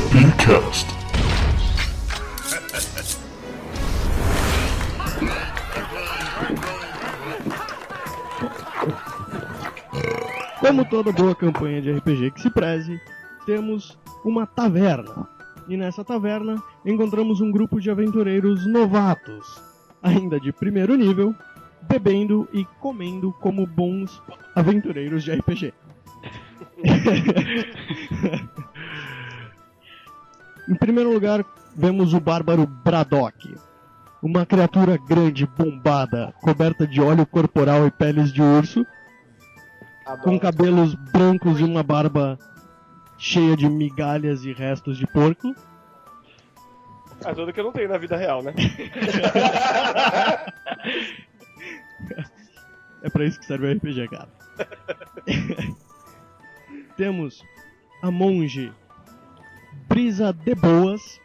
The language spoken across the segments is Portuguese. Podcast. Como toda boa campanha de RPG que se preze, temos uma taverna. E nessa taverna encontramos um grupo de aventureiros novatos, ainda de primeiro nível, bebendo e comendo como bons aventureiros de RPG. em primeiro lugar, vemos o bárbaro Braddock. Uma criatura grande, bombada, coberta de óleo corporal e peles de urso, com cabelos brancos e uma barba cheia de migalhas e restos de porco. Ajuda é que eu não tenho na vida real, né? É pra isso que serve o RPG, cara. Temos a monge Brisa de Boas.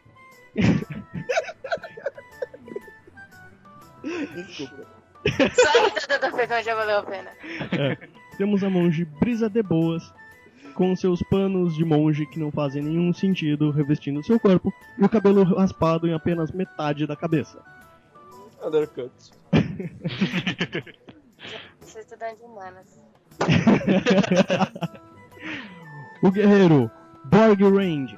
Só a tá risada da Fecão já valeu a pena. Temos a monge Brisa de Boas com seus panos de monge que não fazem nenhum sentido revestindo seu corpo e o cabelo raspado em apenas metade da cabeça. Undercut. Sou estudante de humanas. O guerreiro Borg Range,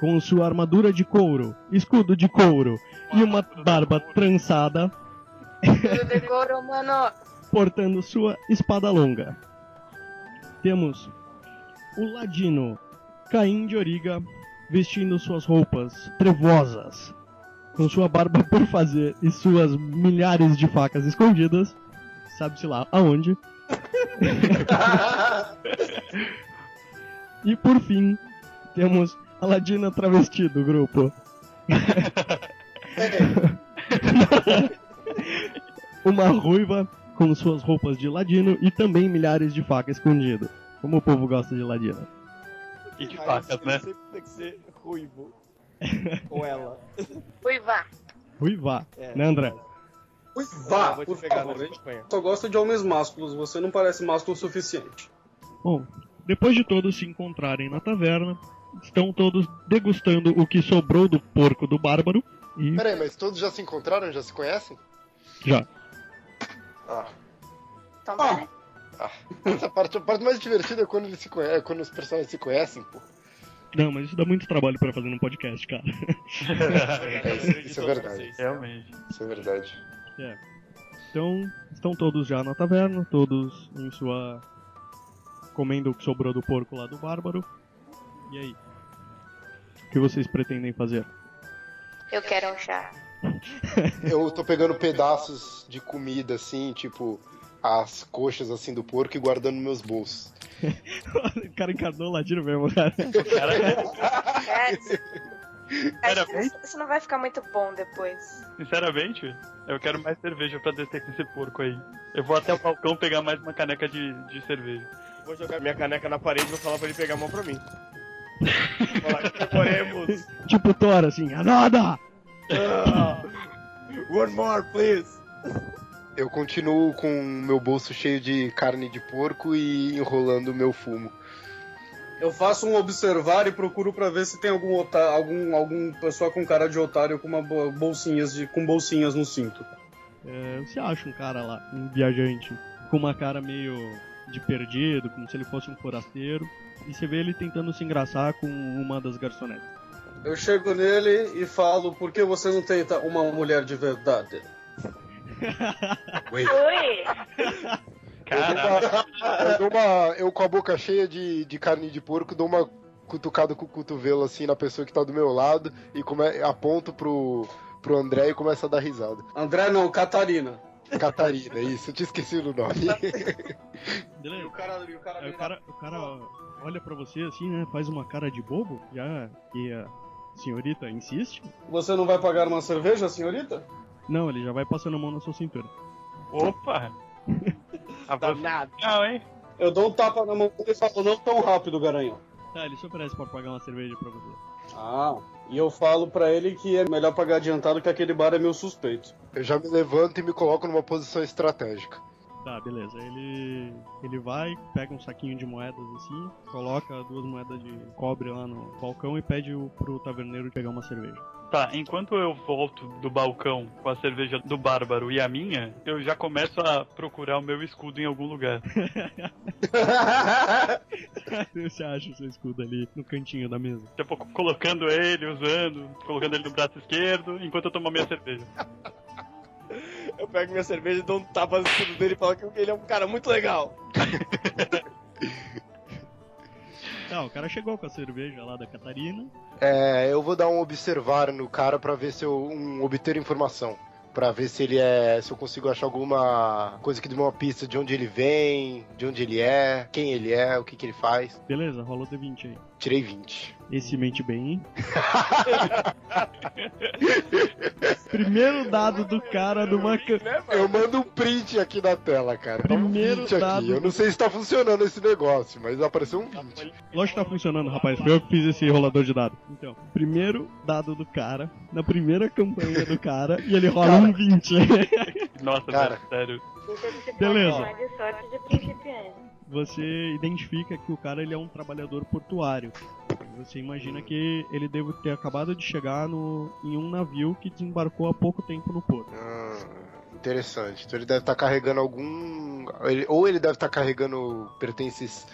com sua armadura de couro, escudo de couro e uma barba trançada, Tudo decoro, mano. portando sua espada longa. Temos o ladino Caim de Origa, vestindo suas roupas trevosas, com sua barba por fazer e suas milhares de facas escondidas, sabe-se lá aonde. E por fim, temos a Ladina travesti do grupo. Uma ruiva com suas roupas de ladino e também milhares de facas escondido. Como o povo gosta de ladino. E de Mas facas, ele né? Sempre tem que ser ruivo. Ou ela. Uiva. Ruiva, É. né, André? Ui, Eu vá, vou te por pegar favor. na A gente Espanha. só gosta de homens másculos, você não parece másculo o suficiente. Bom, depois de todos se encontrarem na taverna, estão todos degustando o que sobrou do porco do bárbaro e Peraí, mas todos já se encontraram? Já se conhecem? já. Ah. Então tá, né? Essa parte, a parte mais divertida é quando, eles se conhe- é quando os personagens se conhecem, pô. Não, mas isso dá muito trabalho pra fazer num podcast, cara. É, isso, isso é verdade. Realmente. Isso é verdade. Então, estão todos já na taverna, todos em sua. comendo o que sobrou do porco lá do bárbaro. E aí? O que vocês pretendem fazer? Eu quero um chá. Eu tô pegando pedaços de comida, assim, tipo as coxas assim do porco e guardando nos meus bolsos. o cara encarnou o ladino mesmo, cara. O cara, É, acho que Parabéns. isso não vai ficar muito bom depois. um- sinceramente, eu quero mais cerveja pra descer com esse porco aí. Eu vou até o balcão pegar mais uma caneca de, de cerveja. Vou jogar minha caneca na parede e vou falar pra ele pegar a mão pra mim. Vou lá, comemoremos. tipo Thor, assim, "Ah, nada! Ah, One more, please. Eu continuo com o meu bolso cheio de carne de porco e enrolando o meu fumo. Eu faço um observar e procuro pra ver se tem algum ota- algum algum pessoa com cara de otário com uma bo- bolsinhas de com bolsinhas no cinto. É, você acha um cara lá, um viajante, com uma cara meio de perdido, como se ele fosse um forasteiro, e você vê ele tentando se engraçar com uma das garçonetes. Eu chego nele e falo: "Por que você não tenta uma mulher de verdade?" Oi! Cara, Eu, dou uma, eu com a boca cheia de, de carne de porco, dou uma cutucada com o cotovelo assim na pessoa que tá do meu lado e come, aponto pro, pro André e começa a dar risada. André não, Catarina. Catarina, isso, eu tinha esquecido o nome. Beleza? cara, e o cara Aí É, o cara, o cara olha pra você assim, né? Faz uma cara de bobo, já que a senhorita insiste. Você não vai pagar uma cerveja, senhorita? Não, ele já vai passando a mão na sua cintura. opa! Danado. Não, hein? Eu dou um tapa na mão dele e falo: "Não tão rápido, garanhão." Tá, ele se oferece pra pagar uma cerveja pra você. Ah, e eu falo pra ele que é melhor pagar adiantado que aquele bar é meu suspeito. Eu já me levanto e me coloco numa posição estratégica. Tá, beleza. Ele, ele vai, pega um saquinho de moedas assim, coloca duas moedas de cobre lá no balcão e pede o- pro taverneiro pegar uma cerveja. Tá, enquanto eu volto do balcão com a cerveja do Bárbaro e a minha, eu já começo a procurar o meu escudo em algum lugar. Você acha o seu escudo ali no cantinho da mesa? Daqui a pouco colocando ele, usando, colocando ele no braço esquerdo, enquanto eu tomo a minha cerveja. Eu pego minha cerveja e dou um tapa no escudo dele e falo que ele é um cara muito legal. Tá, o cara chegou com a cerveja lá da Catarina. É, eu vou dar um observar no cara pra ver se eu um, obter informação, Pra ver se ele é, se eu consigo achar alguma coisa que dê uma pista de onde ele vem, de onde ele é, quem ele é, o que que ele faz. Beleza, rola o D20 aí. Tirei 20. Esse mente bem. hein? Primeiro dado do cara numa. ca- Eu mando um print aqui da tela, cara. Dá Primeiro um print dado. aqui. Eu não sei se tá funcionando esse negócio, mas apareceu um 20. Lógico que tá funcionando, rapaz. Foi eu que fiz esse rolador de dado. Então, primeiro dado do cara, na primeira campanha do cara, e ele rola um 20. Nossa, Cara. velho, sério. Beleza. Não é de sorte de principiante. Você identifica que o cara ele é um trabalhador portuário. Você imagina que ele deve ter acabado de chegar no, em um navio que desembarcou há pouco tempo no porto. Ah, interessante. Então ele deve estar carregando algum. ele- ou ele deve estar carregando pertences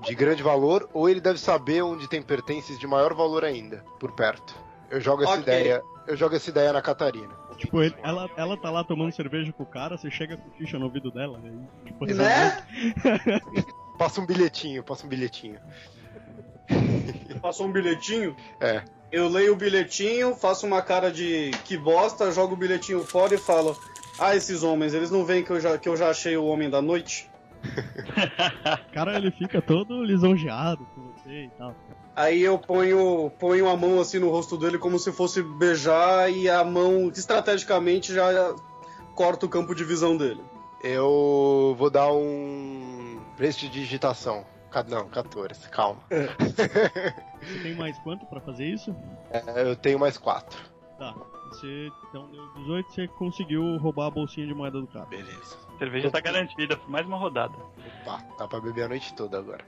de grande valor, ou ele deve saber onde tem pertences de maior valor ainda, por perto. Eu jogo essa Ok. ideia. Eu jogo essa ideia na Catarina. Tipo, ele- ela, ela tá lá tomando cerveja com o cara, você chega com ficha no ouvido dela, né? E, tipo, Né? Passa um bilhetinho, passa um bilhetinho. Passou um bilhetinho? É. Eu leio o bilhetinho, faço uma cara de que bosta, jogo o bilhetinho fora e falo: Ah, esses homens, eles não veem que eu já, que eu já achei o homem da noite? O cara ele fica todo lisonjeado com você e tal. Aí eu ponho, ponho a mão assim no rosto dele como se fosse beijar e a mão estrategicamente já corta o campo de visão dele. Eu vou dar um preço de digitação. Ca- Não, 14, calma. Você tem mais quanto pra fazer isso? É, Eu tenho mais 4. Você então deu 18, você conseguiu roubar a bolsinha de moeda do cara. Beleza. Cerveja tá garantida, mais uma rodada. Pá, dá pra beber a noite toda agora.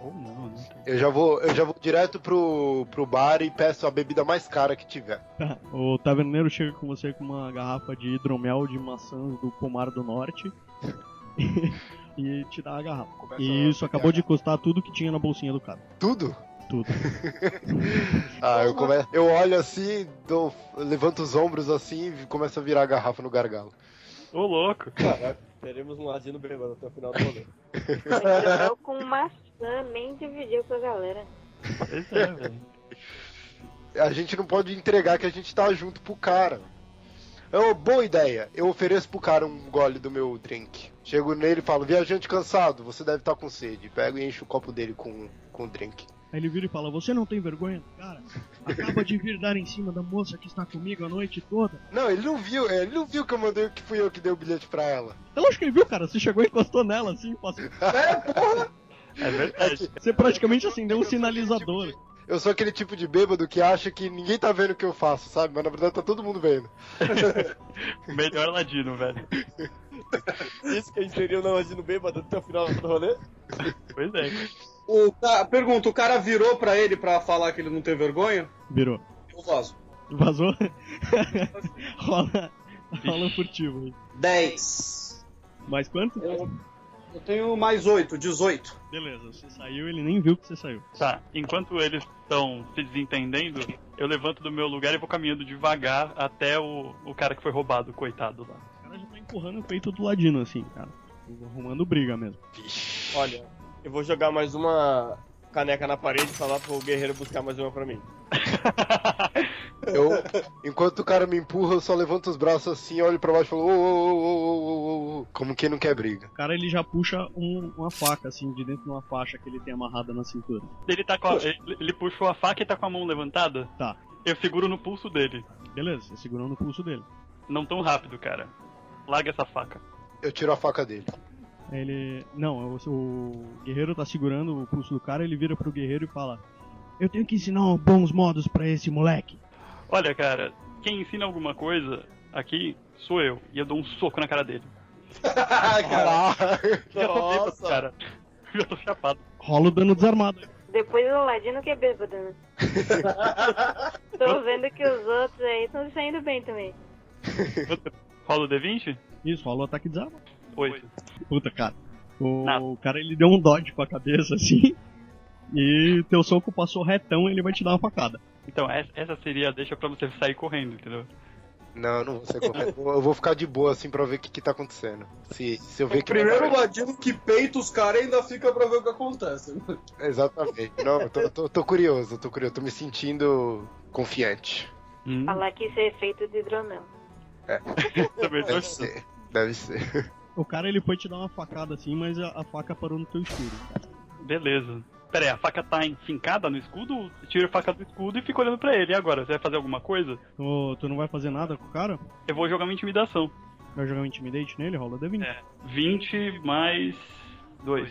Ou não, né? Eu já vou, eu já vou direto pro, pro bar e peço a bebida mais cara que tiver. Tá. O taverneiro chega com você com uma garrafa de hidromel de maçãs do Pomar do Norte e te dá a garrafa. Começa E a- isso acabou de custar tudo que tinha na bolsinha do cara. Tudo? Tudo. Ah, eu, come... eu olho assim, dou... levanto os ombros assim e começo a virar a garrafa no gargalo. Ô, louco. Caraca, teremos um asino bêbado até o final do rolê. Entendeu? Com maçã, nem dividiu com a galera. Pois é, velho. A gente não pode entregar que a gente tá junto pro cara. É uma boa ideia. Eu ofereço pro cara um gole do meu drink. Chego nele e falo, viajante cansado, você deve estar com sede. Pego e encho o copo dele com, com o drink. Aí ele vira e fala: Você não tem vergonha, cara? Acaba de vir dar em cima da moça que está comigo a noite toda. Não, ele não viu, é, ele não viu que eu mandei que fui eu que dei o bilhete pra ela. É lógico que ele viu, cara. Você chegou e encostou nela assim, passou. É verdade. Você praticamente acendeu um sinalizador. Eu sou aquele tipo de bêbado que acha que ninguém tá vendo o que eu faço, sabe? Mas na verdade tá todo mundo vendo. Melhor ladino, velho. Isso que a gente teria um asino bêbado até o final do rolê? Pois é. O ca- Pergunta, o cara virou pra ele pra falar que ele não tem vergonha? Virou. Eu vazo. Vazou? rola, rola um furtivo aí. 10. Mais quanto? Eu, eu tenho mais 8, 18. Beleza, você saiu, ele nem viu que você saiu. Tá, enquanto eles estão se desentendendo, eu levanto do meu lugar e vou caminhando devagar até o, o cara que foi roubado, coitado lá. O cara já tá empurrando o peito do ladino, assim, cara. Arrumando briga mesmo. Olha, eu vou jogar mais uma caneca na parede e falar pro guerreiro buscar mais uma pra mim. Eu, enquanto o cara me empurra, eu só levanto os braços assim, olho pra baixo e falo, ô, ô, ô, ô, ô, ô, ô, como quem não quer briga. O cara ele já puxa um- uma faca, assim, de dentro de uma faixa que ele tem amarrada na cintura. Ele tá com a- ele, ele puxou a faca e tá com a mão levantada? Tá. Eu seguro no pulso dele. Beleza, você segurou no pulso dele. Não tão rápido, cara. Larga essa faca. Eu tiro a faca dele. Aí Ele. Não, o, o guerreiro tá segurando o pulso do cara, ele vira pro guerreiro e fala: Eu tenho que ensinar bons modos pra esse moleque. Olha, cara, quem ensina alguma coisa aqui sou eu. E eu dou um soco na cara dele. Caralho. Já tô bêbado, Nossa. cara. Já tô chapado. Rola o dano desarmado. Depois o Ladino que é bêbado, né? Tô vendo que os outros aí estão saindo bem também. Rola o D20? Isso, rola o ataque desarmado. Oito. Puta, cara. O Nada. cara ele deu um dodge com a cabeça assim. E teu soco passou retão ele vai te dar uma facada. Então, essa- essa seria a deixa pra você sair correndo, entendeu? Não, eu não vou ser correto. Eu vou ficar de boa assim pra ver o que, que tá acontecendo. Se, se eu ver que. tá Primeiro ladino que peita os caras ainda fica pra ver o que acontece. Exatamente. Não, eu tô, tô, tô curioso, tô curioso. Tô me sentindo confiante. Hum, Falar que isso é efeito de hidromel. também tô Deve ser. Deve ser. O cara ele foi te dar uma facada assim, mas a, a faca parou no teu escudo. Beleza. Pera aí, a faca tá enfincada no escudo? Tira a faca do escudo e fica olhando pra ele. E agora? Você vai fazer alguma coisa? Tu, tu não vai fazer nada com o cara? Eu vou jogar uma intimidação. Vai jogar um intimidate nele? Rola D20. 20 mais 2.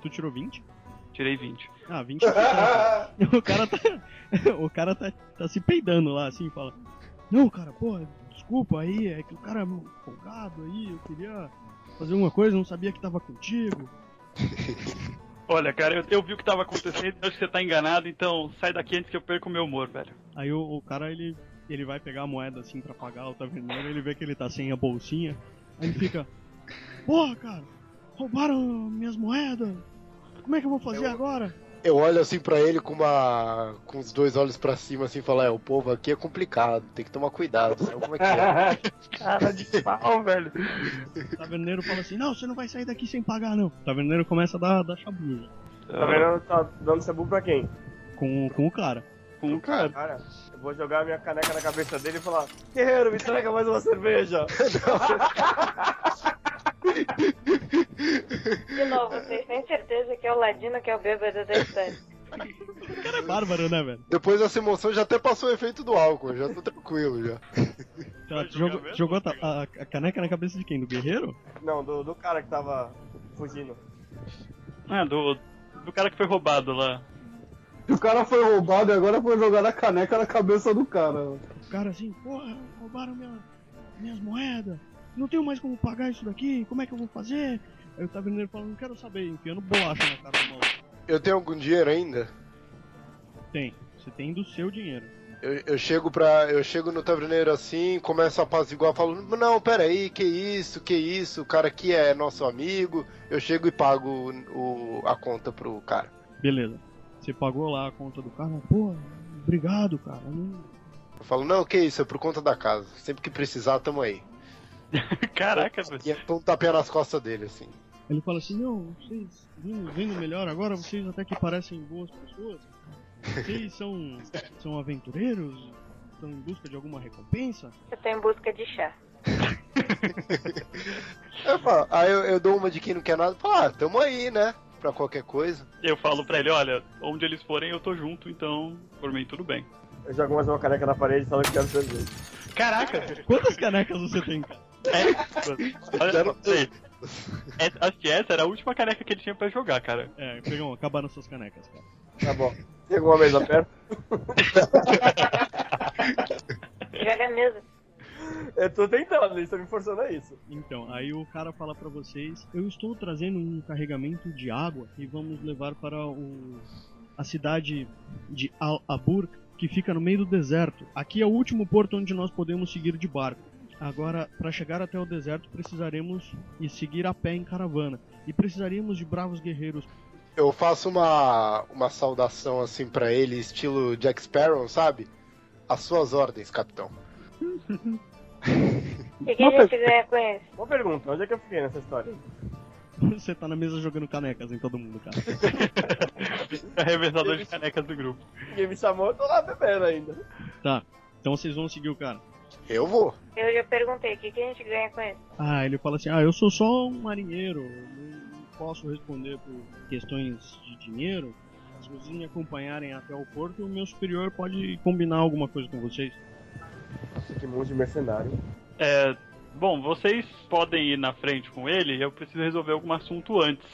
Tu tirou 20? Tirei 20. Ah, 20 é sucesso. O cara tá. O cara tá, tá se peidando lá assim, fala. Não, cara, porra, desculpa aí, é que o cara é meio folgado aí, eu queria fazer uma coisa, não sabia que tava contigo. Olha, cara, eu, eu vi o que tava acontecendo. Acho que você tá enganado, então sai daqui antes que eu perca o meu humor, velho. Aí o, o cara ele, ele vai pegar a moeda assim pra pagar o taverneiro, ele vê que ele tá sem a bolsinha, aí ele fica: Porra, cara, roubaram minhas moedas, como é que eu vou fazer Eu- agora? Eu olho assim pra ele com uma. com os dois olhos pra cima assim e falo, é, o povo aqui é complicado, tem que tomar cuidado, sabe como é que é? Cara de pau, velho. O taverneiro fala assim: Não, você não vai sair daqui sem pagar, não. O taverneiro começa a dar, dar chabuja Tá vendo? Tá dando sabu pra quem? com, com o cara. Com o cara. Cara, eu vou jogar minha caneca na cabeça dele e falar: Guerreiro, me entrega mais uma cerveja. De novo, vocês têm certeza que é o Ladino que é o bêbado da história. É bárbaro, né, velho? Depois dessa emoção já até passou o efeito do álcool, já tô tranquilo já. Tá, Vai tu jogar jogou mesmo? jogou a, ta- a- a caneca na cabeça de quem? Do guerreiro? Não, do, do cara que tava fugindo. Ah, do, do cara que foi roubado lá. O cara foi roubado e agora foi jogar a caneca na cabeça do cara. O cara assim, porra, roubaram minha- minhas moedas, não tenho mais como pagar isso daqui, como é que eu vou fazer? Aí o taverneiro fala, não quero saber, enfiando bolacha na cara do maluco. Eu tenho algum dinheiro ainda? Tem, você tem do seu dinheiro. Eu, eu chego para eu chego no taverneiro assim, começo a apaziguar, falo, não, peraí, que isso, que isso, o cara aqui é nosso amigo, eu chego e pago o- o- a conta pro cara. Beleza, você pagou lá a conta do cara, porra, obrigado, cara. Não- Eu falo, não, que isso, é por conta da casa. Sempre que precisar, tamo aí. Caraca, velho. E então tapinha nas costas dele, assim. Ele fala assim, não, vocês vindo, vindo melhor agora, vocês até que parecem boas pessoas, vocês são, são aventureiros, estão em busca de alguma recompensa? Eu tá tô em busca de chá. Eu falo, aí eu, eu dou uma de quem não quer nada, falo, ah, tamo aí, né? Pra qualquer coisa. Eu falo pra ele, olha, onde eles forem eu tô junto, então por mim tudo bem. Eu jogo mais uma caneca na parede e falo que quero cerveja. Caraca! Quantas canecas você tem, cara? É, Olha só, peraí. Essa- Acho que essa era a última caneca que ele tinha pra jogar, cara. É, pegão, acabaram suas canecas, cara. Tá bom. Tem alguma mesa perto? Joga a mesa. Eu tô tentando, eles estão me forçando a isso. Então, aí o cara fala pra vocês: Eu estou trazendo um carregamento de água e vamos levar para o, a cidade de Al-Abur, que fica no meio do deserto. Aqui é o último porto onde nós podemos seguir de barco. Agora, para chegar até o deserto, precisaremos e seguir a pé em caravana. E precisaríamos de bravos guerreiros. Eu faço uma, uma saudação assim pra ele, estilo Jack Sparrow, sabe? As suas ordens, capitão. E quem já quiser conhece. Uma pergunta: onde é que eu fiquei nessa história? Você tá na mesa jogando canecas em todo mundo, cara. É reversador de canecas do grupo. Ninguém me chamou, eu tô lá bebendo ainda. Então vocês vão seguir o cara. Eu vou. Eu já perguntei, o que, que a gente ganha com isso? Ah, ele fala assim: Ah, eu sou só um marinheiro, não não posso responder por questões de dinheiro. Se vocês me acompanharem até o porto, o meu superior pode combinar alguma coisa com vocês. Que monte de mercenário. É, bom, vocês podem ir na frente com ele, eu preciso resolver algum assunto antes.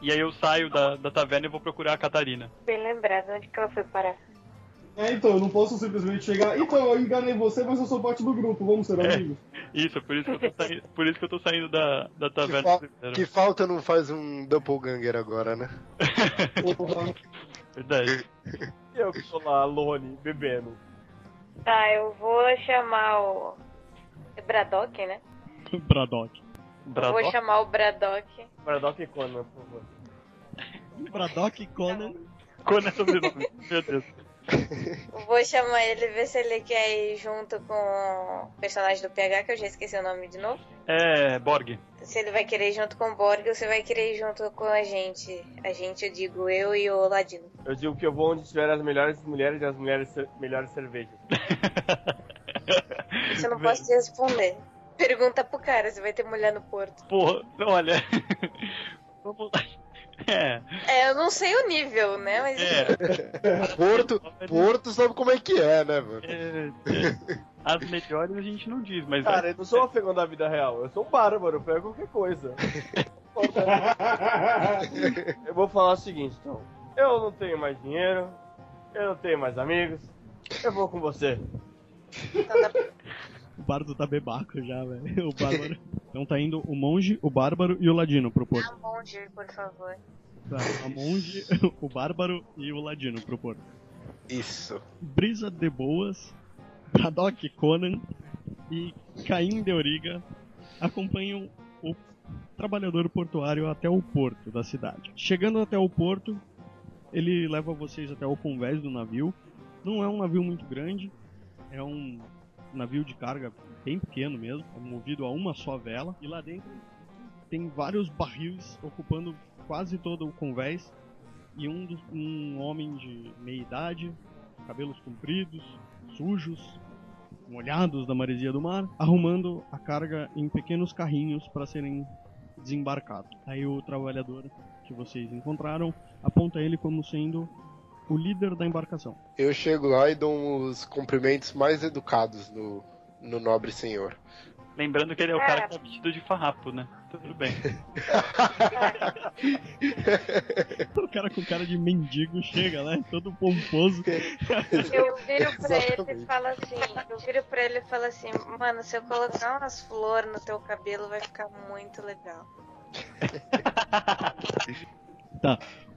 E aí eu saio da, da taverna e vou procurar a Catarina. Bem lembrado, onde que ela foi parar? É, então, eu não posso simplesmente chegar. Então, eu enganei você, mas eu sou parte do grupo, vamos ser É. amigos. Isso, é por isso que eu tô saindo, por isso que eu tô saindo da, da Que, taverna. fa- que falta não faz um doppelganger agora, né? Porra. Verdade. E eu que tô lá, Lone, bebendo. Tá, eu vou chamar o. É Braddock, né? Braddock. Eu Braddock? Vou chamar o Braddock. Paradox e Conan, por favor. Braddock Conan. Conan é sobrenome. Meu Deus. Vou chamar ele ver se ele quer ir junto com o personagem do PH, que eu já esqueci o nome de novo. É, Borg. Se ele vai querer ir junto com o Borg ou se vai querer ir junto com a gente. A gente, eu digo, eu e o Ladino. Eu digo que eu vou onde tiver as melhores mulheres e as mulheres cer- melhores cervejas. Isso eu não posso te responder. Pergunta pro cara se vai ter mulher no porto. Porra, olha. Vamos lá. É, É, eu não sei o nível, né? Mas é, Porto, Porto sabe como é que é, né, mano? é, é. As melhores a gente não diz, mas. Cara, eu não sou um afegão da vida real, eu sou um bárbaro, eu pego qualquer coisa. eu vou falar o seguinte, então. Eu não tenho mais dinheiro, eu não tenho mais amigos, eu vou com você. então dá pra... O bardo tá bebaco já, velho. O bárbaro. Então tá indo o monge, o bárbaro e o ladino pro porto. Ah, monge, por favor. Tá, a monge, o bárbaro e o ladino pro porto. Isso. Brisa de Boas, Braddock Conan e Caim de Origa acompanham o trabalhador portuário até o porto da cidade. Chegando até o porto, ele leva vocês até o convés do navio. Não é um navio muito grande, é um navio de carga bem pequeno mesmo, é movido a uma só vela. E lá dentro tem vários barris ocupando quase todo o convés. E um, dos- um homem de meia idade, cabelos compridos, sujos, molhados da maresia do mar, arrumando a carga em pequenos carrinhos para serem desembarcados. Aí o trabalhador que vocês encontraram aponta ele como sendo o líder da embarcação. Eu chego lá e dou os cumprimentos mais educados no, no nobre senhor. Lembrando que ele é o cara que tá vestido de farrapo, né? Tudo bem. O cara com cara de mendigo chega, né? Todo pomposo. Eu viro pra ele Exatamente. e falo assim, eu viro pra ele e falo assim, mano, se eu colocar umas flores no teu cabelo vai ficar muito legal.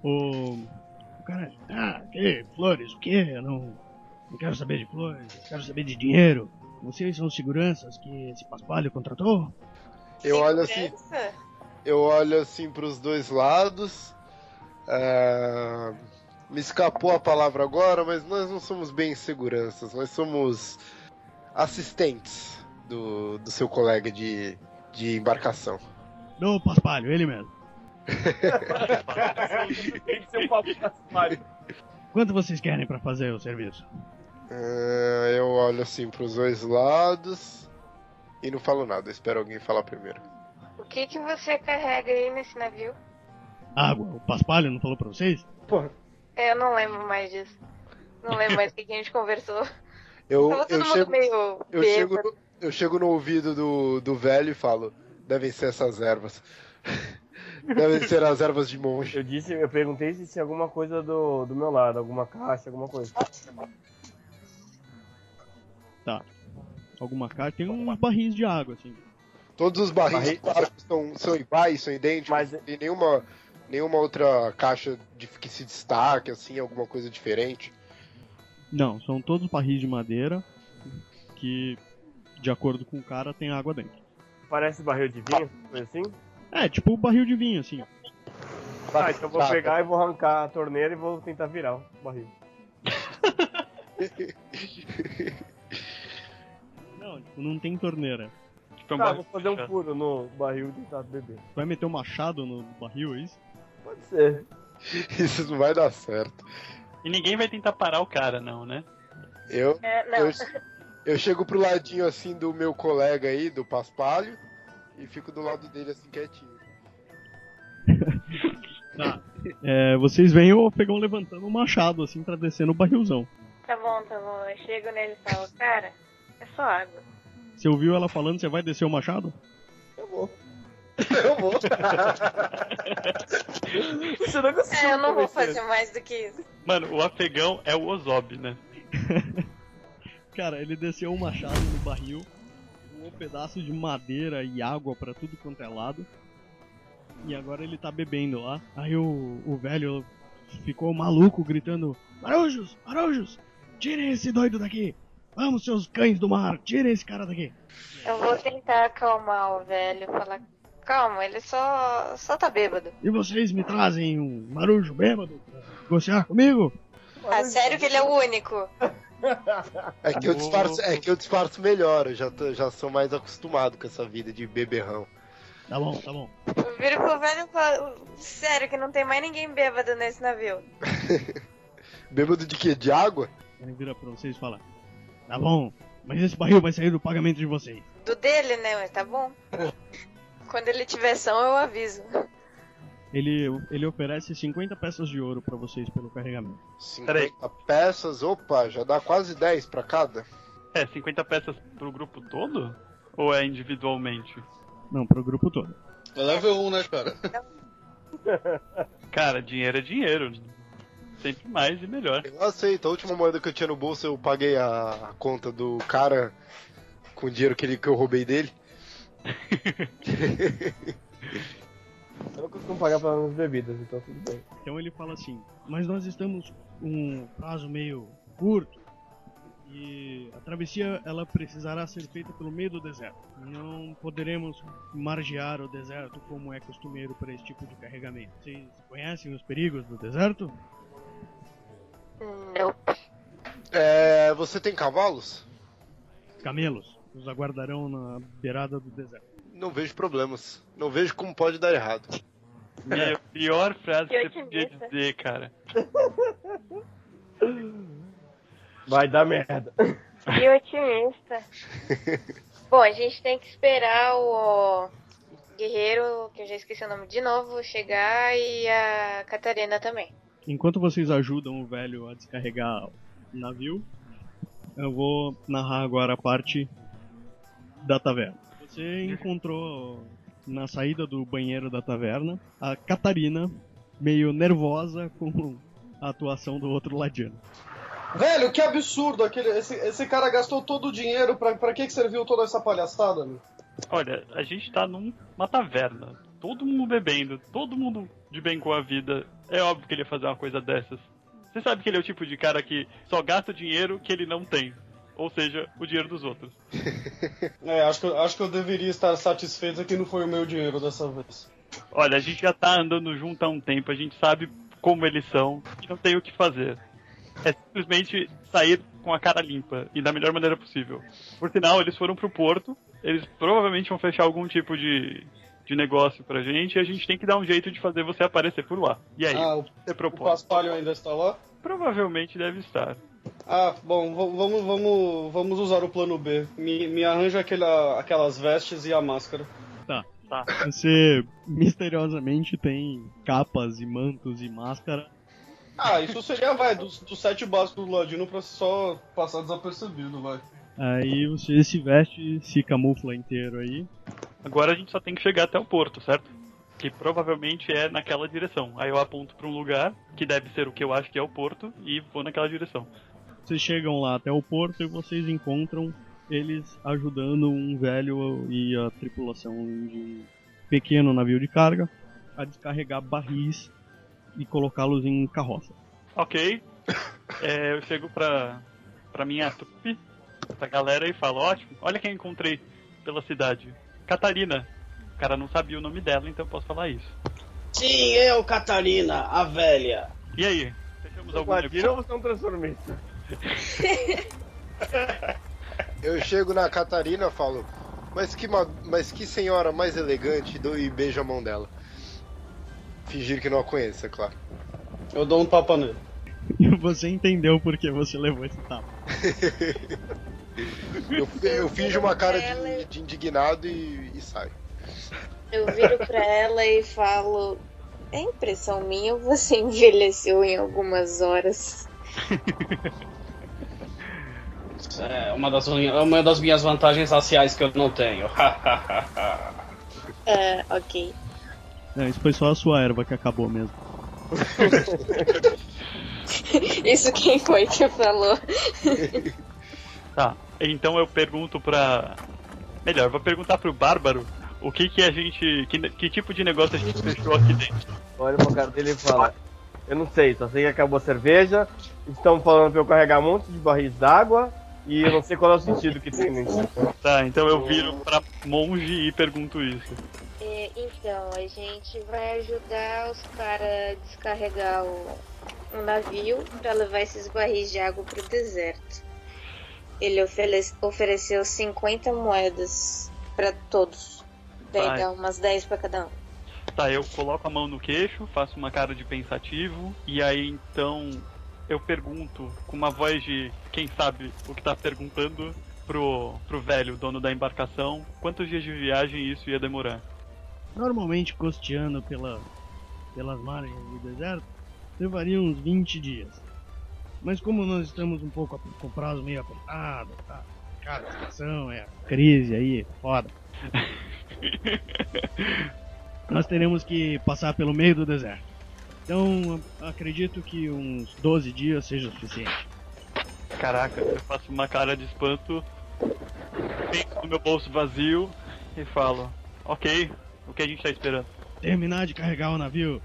O, o cara, ah, que flores, o que? Eu não, não quero saber de flores, quero saber de dinheiro. Vocês são os seguranças que esse paspalho contratou? Eu né? olho assim, Segurança? eu olho assim pros dois lados. ah, me escapou a palavra agora, mas nós não somos bem seguranças, nós somos assistentes do, do seu colega de, de embarcação. Não, paspalho, ele mesmo. Tem que ser um papo passivo. Quanto vocês querem pra fazer o serviço? Ah, eu olho assim pros dois lados e não falo nada, eu espero alguém falar primeiro. O que que você carrega aí nesse navio? Água, o Paspalho não falou pra vocês? É, eu não lembro mais disso. Não lembro mais o que que a gente conversou. Eu, Tava todo eu mundo chego, meio eu, chego bêbado. no, eu chego no ouvido do, do velho e falo: devem ser essas ervas. devem ser as ervas de monge. Eu disse, eu perguntei se tinha alguma coisa do, do meu lado, alguma caixa, alguma coisa. Alguma carta? Tem uns barris de água, assim. Todos os barris Barris- claro, são, são iguais, são idênticos, Mas- não tem nenhuma, nenhuma outra caixa de- que se destaque, assim, alguma coisa diferente. Não, são todos barris de madeira que, de acordo com o cara, tem água dentro. Parece barril de vinho, coisa assim. É, tipo o barril de vinho, assim. Ah, então eu vou Tá, tá. pegar e vou arrancar a torneira e vou tentar virar o barril. Não, tipo, não tem torneira. Tipo, é um Tá, bagulho vou fazer um fechado. furo no barril e tentar beber. Vai meter o machado no barril, é isso? Pode ser. Isso não vai dar certo. E ninguém vai tentar parar o cara, não, né? Eu, É, não, eu, eu chego pro ladinho, assim, do meu colega aí, do Paspalho, e fico do lado dele, assim, quietinho. É, vocês veem o Ofegão levantando o machado, assim, pra descer no barrilzão. tá bom, tá bom. Eu chego nele e falo, cara, é só água. Você ouviu ela falando, você vai descer o machado? Eu vou. Você não conseguiu É, eu não vou convencer. fazer mais do que isso. Mano, o afegão é o Ozob, né? Cara, ele desceu um machado no barril, um pedaço de madeira e água pra tudo quanto é lado. E agora ele tá bebendo lá. Aí o, o velho ficou maluco gritando: Marujos, Marujos, tirem esse doido daqui! Vamos, seus cães do mar, tirem esse cara daqui! Eu vou tentar acalmar o velho, falar. Calma, ele só, só tá bêbado. E vocês me trazem um marujo bêbado pra negociar comigo? Ah, sério que ele é o único? É que eu disfarço, é que eu disfarço melhor, eu já, tô- já sou mais acostumado com essa vida de beberrão. Tá bom, tá bom. Eu viro pro velho e falo. Sério que não tem mais ninguém bêbado nesse navio. Bêbado de quê? De água? Ele vira pra vocês e fala: Tá bom, mas esse barril vai sair do pagamento de vocês. Do dele, né? Mas tá bom. Quando ele tiver são, eu aviso. Ele, ele oferece 50 peças de ouro pra vocês pelo carregamento. 50 Peraí. peças, opa, já dá quase 10 pra cada. É, 50 peças pro grupo todo? Ou é individualmente? Não, pro grupo todo. É level 1, né, cara? Cara, dinheiro é dinheiro. Sempre mais e melhor. Eu aceito, a última moeda que eu tinha no bolso eu paguei a a conta do cara com o dinheiro que, ele, que eu roubei dele. Eu não costumo pagar pelas minhas bebidas, então tudo bem. Então ele fala assim: Mas nós estamos com um prazo meio curto e a travessia ela precisará ser feita pelo meio do deserto. Não poderemos margear o deserto como é costumeiro para esse tipo de carregamento. Vocês conhecem os perigos do deserto? Não. É, você tem cavalos? Camelos nos aguardarão na beirada do deserto. Não vejo problemas. Não vejo como pode dar errado. E a pior frase que Que você podia otimista. dizer, cara. Vai dar merda. E otimista. Bom, a gente tem que esperar o guerreiro, que eu já esqueci o nome de novo, chegar e a Catarina também. Enquanto vocês ajudam o velho a descarregar o navio, eu vou narrar agora a parte da taverna. Você encontrou na saída do banheiro da taverna a Catarina, meio nervosa com a atuação do outro ladino. Velho, que absurdo! Aquele, esse, esse cara gastou todo o dinheiro. Pra, pra que, que serviu toda essa palhaçada, meu? Olha, a gente tá numa taverna. Todo mundo bebendo, todo mundo de bem com a vida. É óbvio que ele ia fazer uma coisa dessas. Você sabe que ele é o tipo de cara que só gasta o dinheiro que ele não tem. Ou seja, o dinheiro dos outros. É, acho que, eu- acho que eu deveria estar satisfeito que não foi o meu dinheiro dessa vez. Olha, a gente já tá andando junto há um tempo, a gente sabe como eles são, a gente não tem o que fazer. É simplesmente sair com a cara limpa e da melhor maneira possível. Por sinal, eles foram pro porto, eles provavelmente vão fechar algum tipo de, de negócio pra gente e a gente tem que dar um jeito de fazer você aparecer por lá. E É aí, Ah, o, você o propõe? Paspalho ainda está lá? Provavelmente deve estar. Ah, bom, v- vamos, vamos, vamos usar o plano B. Me, me arranja aquela, aquelas vestes e a máscara. Você misteriosamente tem capas e mantos e máscara. Ah, isso seria, vai, dos, dos sete básicos do Ladino pra só passar desapercebido, vai. Aí você se veste, se camufla inteiro aí. Agora a gente só tem que chegar até o porto, certo? Que provavelmente é naquela direção. Aí eu aponto pra um lugar, que deve ser o que eu acho que é o porto, e vou naquela direção. Vocês chegam lá até o porto e vocês encontram eles ajudando um velho e a tripulação de um pequeno navio de carga a descarregar barris e colocá-los em carroça. Ok. É, eu chego pra, pra minha trupe, pra galera e falo, ótimo, olha quem encontrei pela cidade. Catarina. O cara não sabia o nome dela, então eu posso falar isso. Sim, eu, Catarina, a velha. E aí? Fechamos algum Imagina negócio? você é um transformista. Eu chego na Catarina e falo, mas que, ma- mas que senhora mais elegante, e dou e beijo a mão dela. Fingir que não a conheça, claro. Eu dou um tapa nele. E você entendeu porque você levou esse tapa. Eu, eu finjo uma cara Ela- de, de indignado e, e saio. Eu viro pra ela e falo: É impressão minha ou você envelheceu em algumas horas? É uma das, uma das minhas vantagens raciais que eu não tenho. É, ok. Não, isso foi só a sua erva que acabou mesmo. Isso quem foi que falou? Tá. Então eu pergunto pra. Melhor, vou perguntar pro Bárbaro o que que a gente. Que, que tipo de negócio a gente fechou aqui dentro. Olha pro cara dele e fala. Eu não sei, só sei que acabou a cerveja, estão falando pra eu carregar um monte de barris d'água e eu não sei qual é o sentido que tem nisso. Tá, então eu viro pra monge e pergunto isso. É, então, a gente vai ajudar os caras a descarregar o, um navio para levar esses barris de água pro deserto. Ele ofele- ofereceu 50 moedas para todos. Daí Vai. dá umas 10 para cada um. Tá, eu coloco a mão no queixo, faço uma cara de pensativo, e aí então eu pergunto com uma voz de quem sabe o que tá perguntando pro, pro velho dono da embarcação quantos dias de viagem isso ia demorar. Normalmente costeando pela, pelas margens do deserto, levaria uns 20 dias. Mas como nós estamos um pouco ap- com o prazo meio apertado, tá? Cara, a situação é a crise aí, é foda. nós teremos que passar pelo meio do deserto. Então, a- acredito que uns 12 dias seja o suficiente. Caraca, eu faço uma cara de espanto, penso no meu bolso vazio e falo: Ok, o que a gente tá esperando? Terminar de carregar o navio.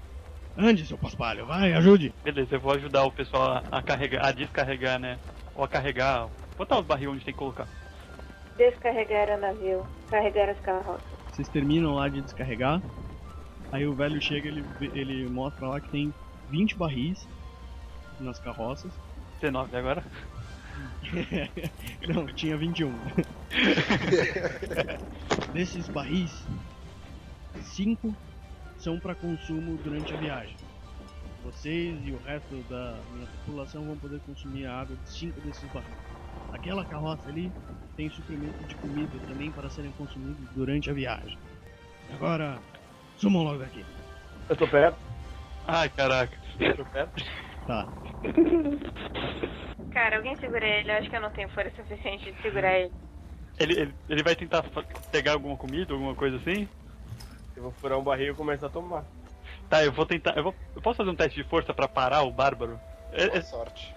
Ande, seu paspalho, vai, ajude. Beleza, eu vou ajudar o pessoal a, a carregar, a descarregar, né? Ou a carregar, botar os barril onde tem que colocar. Descarregar o navio, carregar as carroças. Vocês terminam lá de descarregar. Aí o velho chega, ele, ele mostra lá que tem 20 barris nas carroças. 19 agora. Não, tinha 21. Desses barris, 5 são para consumo durante a viagem. Vocês e o resto da minha população vão poder consumir a água de 5 desses barris. Aquela carroça ali tem suprimento de comida também para serem consumidos durante a viagem. Agora, sumam logo daqui. Eu tô perto. Ai, caraca. Tá. Cara, alguém segura ele, eu acho que eu não tenho força suficiente de segurar ele. Ele, ele, ele vai tentar fa- pegar alguma comida, alguma coisa assim? Eu vou furar um barril e começar a tomar. Tá, eu vou tentar. Eu, vou, eu posso fazer um teste de força pra parar o bárbaro? É- Boa é- sorte.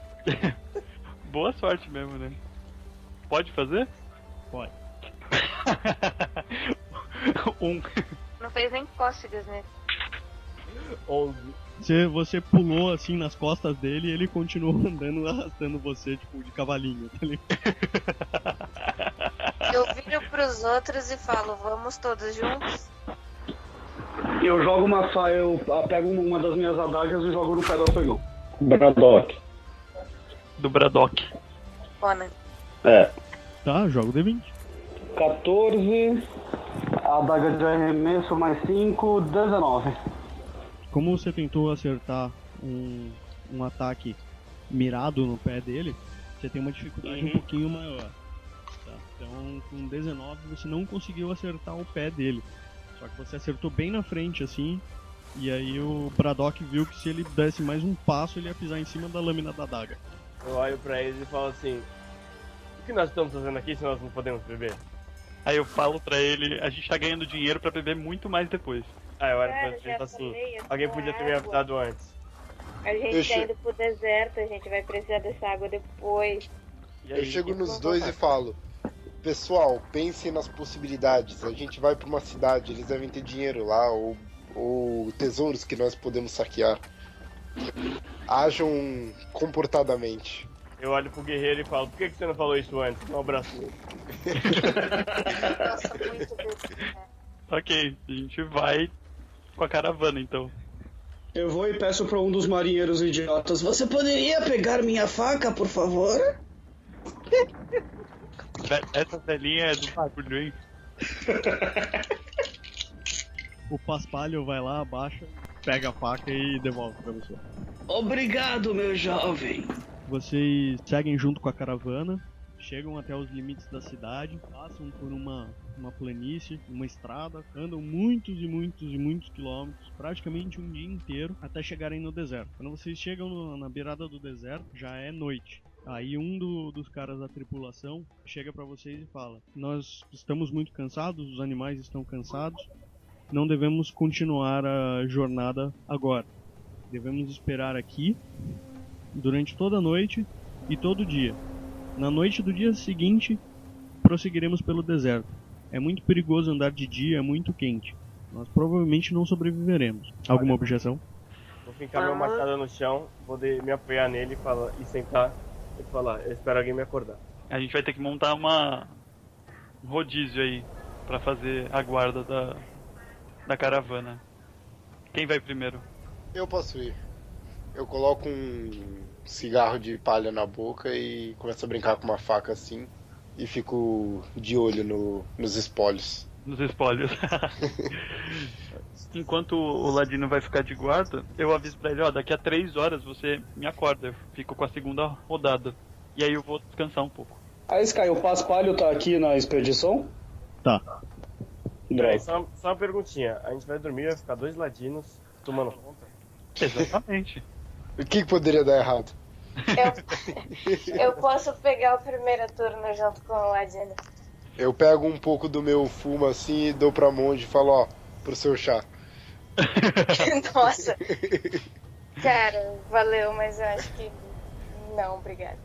boa sorte mesmo, né? Pode fazer? Pode. um. Não fez nem cócegas, né? 11. Você, você pulou assim nas costas dele e ele continuou andando, arrastando você, tipo, de cavalinho, tá ligado? Eu viro pros outros e falo, vamos todos juntos? Eu jogo uma faia, eu ah, pego uma das minhas adagas e jogo no pé do afegão. Bradock. Do Braddock. Conan. É. Tá, joga o D20. 14, a adaga de arremesso mais 5, 19. Como você tentou acertar um, um ataque mirado no pé dele, você tem uma dificuldade um pouquinho maior. tá? Então, com 19, você não conseguiu acertar o pé dele. Só que você acertou bem na frente, assim. E aí o Braddock viu que se ele desse mais um passo, ele ia pisar em cima da lâmina da daga. Eu olho pra eles e falo assim: O que nós estamos fazendo aqui se nós não podemos beber? Aí eu falo pra ele, a gente tá ganhando dinheiro pra beber muito mais depois. Aí eu olho pra Cara, eles e já falo assim: tomei essa Alguém podia ter me É, água. avisado antes. A gente Deixa- tá indo pro deserto, a gente vai precisar dessa água depois. E Eu aí, chego nos dois e falo: Pessoal, pensem nas possibilidades. A gente vai pra uma cidade, eles devem ter dinheiro lá ou, ou tesouros que nós podemos saquear. Ajam comportadamente. eu olho pro guerreiro e falo: Por que, que você não falou isso antes? Um abraço. Nossa, muito né? bem. Ok, a gente vai com a caravana então. Eu vou e peço pra um dos marinheiros idiotas: Você poderia pegar minha faca, por favor? Ve- Essa velhinha é do bagulho, hein? O Paspalho vai lá, abaixa, pega a faca e devolve pra você. Obrigado, meu jovem. Vocês seguem junto com a caravana, chegam até os limites da cidade, passam por uma, uma planície, uma estrada, andam muitos e muitos e muitos quilômetros, praticamente um dia inteiro, até chegarem no deserto. Quando vocês chegam no- na beirada do deserto, já é noite. Aí um do- dos caras da tripulação chega pra vocês e fala: Nós estamos muito cansados, os animais estão cansados, não devemos continuar a jornada agora. Devemos esperar aqui durante toda a noite e todo dia. Na noite do dia seguinte, prosseguiremos pelo deserto. É muito perigoso andar de dia, é muito quente. Nós provavelmente não sobreviveremos. Alguma objeção? Vou fincar meu machado no chão, vou de- me apoiar nele e, falar, e sentar e falar, eu espero alguém me acordar. A gente vai ter que montar uma um rodízio aí pra fazer a guarda da da caravana. Quem vai primeiro? Eu posso ir. Eu coloco um cigarro de palha na boca e começo a brincar com uma faca assim. E fico de olho no- nos espólios. Nos espólios. Enquanto o Ladino vai ficar de guarda, eu aviso pra ele, ó, daqui a três horas você me acorda, eu fico com a segunda rodada. E aí eu vou descansar um pouco. Aí, Sky, o Paspalho tá aqui na expedição? Tá. Peraí, Droga. só, só uma perguntinha. A gente vai dormir, vai ficar dois ladinos tomando conta. Exatamente. O que, que poderia dar errado? Eu posso pegar o primeiro turno junto com o Ladino. Eu pego um pouco do meu fumo assim e dou pra monge e falo, ó, pro seu chá. Nossa. Cara, valeu, mas eu acho que. Não, obrigada.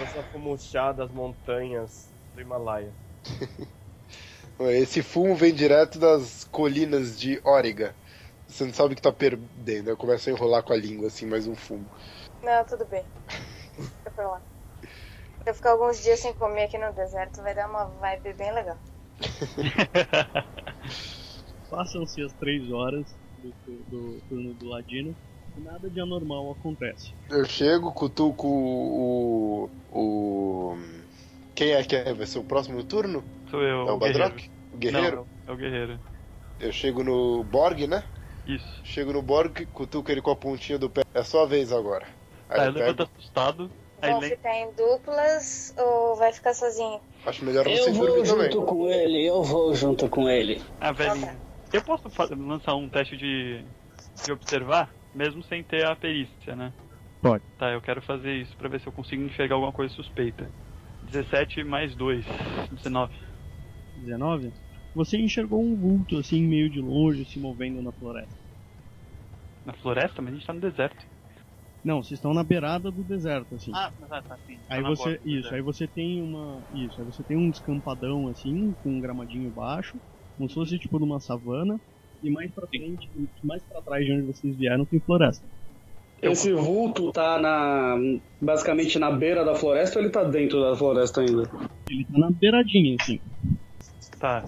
Eu só fumo chá das montanhas do Himalaia. Esse fumo vem direto das colinas de Óriga. Você não sabe o que tá perdendo. Eu começo a enrolar com a língua assim, mais um fumo. Não, tudo bem. Fica pra lá. Se eu ficar alguns dias sem comer aqui no deserto, vai dar uma vibe bem legal. Passam-se as três horas do, tu- do turno do Ladino e nada de anormal acontece. Eu chego, cutuco o. o. Quem é que é? Vai ser o próximo turno? Sou eu. é o um guerreiro. Badrock? O guerreiro? Não, é o guerreiro. Eu chego no Borg, né? Isso. Chego no Borg, cutuco ele com a pontinha do pé. É sua vez agora. Aí Tá, eu ele pego. levanta assustado. Aí Vão ele ficar em duplas ou vai ficar sozinho? Acho melhor Eu vocês vou dormirem também. junto com ele, eu vou junto com ele. A velhinha. Eu posso fa- lançar um teste de, de observar, mesmo sem ter a perícia, né? Pode. Tá, eu quero fazer isso pra ver se eu consigo enxergar alguma coisa suspeita. 17 mais 2, 19. 19, você enxergou um vulto assim, meio de longe, se movendo na floresta. Na floresta? Mas a gente tá no deserto. Não, vocês estão na beirada do deserto, assim. Ah, tá, tá, sim. Aí você, isso, aí você tem uma, isso, aí você tem um descampadão assim, com um gramadinho baixo, como se fosse tipo numa savana, e mais pra frente, mais pra trás de onde vocês vieram tem floresta. Esse vulto tá na. basicamente na beira da floresta ou ele tá dentro da floresta ainda? Ele tá na beiradinha assim. Tá,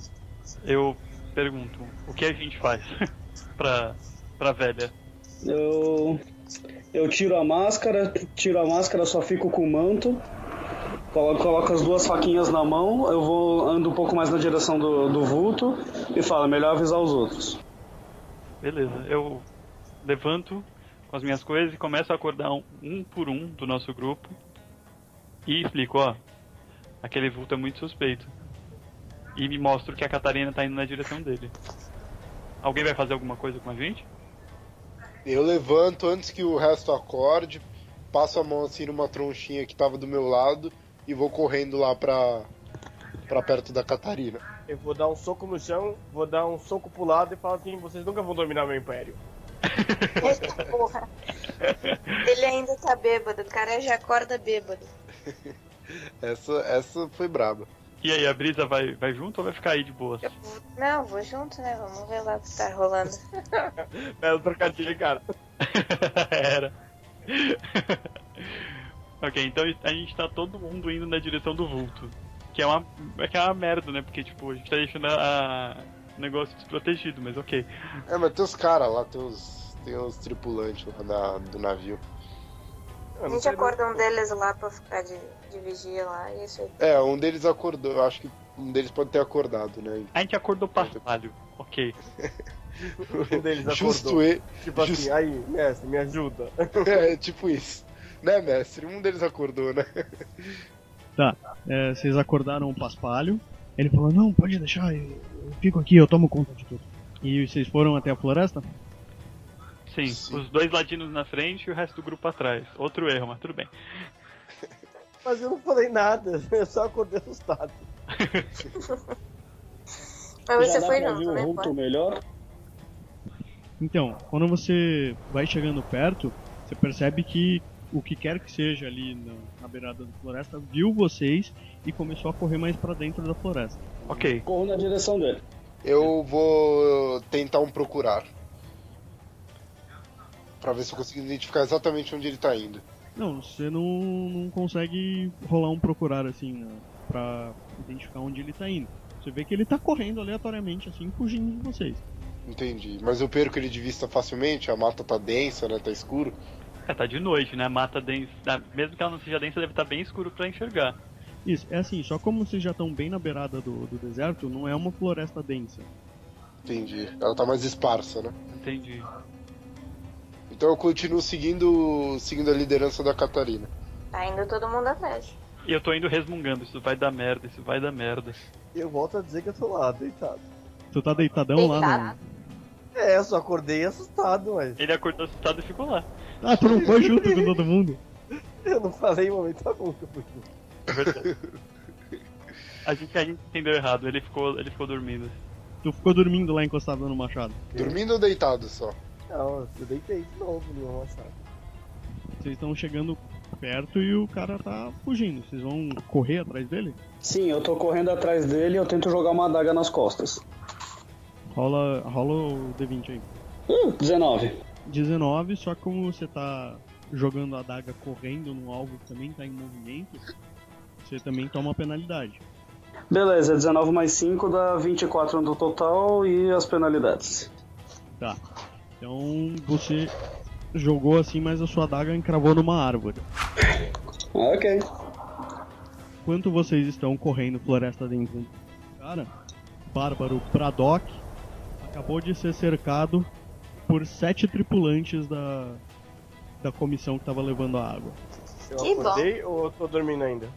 eu pergunto, o que a gente faz pra, pra velha? Eu. Eu tiro a máscara, tiro a máscara, só fico com o manto. Coloco, coloco as duas faquinhas na mão, eu vou ando um pouco mais na direção do, do vulto e falo, melhor avisar os outros. Beleza, eu levanto com as minhas coisas e começo a acordar um, um por um do nosso grupo e explico, ó, aquele vulto é muito suspeito. E me mostro que a Catarina tá indo na direção dele. Alguém vai fazer alguma coisa com a gente? Eu levanto antes que o resto acorde, passo a mão assim numa tronchinha que tava do meu lado e vou correndo lá pra, pra perto da Catarina. Eu vou dar um soco no chão, vou dar um soco pro lado e falar assim, vocês nunca vão dominar meu império. Eita porra! Ele ainda tá bêbado, o cara já acorda bêbado. Essa, essa foi braba. E aí, a Brisa vai, vai junto ou vai ficar aí de boa? Não, vou junto, né? Vamos ver lá o que tá rolando. É, trocadilho, cara. Era. ok, então a gente tá todo mundo indo na direção do vulto. Que é uma, é que é uma merda, né? Porque, tipo, a gente tá deixando a- a- o negócio desprotegido, mas ok. É, mas tem os caras lá, tem os, tem os tripulantes lá na- do navio. Eu A não gente sei acorda um deles lá pra ficar de, de vigia lá e isso aí. É, um deles acordou, eu acho que um deles pode ter acordado, né? A gente acordou passado. Ok. se Um deles Justo acordou. ele. Tipo assim, justo. aí, mestre, me ajuda. É, tipo isso. Né, mestre? Um deles acordou, né? É, vocês acordaram o Paspalho, ele falou: "Não, pode deixar, eu, eu fico aqui, eu tomo conta de tudo". E vocês foram até a floresta? Sim, Sim. os dois ladinos na frente e o resto do grupo atrás. Outro erro, mas tudo bem. Mas eu não falei nada, eu só acordei assustado. Mas Já você dá foi pra ver junto, o né? vulto pô? melhor? Então, quando você vai chegando perto, você percebe que o que quer que seja ali na, na beirada da floresta, viu vocês e começou a correr mais pra dentro da floresta. Ok. Corro na direção dele. Eu vou tentar um procurar. Pra ver se eu consigo identificar exatamente onde ele tá indo. Não, você não, não consegue rolar um procurar assim né, pra identificar onde ele tá indo. Você vê que ele tá correndo aleatoriamente, assim, fugindo de vocês. Entendi. Mas eu perco ele de vista facilmente, a mata tá densa, né? Tá escuro. É, tá de noite, né? Mata densa. ah, Mesmo que ela não seja densa, deve estar bem escuro pra enxergar. Isso, é assim, só como vocês já estão bem na beirada do, do deserto, não é uma floresta densa. Entendi. Ela tá mais esparsa, né? Entendi. Então eu continuo seguindo, seguindo a liderança da Catarina. Tá indo todo mundo atrás. E eu tô indo resmungando, isso vai dar merda, isso vai dar merda. Eu volto a dizer que eu tô lá, deitado. Tu tá deitadão lá Deitado. É, eu só acordei assustado, mas Ele acordou assustado e ficou lá. no. Ah, tu não foi junto com todo mundo? eu não falei em momento algum. que eu fui. É verdade. A gente, a gente entendeu errado, ele ficou, ele ficou dormindo. Tu ficou dormindo lá encostado no machado. Dormindo ou deitado só? Não, eu deitei de novo no amassado. Vocês estão chegando perto e o cara tá fugindo. Vocês vão correr atrás dele? Sim, eu tô correndo atrás dele e eu tento jogar uma adaga nas costas. Rola, rola o D20 aí. Hum, 19. 19, só que como você tá jogando a adaga correndo no alvo que também tá em movimento, você também toma penalidade. Beleza, 19 mais 5 dá 24 no total e as penalidades. Tá. Então você jogou assim, mas a sua adaga encravou numa árvore. Ok. Enquanto vocês estão correndo floresta dentro, cara, Bárbaro Pradock acabou de ser cercado por sete tripulantes da, da comissão que tava levando a água. Eu Que bom. acordei ou eu tô dormindo ainda?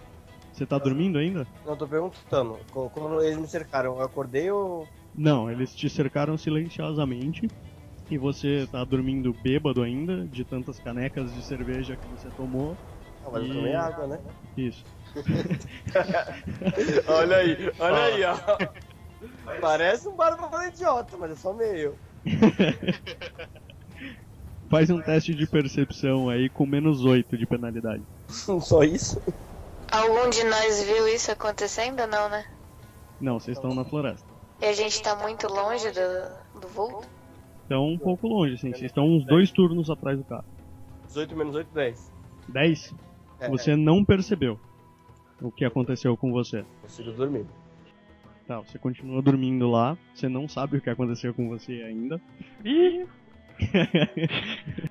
Você tá dormindo ainda? Não, eu tô perguntando. co- Quando eles me cercaram, eu acordei ou. Não, eles te cercaram silenciosamente e você tá dormindo bêbado ainda, de tantas canecas de cerveja que você tomou. Ah, mas eu Ih. tomei água, né? Isso. Olha aí, olha aí, ó. Parece um bárbaro idiota, mas eu só meio. Faz um teste de percepção aí com menos 8 de penalidade. Só isso? Algum de nós viu isso acontecendo ou não, né? Não, vocês estão na floresta. E a gente tá muito longe do, do vulto? Estão um pouco longe, assim. Vocês estão uns dois turnos atrás do carro. 18 menos 8, 10. 10? É. Você não percebeu o que aconteceu com você. Consigo dormir. Tá, você continua dormindo lá. Você não sabe o que aconteceu com você ainda. Ih!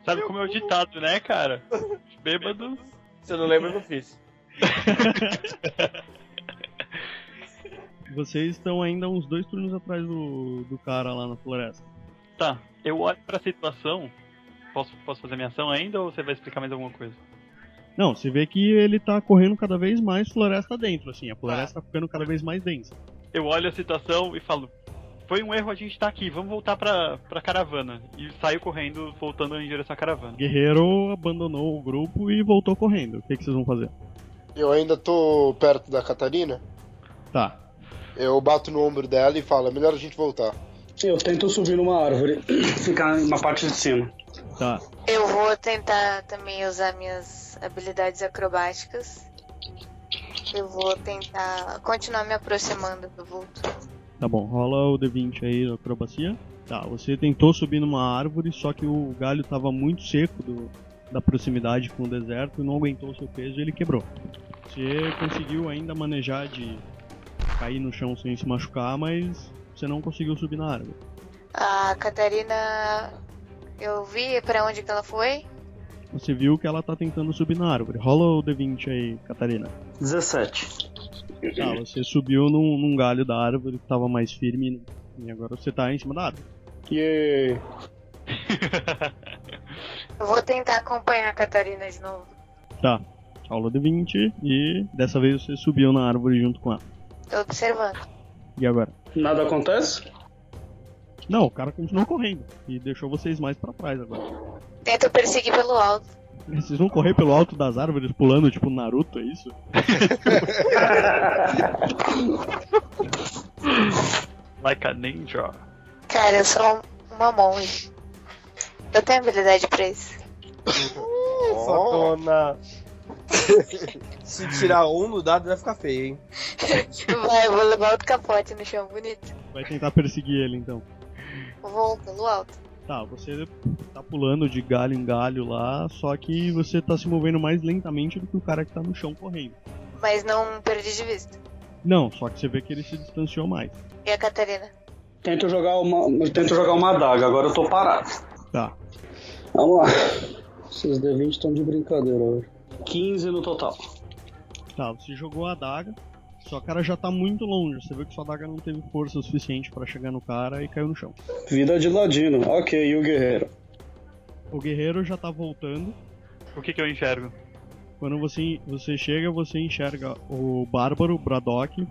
Sabe como é o ditado, né, cara? Bêbado. Se eu não lembro, eu não fiz. Vocês estão ainda uns dois turnos atrás do, do cara lá na floresta. Tá, eu olho pra situação. Posso, posso fazer minha ação ainda ou você vai explicar mais alguma coisa? Não, você vê que ele tá correndo cada vez mais floresta dentro, assim. A floresta tá ficando cada vez mais densa. Eu olho a situação e falo: Foi um erro a gente tá aqui, vamos voltar pra, pra caravana. E saio correndo, voltando em direção à caravana. Guerreiro abandonou o grupo e voltou correndo. O que, que vocês vão fazer? Eu ainda tô perto da Catarina. Tá, Eu bato no ombro dela e falo, é melhor a gente voltar. Eu tento subir numa árvore, ficar na parte de cima. tá. Eu vou tentar também usar minhas habilidades acrobáticas. Eu vou tentar continuar me aproximando do vulto. Tá bom, rola o D20 aí, acrobacia. Tá, você tentou subir numa árvore, só que o galho tava muito seco do- da proximidade com o deserto, não aguentou o seu peso e ele quebrou. Você conseguiu ainda manejar de cair no chão sem se machucar, mas você não conseguiu subir na árvore. A Catarina, eu vi pra onde que ela foi? Você viu que ela tá tentando subir na árvore. Rola o D20 aí, Catarina. 17. Tá, você subiu num, num galho da árvore que tava mais firme e agora você tá em cima da árvore. Yay. Eu vou tentar acompanhar a Catarina de novo. Tá, rola o D20 e dessa vez você subiu na árvore junto com ela. Tô observando. E agora? Nada acontece? Não, o cara continuou correndo e deixou vocês mais pra trás agora. Tento perseguir pelo alto. Vocês vão correr pelo alto das árvores pulando tipo Naruto, é isso? Like a ninja. Cara, eu sou uma monge. Eu tenho habilidade pra isso. Satona. Se tirar um no dado, vai ficar feio, hein? Vai, eu vou levar outro capote no chão, bonito. Vai tentar perseguir ele então. Vou pelo alto. Tá, você tá pulando de galho em galho lá, só que você tá se movendo mais lentamente do que o cara que tá no chão correndo. Mas não perdi de vista. Não, só que você vê que ele se distanciou mais. E a Catarina? Tento jogar uma, eu tento jogar uma adaga, agora eu tô parado. Tá. Vamos lá. Esses D20 estão de brincadeira hoje. 15 no total. Tá, você jogou a adaga, só que o cara já tá muito longe. Você vê que sua adaga não teve força o suficiente pra chegar no cara e caiu no chão. Vida de ladino. Ok, e o guerreiro? O guerreiro já tá voltando. O que, que eu enxergo? Quando você, você chega, você enxerga o Bárbaro, Braddock,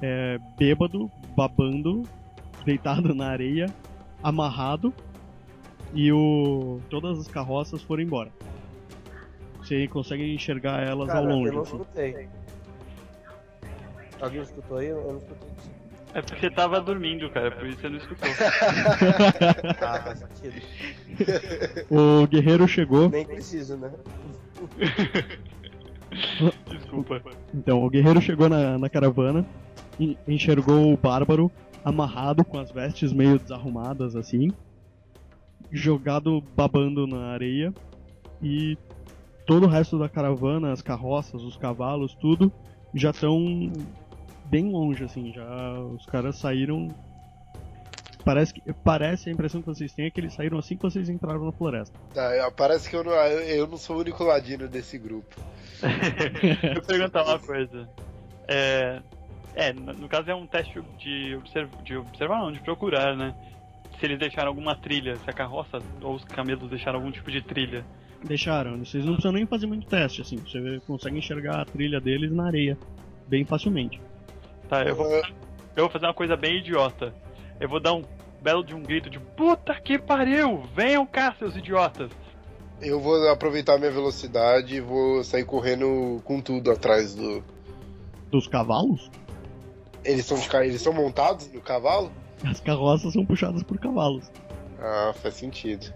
é, bêbado, babando, deitado na areia, amarrado, e o todas as carroças foram embora. Você consegue enxergar elas ao Cara, eu longe. não assim. escutei. Alguém escutou aí? Eu não escutei. É porque você tava dormindo, cara, por isso você não escutou. Ah, faz sentido. O guerreiro chegou. Nem preciso, né? Desculpa. Então, o guerreiro chegou na, na caravana, en- enxergou o bárbaro amarrado com as vestes meio desarrumadas assim, jogado babando na areia e todo o resto da caravana, as carroças, os cavalos, tudo já estão bem longe assim, já os caras saíram Parece, que, parece a impressão que vocês têm é que eles saíram assim que vocês entraram na floresta. Tá, parece que eu não, eu, eu não sou o único ladino desse grupo. Deixa eu perguntar uma coisa. É, é, no no caso é um teste de, observ- de observar, não, de procurar, né? Se eles deixaram alguma trilha, se a carroça ou os camelos deixaram algum tipo de trilha. Deixaram, vocês não precisam nem fazer muito teste assim, você consegue enxergar a trilha deles na areia bem facilmente. Tá, eu vou, eu vou fazer uma coisa bem idiota. Eu vou dar um belo de um grito de puta que pariu! Venham cá, seus idiotas! Eu vou aproveitar minha velocidade e vou sair correndo com tudo atrás do. Dos cavalos? Eles estão de ca- eles são montados no cavalo? As carroças são puxadas por cavalos. Ah, faz sentido.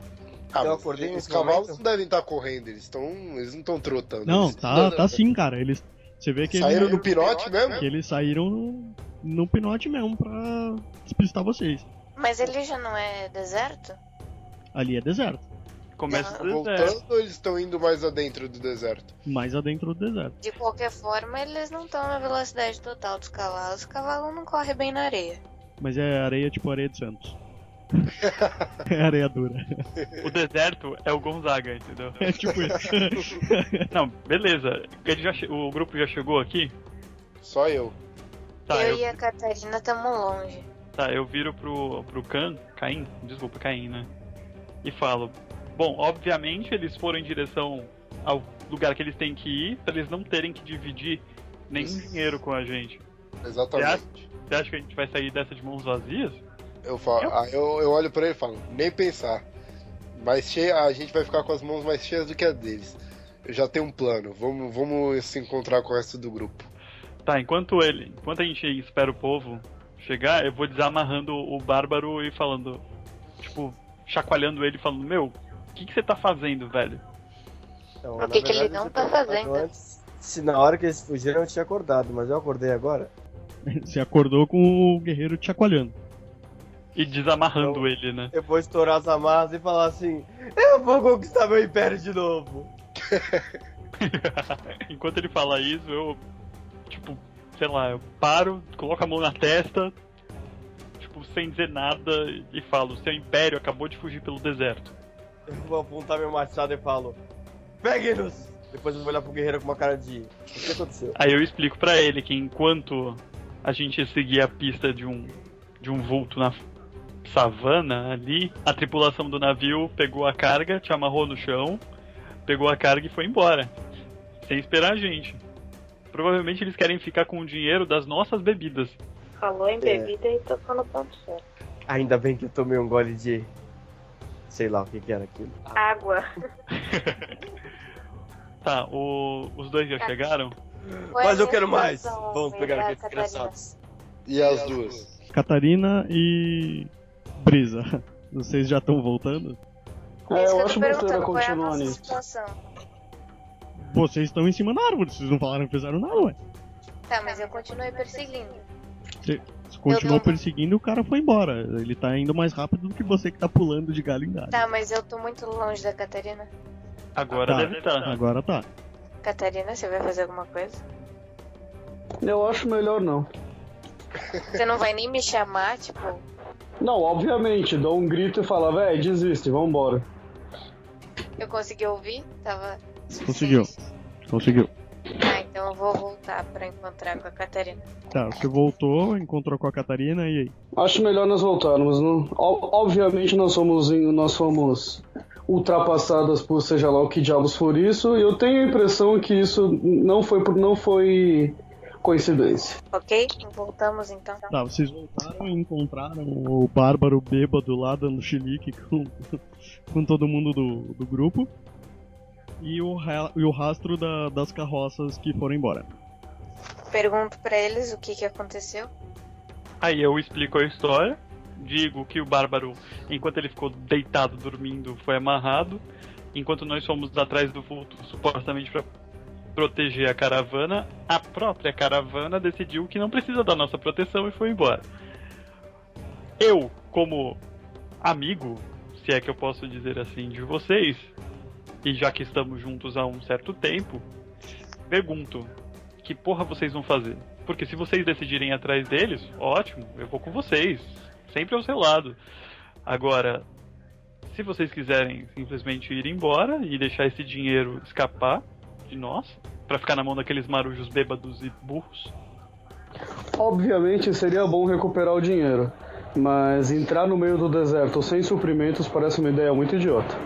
Ah, Eu mas acordei os nesse cavalos momento. não devem estar correndo, eles estão. Eles não estão trotando. Não, eles tá, tá sim, é cara. Eles. Você vê que eles, Saíram do pinote mesmo? que eles saíram no, no pinote mesmo pra despistar vocês. Mas ele já não é deserto? Ali é deserto. é. Começa do zero. Ah, Voltando ou eles estão indo mais adentro do deserto? Mais adentro do deserto. De qualquer forma, eles não estão na velocidade total dos cavalos. O cavalo não corre bem na areia. Mas é areia tipo areia de Santos. é areia dura. O deserto é o Gonzaga, entendeu? É tipo isso. Não, beleza. Ele já che- O grupo já chegou aqui? Só eu. Tá, eu, eu, e a Catarina estamos longe. Tá, eu viro pro, pro Khan, Caim, desculpa, Caim, né? E falo: Bom, obviamente eles foram em direção ao lugar que eles têm que ir, pra eles não terem que dividir nenhum dinheiro com a gente. Exatamente. Você acha que a gente vai sair dessa de mãos vazias? Eu, falo, ah, eu, eu olho pra ele e falo, nem pensar. Mas cheia, a gente vai ficar com as mãos mais cheias do que a deles. Eu já tenho um plano. Vamos, vamos se encontrar com o resto do grupo. Tá, enquanto ele. Enquanto a gente espera o povo chegar, eu vou desamarrando o bárbaro e falando. Tipo, chacoalhando ele falando, meu, o que, que você tá fazendo, velho? Então, O na que que ele verdade, não eu tá tinha acordado fazendo? antes. Se na hora que eles fugiram eu tinha acordado, mas eu acordei agora. Você acordou com o guerreiro te chacoalhando. E desamarrando Eu- ele, né? Eu vou estourar as amarras e falar assim: Eu vou conquistar meu império de novo. Enquanto ele fala isso, eu, tipo, sei lá, eu paro, coloco a mão na testa, tipo, sem dizer nada, e falo: Seu império acabou de fugir pelo deserto. Eu vou apontar meu machado e falo: Pegue-nos! Depois eu vou olhar pro guerreiro com uma cara de: O que aconteceu? Aí eu explico pra ele que enquanto a gente seguia a pista de um, de um vulto na savana ali, a tripulação do navio pegou a carga, te amarrou no chão, pegou a carga e foi embora, sem esperar a gente. Provavelmente eles querem ficar com o dinheiro das nossas bebidas. Falou É. em bebida e tocou no ponto certo. Ainda bem que eu tomei um gole de. Sei lá o que que era aquilo. Água. Tá, o- os dois já chegaram? Mas eu quero Qual é a mais! situação, Vamos pegar da aqueles Catarina? desgraçados. E as duas? Catarina e. Brisa. Vocês já estão voltando? É isso eu que eu acho tô besteira perguntando, qual é a continuar nossa nisso. situação? Vocês estão em cima da árvore, vocês não falaram que fizeram nada, ué. Tá, mas eu continuei perseguindo. Você continuou não- perseguindo e o cara foi embora. Ele tá indo mais rápido do que você que tá pulando de galho em galho. Tá, mas eu tô muito longe da Catarina. Agora Tá. deve estar. Agora tá. Catarina, você vai fazer alguma coisa? Eu acho melhor não. Você não vai nem me chamar, tipo. Não, obviamente, dou um grito e falo, véi, desiste, vambora. Eu consegui ouvir? Tava. Conseguiu. Conseguiu. Ah, então eu vou voltar pra encontrar com a Catarina. Tá, você voltou, encontrou com a Catarina e aí? Acho melhor nós voltarmos. Não? O- Obviamente nós somos, em- nós fomos ultrapassadas por seja lá o que diabos for isso, e eu tenho a impressão que isso não foi por não foi coincidência. Ok? Voltamos então. Tá, vocês voltaram e encontraram o bárbaro bêbado lá dando chilique com, com todo mundo do, do grupo. E o, ra- e o rastro da- das carroças que foram embora. Pergunto pra eles o que que aconteceu. Aí eu explico a história, digo que o Bárbaro, enquanto ele ficou deitado dormindo, foi amarrado, enquanto nós fomos atrás do vulto, supostamente para proteger a caravana, a própria caravana decidiu que não precisa da nossa proteção e foi embora. Eu, como amigo, se é que eu posso dizer assim, de vocês, e já que estamos juntos há um certo tempo, pergunto: que porra vocês vão fazer? Porque se vocês decidirem ir atrás deles, ótimo, eu vou com vocês. Sempre ao seu lado. Agora, se vocês quiserem simplesmente ir embora e deixar esse dinheiro escapar de nós, pra ficar na mão daqueles marujos bêbados e burros, Obviamente seria bom recuperar o dinheiro, mas entrar no meio do deserto sem suprimentos parece uma ideia muito idiota.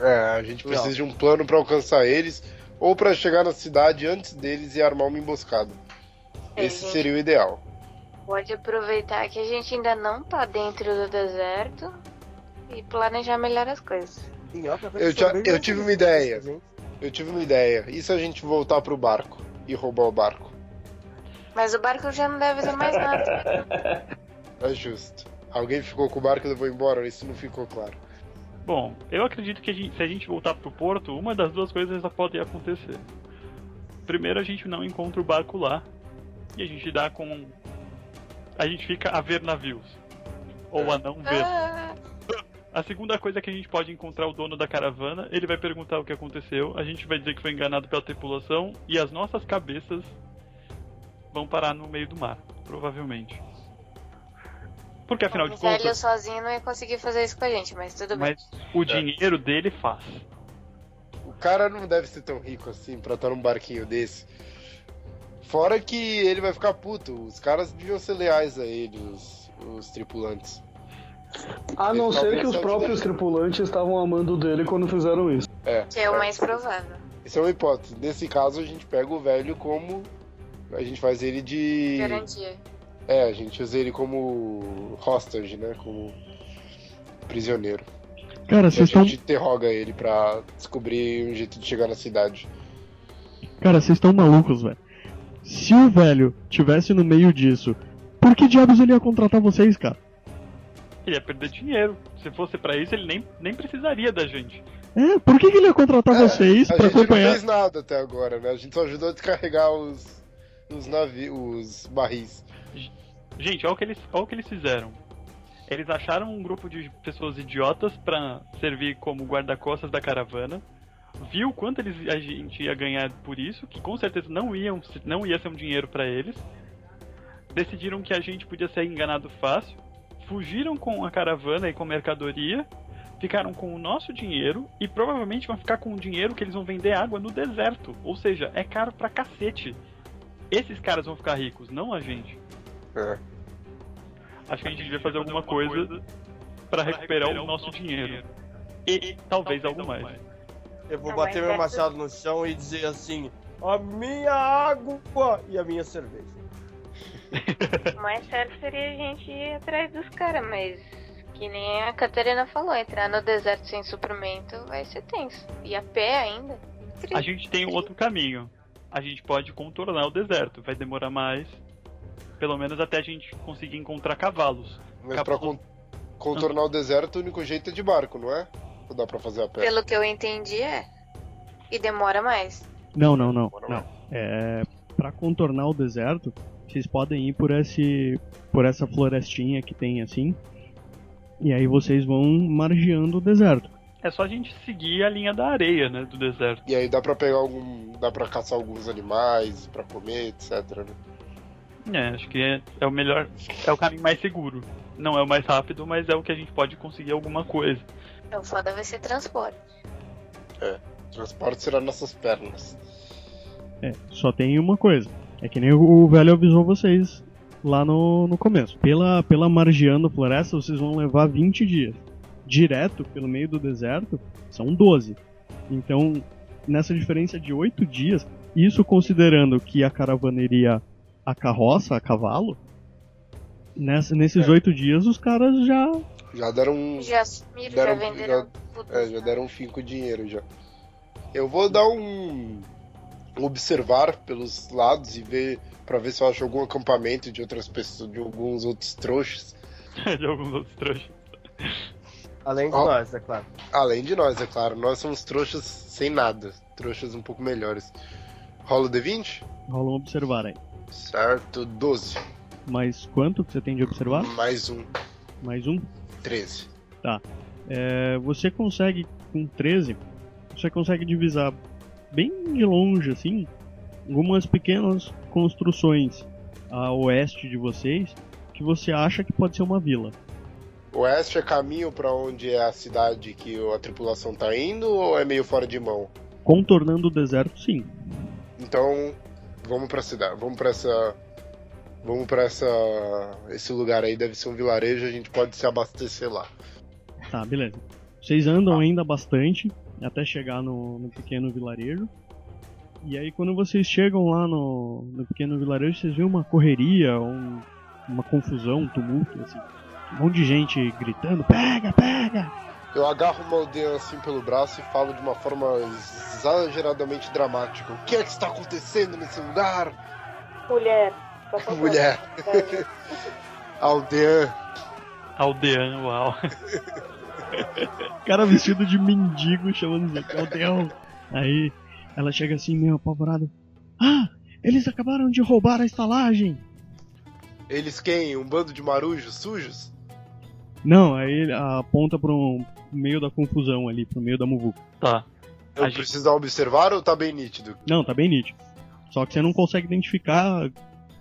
É, a gente precisa de um plano pra alcançar eles ou pra chegar na cidade antes deles e armar uma emboscada. É, Esse gente. seria o ideal. Pode aproveitar que a gente ainda não tá dentro do deserto e planejar melhor as coisas. Eu, já- eu tive uma ideia. Eu tive uma ideia. E se a gente voltar pro barco e roubar o barco? Mas o barco já não deve ter mais nada. É justo. Alguém ficou com o barco e levou embora? Isso não ficou claro. Bom, eu acredito que a gente- se a gente voltar pro porto, uma das duas coisas já pode acontecer. Primeiro, a gente não encontra o barco lá. E a gente dá com. A gente fica a ver navios. Ou a não ver. Ah, A segunda coisa é que a gente pode encontrar o dono da caravana, ele vai perguntar o que aconteceu, a gente vai dizer que foi enganado pela tripulação e as nossas cabeças vão parar no meio do mar, provavelmente. Porque afinal de mas ele contas, sozinho não ia conseguir fazer isso com a gente, mas tudo bem. mas o dinheiro dele faz. O cara não deve ser tão rico assim pra estar num barquinho desse. Fora que ele vai ficar puto. Os caras deviam ser leais a ele, os, os tripulantes. A não Eles ser talvez que os só próprios tivessem- tripulantes estavam amando dele quando fizeram isso. É. Que é o mais provável. Isso é uma hipótese. Nesse caso, a gente pega o velho como. A gente faz ele de. Garantia. É, a gente usa ele como hostage, né? Como prisioneiro. Cara, E a vocês estão gente interroga ele pra descobrir um jeito de chegar na cidade. Cara, vocês estão malucos, velho. Se o velho tivesse no meio disso, por que diabos ele ia contratar vocês, cara? Ele ia perder dinheiro. Se fosse pra isso, ele nem, nem precisaria da gente. É, por que, que ele ia contratar É, vocês A pra gente não acompanhar? fez nada até agora, né? A gente só ajudou a descarregar os, os navios, os barris. Gente, olha o que eles, olha o que eles fizeram. Eles acharam um grupo de pessoas idiotas pra servir como guarda-costas da caravana. Viu quanto eles, a gente ia ganhar por isso, que com certeza não, iam, não ia ser um dinheiro pra eles. Decidiram que a gente podia ser enganado fácil. Fugiram com a caravana e com mercadoria. Ficaram com o nosso dinheiro e provavelmente vão ficar com o dinheiro que eles vão vender água no deserto. Ou seja, é caro pra cacete. Esses caras vão ficar ricos, não a gente. É. Acho que a gente devia fazer alguma coisa pra recuperar o nosso dinheiro. E talvez algo mais. Eu vou Ah, bater mas meu essa- machado no chão e dizer assim: a minha água e a minha cerveja. O mais certo seria a gente ir atrás dos caras, mas que nem a Catarina falou, entrar no deserto sem suprimento vai ser tenso. E a pé ainda. É. A gente tem um outro caminho. A gente pode contornar o deserto. Vai demorar mais. Pelo menos até a gente conseguir encontrar cavalos. Mas Capaz- pra con- contornar o deserto, o único jeito é de barco, não é? Não dá pra fazer a pé. Pelo que eu entendi, é. E demora mais. Não, não, não. não. É, para contornar o deserto, vocês podem ir por esse por essa florestinha que tem assim. E aí vocês vão margeando o deserto. É só a gente seguir a linha da areia, né? Do deserto. E aí dá pra pegar algum. dá pra caçar alguns animais, pra comer, etc. né? É, acho que é, é o melhor. É o caminho mais seguro. Não é o mais rápido, mas é o que a gente pode conseguir alguma coisa. Então, foda vai ser transporte. Transporte será nossas pernas. É, só tem uma coisa. É que nem o velho avisou vocês lá no, no começo. Pela, pela margeando floresta, vocês vão levar 20 dias. Direto pelo meio do deserto, são 12. Então, nessa diferença de 8 dias, isso considerando que a caravana iria a carroça, a cavalo, nessa, nesses 8 dias os caras já. Já deram um. Já assumiram, já Deram- venderam tudo. É, já deram um fim com o dinheiro já. Eu vou dar um. observar pelos lados e ver. pra ver se eu acho algum acampamento de outras pessoas, de alguns outros trouxas. de alguns outros trouxas. Além de Ó. nós, é claro. Além de nós, é claro. Nós somos trouxas sem nada. Trouxas um pouco melhores. Rola o D20? rolam observar aí. Certo, 12. Mas quanto que você tem de observar? Mais um, Mais um? 13. É, você consegue, com 13, você consegue divisar bem de longe, assim, algumas pequenas construções a oeste de vocês que você acha que pode ser uma vila. Oeste é caminho pra onde é a cidade que a tripulação tá indo ou é meio fora de mão? Contornando o deserto, sim. Então, vamos pra cidade, vamos pra essa vamos pra essa esse lugar aí deve ser um vilarejo, a gente pode se abastecer lá. Tá, beleza. Vocês andam ainda bastante até chegar no, no pequeno vilarejo. E aí, quando vocês chegam lá no, no pequeno vilarejo, vocês veem uma correria, um- uma confusão, um tumulto, assim. Um monte de gente gritando: pega, pega! Eu agarro uma aldeia assim pelo braço e falo de uma forma exageradamente dramática. O que é que está acontecendo nesse lugar? Mulher. Só pra falar. Mulher. Aldeã, Aldeão, uau. cara vestido de mendigo chamando de Claudeão. Aí ela chega assim, meio apavorada. Ah! Eles acabaram de roubar a estalagem! eles quem? Um bando de marujos sujos? Não, aí ele aponta pro meio da confusão ali, pro meio da muvuca. Tá. Eu A gente- preciso observar ou tá bem nítido? Não, tá bem nítido. Só que você não consegue identificar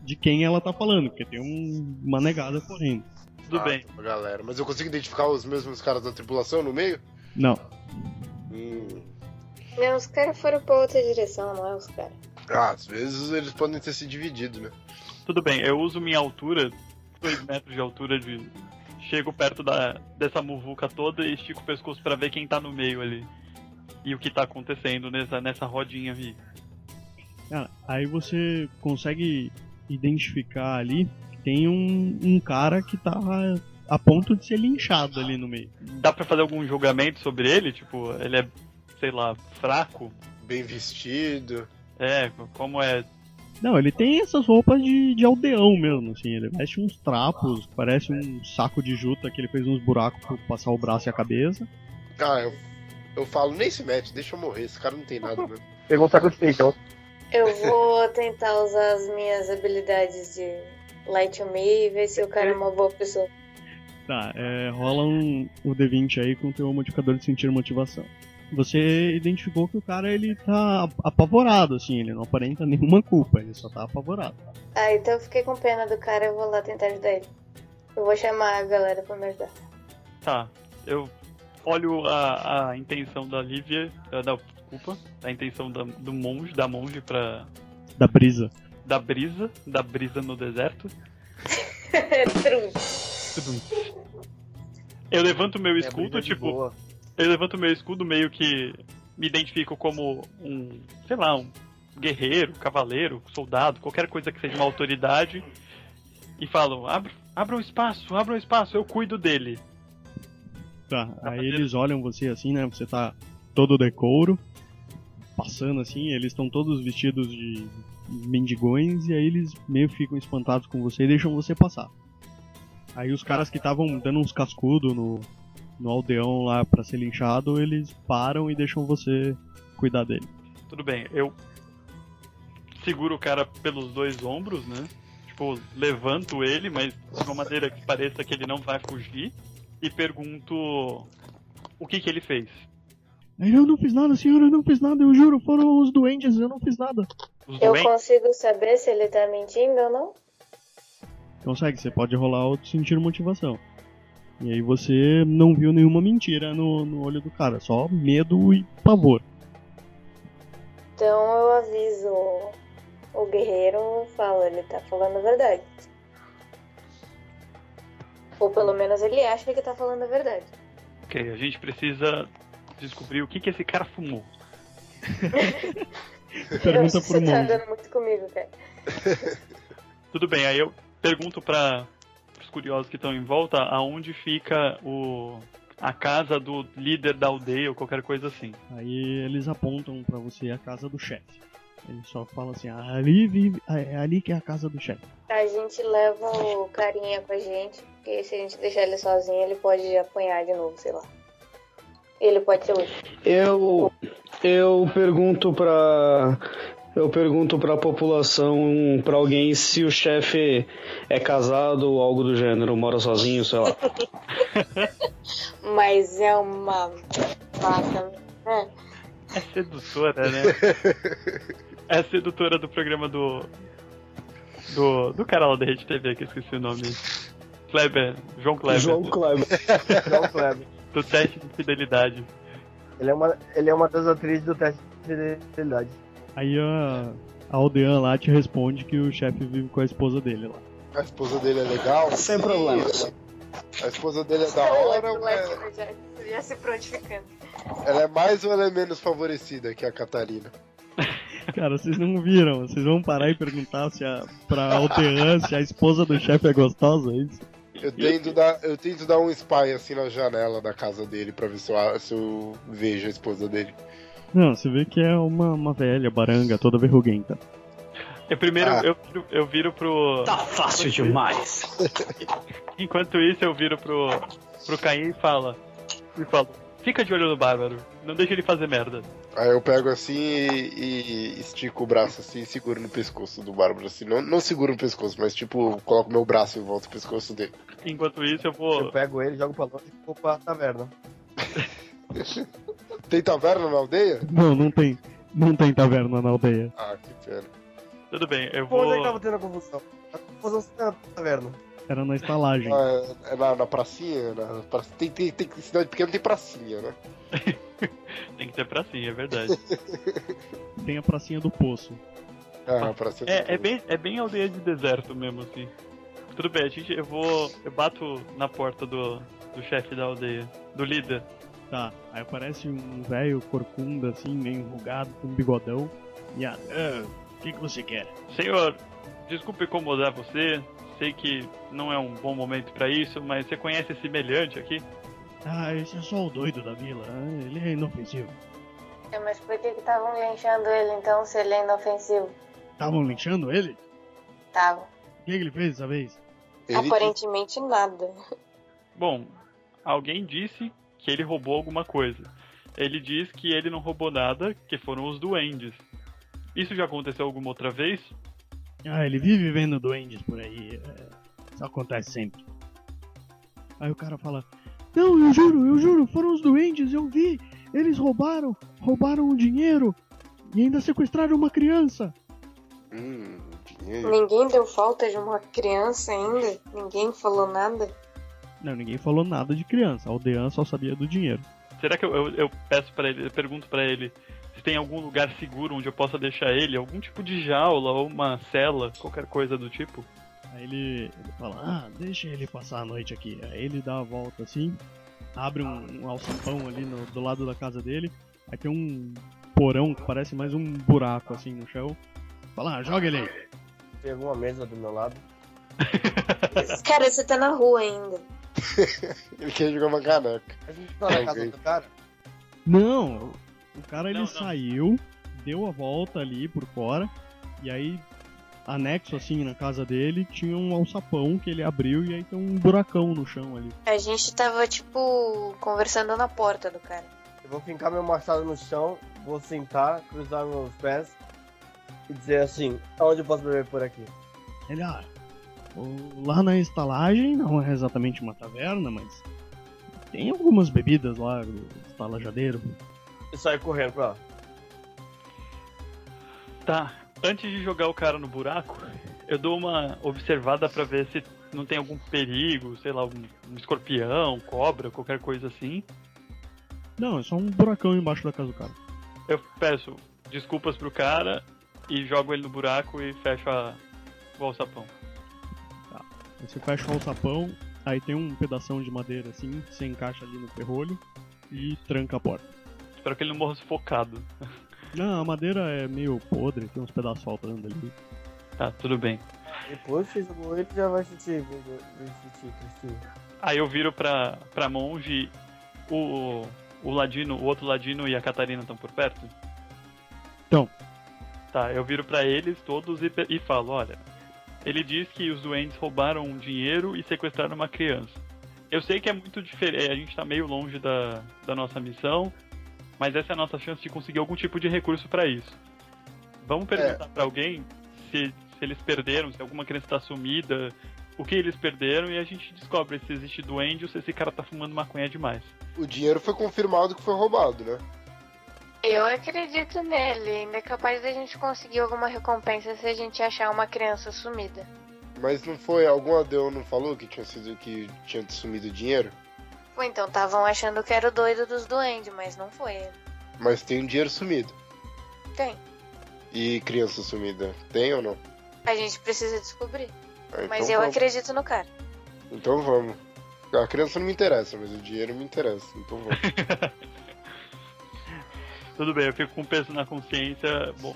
de quem ela tá falando, porque tem um- uma negada correndo. Tudo Ah, bem. tá, Galera, mas eu consigo identificar os mesmos caras da tripulação no meio? Não. Hum. Não, os caras foram pra outra direção, não é os caras. Ah, às vezes eles podem ter se dividido, né? Tudo bem, eu uso minha altura, 2 metros de altura de. Chego perto da, dessa muvuca toda e estico o pescoço pra ver quem tá no meio ali. E o que tá acontecendo nessa, nessa rodinha aí. Cara, aí você consegue identificar ali que tem um, um cara que tá a ponto de ser linchado ali no meio. Dá pra fazer algum julgamento sobre ele? Tipo, ele é, sei lá, fraco? Bem vestido. É, como é. Não, ele tem essas roupas de, de aldeão mesmo, assim. Ele veste uns trapos, parece um saco de juta que ele fez uns buracos pra passar o braço e a cabeça. Ah, eu, eu falo, nem se mete, deixa eu morrer, esse cara não tem nada né? mesmo. Pegou um saco de feijão. Eu vou tentar usar as minhas habilidades de Light Me e ver se o cara é uma boa pessoa. Tá, é, rola um, o D20 aí com o teu modificador de sentir motivação. Você identificou que o cara ele tá apavorado, assim, ele não aparenta nenhuma culpa, ele só tá apavorado. Ah, então eu fiquei com pena do cara, eu vou lá tentar ajudar ele. Eu vou chamar a galera pra me ajudar. Tá. Eu olho a, a intenção da Lívia. eh, Da, desculpa. A intenção da- do monge, da monge pra. Da brisa. Da brisa. Da brisa no deserto. Eu levanto É, meu escudo, tipo. Eu levanto meu escudo meio que me identifico como um, sei lá, um guerreiro, cavaleiro, soldado, qualquer coisa que seja uma autoridade e falo, abra, abra um espaço, abra um espaço, eu cuido dele. Tá, aí eles olham você assim, né? Você tá todo decouro, passando assim, eles estão todos vestidos de mendigões, e aí eles meio ficam espantados com você e deixam você passar. Aí os caras que estavam dando uns cascudos no, no aldeão lá pra ser linchado, eles param e deixam você cuidar dele. Tudo bem, eu seguro o cara pelos dois ombros, né? Tipo, levanto ele, mas de uma maneira que pareça que ele não vai fugir. E pergunto o que que ele fez. Eu não fiz nada, senhora, eu não fiz nada, eu juro, foram os doentes, eu não fiz nada. Os Eu doentes? consigo saber se ele tá mentindo ou não? Consegue, você pode rolar outro sentir motivação. E aí você não viu nenhuma mentira no, no olho do cara, só medo e pavor. Então eu aviso o guerreiro, eu falo, ele tá falando a verdade. Ou pelo menos ele acha que tá falando a verdade. Ok, a gente precisa descobrir o que que esse cara fumou. Pergunta um Nossa, pro Você tá monge. andando muito comigo, cara. Tudo bem, aí eu pergunto para os curiosos que estão em volta aonde fica o a casa do líder da aldeia ou qualquer coisa assim. Aí eles apontam pra você a casa do chefe. Ele só fala assim, ali vive, é ali que é a casa do chefe. A gente leva o carinha com a gente, porque se a gente deixar ele sozinho, ele pode apanhar de novo, sei lá. Ele pode ser útil. Eu, eu pergunto pra. Eu pergunto pra população, pra alguém, se o chefe é casado ou algo do gênero, mora sozinho, sei lá. Mas é uma vaca. né? É sedutora, né? é sedutora do programa do do do cara lá da Rede TV que eu esqueci o nome. Kleber, João Kleber, João do, Kleber. João Kleber. do teste de fidelidade. Ele é, uma, ele é uma das atrizes do teste de fidelidade. Aí a, a aldeã lá te responde que o chefe vive com a esposa dele lá. A esposa dele é legal? Sem problemas. A esposa dele é da hora, mas já, já se prontificando. ela é mais ou ela é menos favorecida que a Catarina? Cara, vocês não viram, vocês vão parar e perguntar se a, pra aldeã se a esposa do chefe é gostosa, é isso? Eu tento, dar, eu tento dar um spy assim na janela da casa dele pra ver se eu, se eu vejo a esposa dele. Não, você vê que é uma, uma velha baranga, toda verruguenta. Eu primeiro Ah. eu, viro- eu viro pro Tá fácil demais. enquanto isso eu viro pro pro Caim e fala e falo, fica de olho no bárbaro, não deixa ele fazer merda. Aí eu pego assim e, e estico o braço assim e seguro no pescoço do Bárbaro. Assim. Não, não seguro no pescoço, mas tipo, coloco meu braço em volta do pescoço dele. Enquanto isso, eu vou. Eu pego ele, jogo pra longe e vou pra taverna. Tem taverna na aldeia? Não, não tem. Não tem taverna na aldeia. Ah, que pena. Tudo bem, eu Pô, onde é que vou. tava tendo a confusão? A confusão sempre na taverna. Era na estalagem. Ah, é na, na pracinha? Na pra- Tem, tem, tem cidade pequena, tem pracinha, né? Tem que ter pra sim, é verdade. Tem a pracinha do poço. Ah, a pracinha É, é, bem, é bem aldeia de deserto mesmo, assim. Tudo bem, a gente, eu vou. Eu bato na porta do, do chefe da aldeia, do líder. Tá, aí aparece um velho corcunda assim, meio enrugado, com um bigodão. E a. "Ah, O que, que você quer? Senhor, desculpe incomodar você, sei que não é um bom momento pra isso, mas você conhece esse melhante aqui? Ah, esse é só o doido da vila. ah, Ele é inofensivo. É, mas por que estavam linchando ele então se ele é inofensivo? Estavam linchando ele? Tava. O que, que ele fez dessa vez? Ele que- Aparentemente nada. Bom, alguém disse que ele roubou alguma coisa. Ele diz que ele não roubou nada, que foram os duendes. Isso já aconteceu alguma outra vez? Ah, ele vive vendo duendes por aí. é, Isso acontece sempre. Aí o cara fala: Não, eu juro, eu juro, foram os duendes, eu vi. Eles roubaram, roubaram o dinheiro e ainda sequestraram uma criança. Hum, dinheiro. Ninguém deu falta de uma criança ainda? Ninguém falou nada? Não, ninguém falou nada de criança. A aldeã só sabia do dinheiro. Será que eu, eu, eu peço para ele, eu pergunto pra ele se tem algum lugar seguro onde eu possa deixar ele, algum tipo de jaula ou uma cela, qualquer coisa do tipo? Aí ele, ele fala: Ah, deixa ele passar a noite aqui. Aí ele dá a volta assim, abre um, um alçapão ali no- do lado da casa dele. Aí tem um porão que parece mais um buraco assim no chão. Fala: ah, joga ele aí. Tem alguma mesa do meu lado. Cara, você tá na rua ainda. Ele quer jogar uma caneca. A gente tá na casa do cara. Não, o cara ele Não, não. saiu, deu a volta ali por fora, e aí anexo, assim, na casa dele, tinha um alçapão que ele abriu e aí tem um buracão no chão ali. A gente tava, tipo, conversando na porta do cara. Eu vou fincar meu machado no chão, vou sentar, cruzar meus pés e dizer assim: aonde eu posso beber por aqui? Ele, ah, o- lá na estalagem, não é exatamente uma taverna, mas tem algumas bebidas lá, o estalajadeiro. E saio correndo pra lá. Tá, antes de jogar o cara no buraco, eu dou uma observada pra ver se não tem algum perigo, sei lá, um, um escorpião, cobra, qualquer coisa assim. Não, é só um buracão embaixo da casa do cara. Eu peço desculpas pro cara e jogo ele no buraco e fecho a, o alçapão. Aí Você fecha o alçapão, aí tem um pedação de madeira assim, que você encaixa ali no ferrolho e tranca a porta. Espero que ele não morra sufocado. Não, a madeira é meio podre, tem uns pedaços faltando ali. Tá, tudo bem. Depois que você jogou ele, já vai sentir, vai sentir, Cristina. Aí eu viro pra, pra monge, o, o ladino, o outro ladino e a Catarina estão por perto? Tão. Tá, eu viro pra eles todos e, pe- e falo, olha, ele diz que os duendes roubaram um dinheiro e sequestraram uma criança. Eu sei que é muito diferente, a gente tá meio longe da, da nossa missão, mas essa é a nossa chance de conseguir algum tipo de recurso pra isso. Vamos perguntar pra alguém se, se eles perderam, se alguma criança tá sumida, o que eles perderam e a gente descobre se existe duende ou se esse cara tá fumando maconha demais. O dinheiro foi confirmado que foi roubado, né? Eu acredito nele. Ainda é capaz da gente conseguir alguma recompensa se a gente achar uma criança sumida. Mas não foi, algum adeu não falou que tinha sido que tinha sumido o dinheiro? Ou então estavam achando que era o doido dos duendes, mas não foi ele. Mas tem o dinheiro sumido. Tem. E criança sumida, tem ou não? A gente precisa descobrir. Ah, Mas então eu vamos. acredito no cara. Então vamos. A criança não me interessa, mas o dinheiro me interessa. Então vamos. Tudo bem, eu fico com peso na consciência. Bom,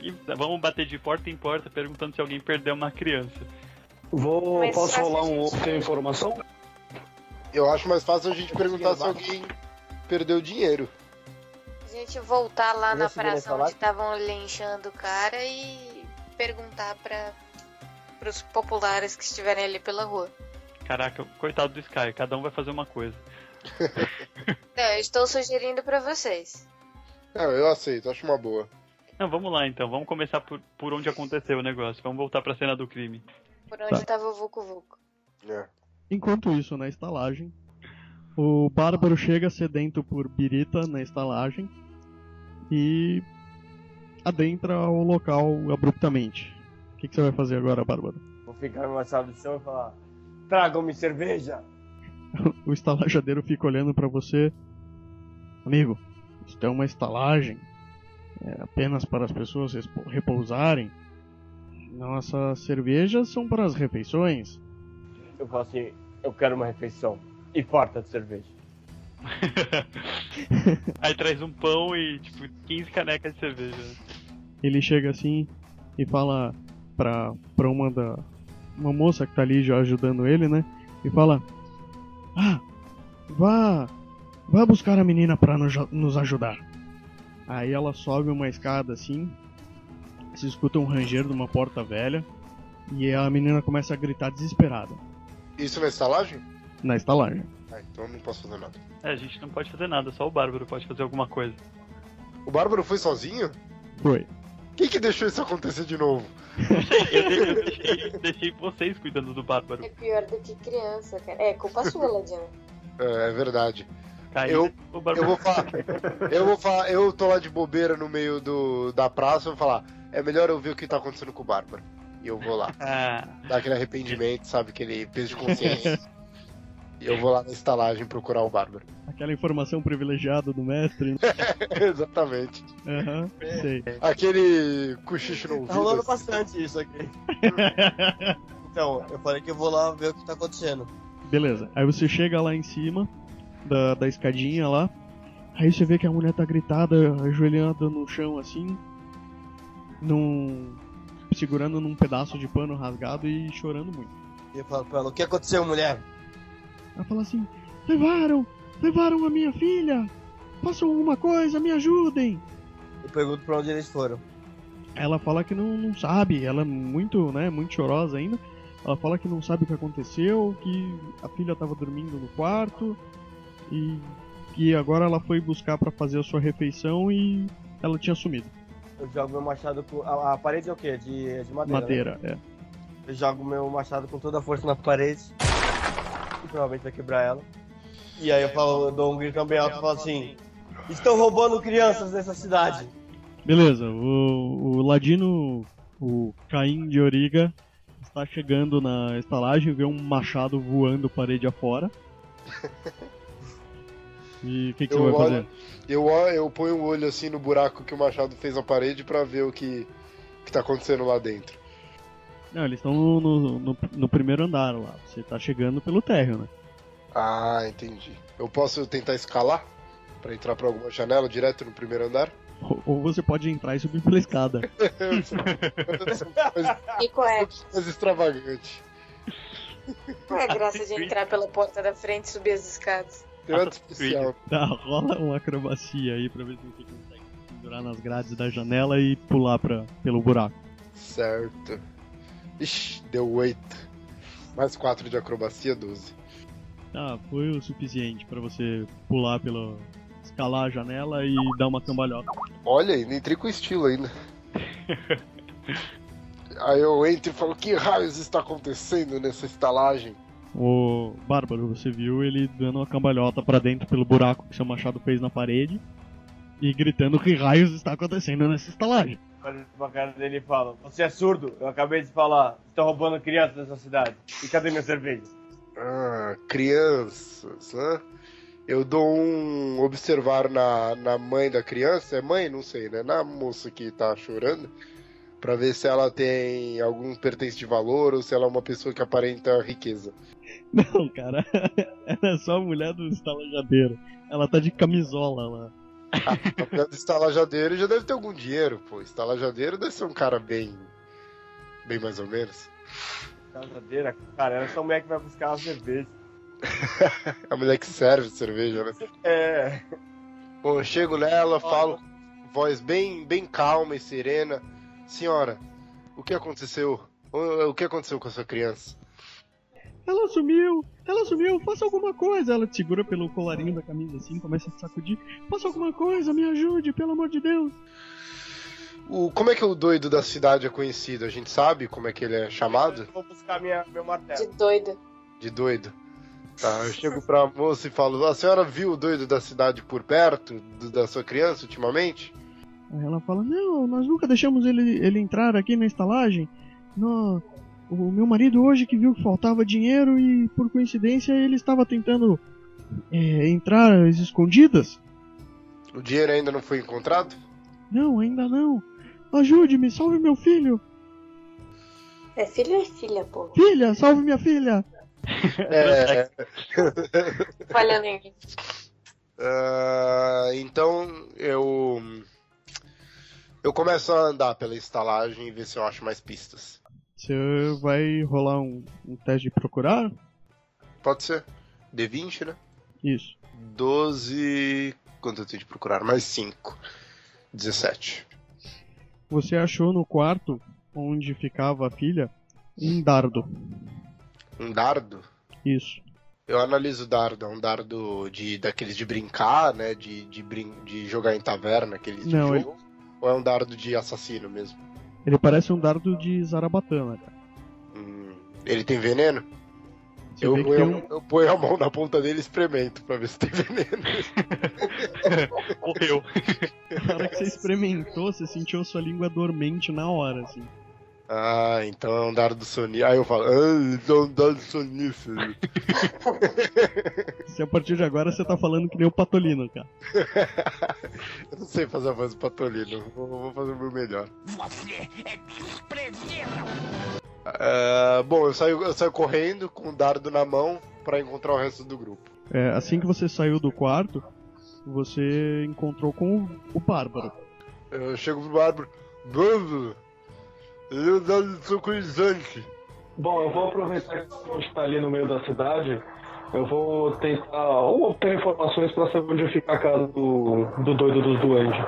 e vamos bater de porta em porta perguntando se alguém perdeu uma criança. Vou, Mas posso faz rolar um sentido. outro informação? Eu acho mais fácil a gente perguntar se alguém perdeu dinheiro. A gente voltar lá na Esse praça diretor lá? onde estavam linchando o cara e perguntar para os populares que estiverem ali pela rua. Caraca, coitado do Sky, cada um vai fazer uma coisa. Não, eu estou sugerindo para vocês. Ah, eu aceito, acho uma boa. Não, vamos lá então, vamos começar por, por onde aconteceu o negócio. Vamos voltar pra cena do crime. Por onde Tá. estava o Vucu Vucu. É. Enquanto isso, na estalagem, o Bárbaro chega sedento por birita na estalagem e adentra o local abruptamente. O que, que você vai fazer agora, Bárbaro? Vou ficar meu machado no chão e falar: tragam-me cerveja! O estalajadeiro fica olhando pra você. Amigo, isso é uma estalagem. É apenas para as pessoas respo- repousarem. Nossas cervejas são para as refeições. Eu falo assim: eu quero uma refeição e farta de cerveja. Aí traz um pão e, tipo, 15 canecas de cerveja. Ele chega assim e fala pra, pra uma da. Uma moça que tá ali já ajudando ele, né? E fala: Ah, vá. Vá buscar a menina pra nos, nos ajudar. Aí ela sobe uma escada assim. Se escuta um ranger de uma porta velha. E a menina começa a gritar desesperada Isso na estalagem? na estalagem. Ah, então eu não posso fazer nada. É, a gente não pode fazer nada, só o Bárbaro pode fazer alguma coisa. O Bárbaro foi sozinho? Foi. Quem que deixou isso acontecer de novo? Eu, de- eu deixei, deixei vocês cuidando do Bárbaro. É pior do que criança, cara. É culpa sua, Ladina. É, é verdade. Caiu, Eu- tá? o Bárbaro. Eu vou falar. Eu vou falar, eu tô lá de bobeira no meio do, da praça, eu vou falar, é melhor eu ver o que tá acontecendo com o Bárbaro. E eu vou lá. Ah, Dá aquele arrependimento, sabe? Aquele peso de consciência. E eu vou lá na estalagem procurar o Bárbaro. Aquela informação privilegiada do mestre. né? Exatamente. Aham, sei. Aquele cochicho no ouvido. Tá rolando assim. bastante isso aqui. então, eu falei que eu vou lá ver o que tá acontecendo. Beleza. Aí você chega lá em cima da, da escadinha lá. Aí você vê que a mulher tá gritada, ajoelhada no chão assim, num segurando num pedaço de pano rasgado e chorando muito. E eu falo pra ela, o que aconteceu, mulher? Ela fala assim: "Levaram, levaram a minha filha. Façam alguma coisa, me ajudem." Eu pergunto pra onde eles foram. Ela fala que não, não sabe, ela é muito, né, muito chorosa ainda. Ela fala que não sabe o que aconteceu, que a filha estava dormindo no quarto e que agora ela foi buscar para fazer a sua refeição e ela tinha sumido. Eu jogo meu machado com. A, a parede é o quê? De, de madeira. Madeira, é. né? Eu jogo meu machado com toda a força na parede. E provavelmente vai quebrar ela. E aí eu falo, eu dou um grito também alto e falo assim. Estão roubando crianças nessa cidade. é. Beleza, o, o Ladino, o Caim de Origa, está chegando na estalagem, vê um machado voando parede afora. E o que, que você Eu vai fazer? olho- Eu, ó- eu ponho o olho assim no buraco que o Machado fez na parede pra ver o que, que tá acontecendo lá dentro. Não, eles estão no, no- no- no primeiro andar lá. Você tá chegando pelo térreo, né? Ah, entendi. Eu posso tentar escalar Pra entrar pra alguma janela direto no primeiro andar? Ou, ou você pode entrar e subir pela escada. E qual é, Mas extravagante. qual é a graça de entrar pela porta da frente e subir as escadas? Tem nada especial. Tá, rola uma acrobacia aí pra ver se você consegue pendurar nas grades da janela e pular pra, pelo buraco. Certo. Ixi, deu 8. Mais 4 de acrobacia, 12. Tá, foi o suficiente pra você pular pela. escalar a janela e dar uma cambalhota. Olha, ainda entrei com estilo ainda. Aí eu entro e falo, que raios está acontecendo nessa estalagem? O Bárbaro, você viu ele dando uma cambalhota pra dentro pelo buraco que seu machado fez na parede e gritando que raios está acontecendo nessa estalagem. Olho pra cara dele e falo, você é surdo, eu acabei de falar, estão roubando crianças nessa cidade. E cadê minha cerveja? Ah, crianças, né? Eu dou um observar na, na mãe da criança, é mãe? Não sei, né? Na moça que tá chorando, pra ver se ela tem algum pertence de valor ou se ela é uma pessoa que aparenta riqueza. Não, cara. Ela é só a mulher do estalajadeiro. Ela tá de camisola lá. Apesar de estalajadeiro, já deve ter algum dinheiro, pô. Estalajadeiro deve ser um cara bem. bem mais ou menos. Casadeira, cara, era só mulher que vai buscar a cerveja. É a mulher que serve cerveja, né? É. Bom, eu chego nela, falo com voz bem, bem calma e serena. Senhora, o que aconteceu? O o que aconteceu com a sua criança? Ela sumiu! Ela sumiu! Faça alguma coisa! Ela te segura pelo colarinho da camisa assim, começa a te sacudir. Faça alguma coisa, me ajude, pelo amor de Deus! O, como é que o doido da cidade é conhecido? A gente sabe como é que ele é chamado? Eu vou buscar minha, meu De martelo. doida. De doido? Tá, eu chego pra moça e falo: A senhora viu o doido da cidade por perto do- da sua criança ultimamente? Aí ela fala: Não, nós nunca deixamos ele, ele entrar aqui na estalagem. Nó- o meu marido hoje que viu que faltava dinheiro e por coincidência ele estava tentando é, entrar às escondidas. O dinheiro ainda não foi encontrado? Não, ainda não. Ajude-me, salve meu filho. É filho ou é filha, pô? Filha, salve minha filha. É. Falhando em mim. Ah, então eu. Eu começo a andar pela estalagem e ver se eu acho mais pistas. Você vai rolar um, um teste de procurar? Pode ser? D20, né? Isso. 12. Quanto eu tenho de procurar? Mais 5. 17. Você achou no quarto onde ficava a filha um dardo. Um dardo? Isso. Eu analiso o dardo. É um dardo de, daqueles de brincar, né? De, de, brin- de jogar em taverna, aqueles de Não, jogo. Ou é um dardo de assassino mesmo? Ele parece um dardo de zarabatana, cara. Hum, ele tem veneno? Você Eu vê que ponho, tem a um, mão- eu ponho a mão na ponta dele e experimento pra ver se tem veneno. Morreu. na hora que você experimentou, você sentiu a sua língua dormente na hora, assim. Ah, então é um dardo sonífero. Aí eu falo, ah, então é um dardo sonífero. Se a partir de agora você tá falando que nem o Patolino, cara. eu não sei fazer a voz do Patolino, vou, vou fazer o meu melhor. Você é desprezível! bom, eu saio, eu saio correndo com o dardo na mão pra encontrar o resto do grupo. É, assim que você saiu do quarto, você encontrou com o, o Bárbaro. Eu chego pro bárbaro, Bárbaro, ele é um dardo socorizante. Bom, eu vou aproveitar que a gente tá ali no meio da cidade. Eu vou tentar ou obter informações pra saber onde fica a casa do, do doido dos duendes.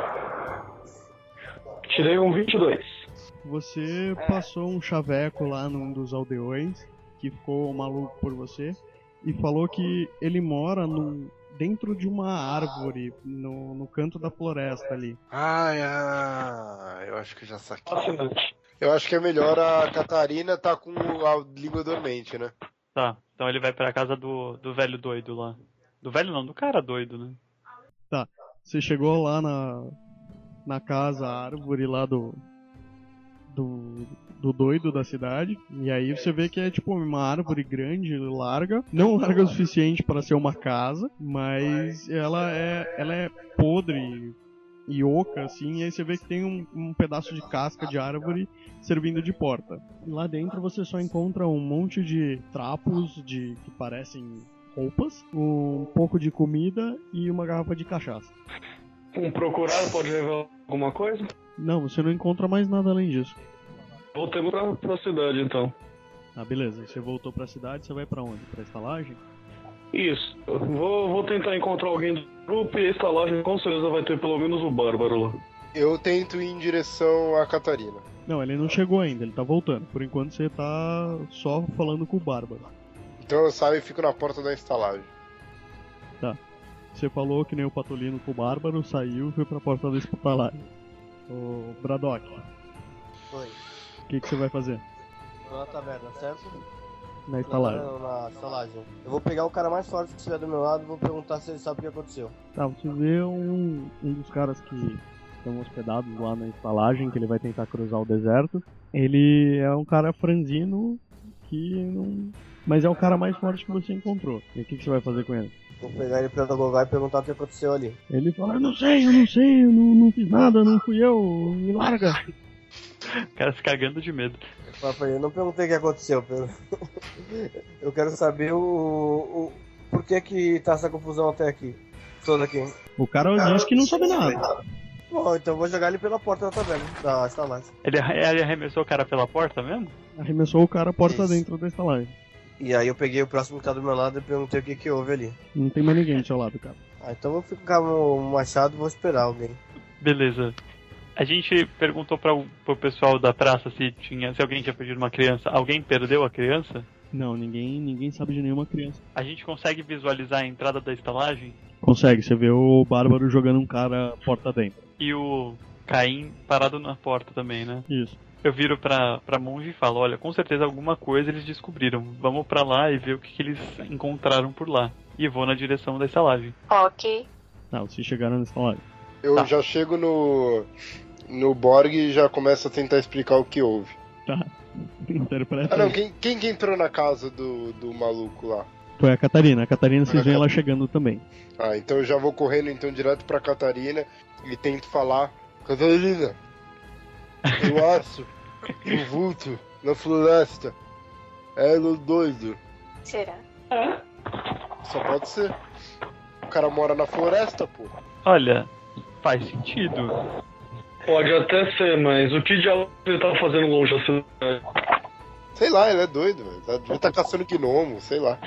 Tirei um 22. Você passou um chaveco lá num dos aldeões, que ficou maluco por você, e falou que ele mora num, dentro de uma árvore, no, no canto da floresta ali. Ai, ah, eu acho que eu já saquei. Eu acho que é melhor a Catarina tá com a língua dormente, né? Tá, então ele vai pra casa do, do velho doido lá. Do velho não, do cara doido, né? Você chegou lá na, na casa, a árvore lá do, do, do doido da cidade. E aí você vê que é tipo uma árvore grande, larga. Não larga o suficiente para ser uma casa, mas ela é, ela é podre e oca, assim. E aí você vê que tem um, um pedaço de casca de árvore servindo de porta. E lá dentro você só encontra um monte de trapos de que parecem roupas, um pouco de comida e uma garrafa de cachaça. Um procurado pode levar alguma coisa? Não, você não encontra mais nada além disso. Voltamos pra, pra cidade então. Ah, beleza. Você voltou pra cidade, você vai pra onde? Pra estalagem? Isso. Eu Vou, vou tentar encontrar alguém do grupo e a estalagem com certeza vai ter pelo menos o Bárbaro lá. Eu tento ir em direção à Catarina. Não, ele não chegou ainda, ele tá voltando. Por enquanto você tá só falando com o Bárbaro. Então eu saio e fico na porta da estalagem. Você falou que nem o Patolino com o Bárbaro, saiu e foi pra porta da estalagem. Ô, Braddock, Foi. o que, que você vai fazer Na taverna, certo? na estalagem? Não, Na estalagem. Eu vou pegar o cara mais forte que estiver do meu lado e vou perguntar se ele sabe o que aconteceu. Tá, você vê um, um dos caras que estão hospedados lá na estalagem, que ele vai tentar cruzar o deserto. Ele é um cara franzino que não. Mas é o cara mais forte que você encontrou. E o que, que você vai fazer com ele? Vou pegar ele pra gogar e perguntar o que aconteceu ali. Ele fala: Eu não sei, eu não sei, eu não, não fiz nada, não fui eu, me larga. O cara se cagando de medo. Eu falo pra ele, não perguntei o que aconteceu. pelo- Eu quero saber o, o. Por que que tá essa confusão até aqui? Toda aqui. O cara diz que não sabe nada. Bom, então eu vou jogar ele pela porta da taverna, da estalagem. Ele, ele arremessou o cara pela porta mesmo? Arremessou o cara a porta Isso. dentro da estalagem. E aí eu peguei o próximo que tá do meu lado e perguntei o que que houve ali. Não tem mais ninguém do seu lado, cara. Ah, então eu vou ficar no machado e vou esperar alguém. Beleza. A gente perguntou para pro pessoal da praça se tinha, se alguém tinha perdido uma criança. Alguém perdeu a criança? Não, ninguém, ninguém sabe de nenhuma criança. A gente consegue visualizar a entrada da estalagem Consegue, você vê o Bárbaro jogando um cara porta dentro. e o Caim parado na porta também, né? Isso. Eu viro pra, pra monge e falo, olha, com certeza alguma coisa eles descobriram. Vamos pra lá e ver o que, que eles encontraram por lá. E vou na direção da estalagem. Ok. Tá, vocês chegaram na estalagem. Eu Tá. já chego no. no Borg e já começo a tentar explicar o que houve. Interpreta. Ah não, quem, quem que entrou na casa do, do maluco lá? Foi a Catarina. A Catarina vocês a veem Cat- ela chegando também. Ah, então eu já vou correndo então direto pra Catarina e tento falar. Catarina! Eu acho que o vulto na floresta era o doido. Será? Só pode ser. O cara mora na floresta, pô. Olha, faz sentido. Pode até ser, mas o que diabo ele tá fazendo longe da cidade? Sei lá, ele é doido, velho. Tá- Devia tá caçando gnomo, sei lá.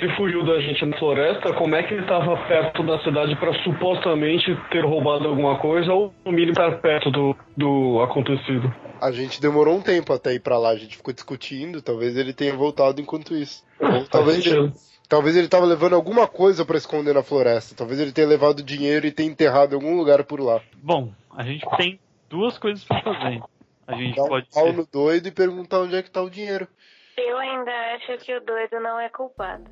Se fugiu da gente na floresta, como é que ele tava perto da cidade pra supostamente ter roubado alguma coisa ou no mínimo estar perto do, do acontecido? A gente demorou um tempo até ir pra lá, a gente ficou discutindo, talvez ele tenha voltado enquanto isso. Ou talvez ele, sentido. talvez ele tava levando alguma coisa pra esconder na floresta, talvez ele tenha levado dinheiro e tenha enterrado em algum lugar por lá. Bom, a gente tem duas coisas pra fazer. A gente Dar um pode pau ser- no doido e perguntar onde é que tá o dinheiro. Eu ainda acho que o doido não é culpado.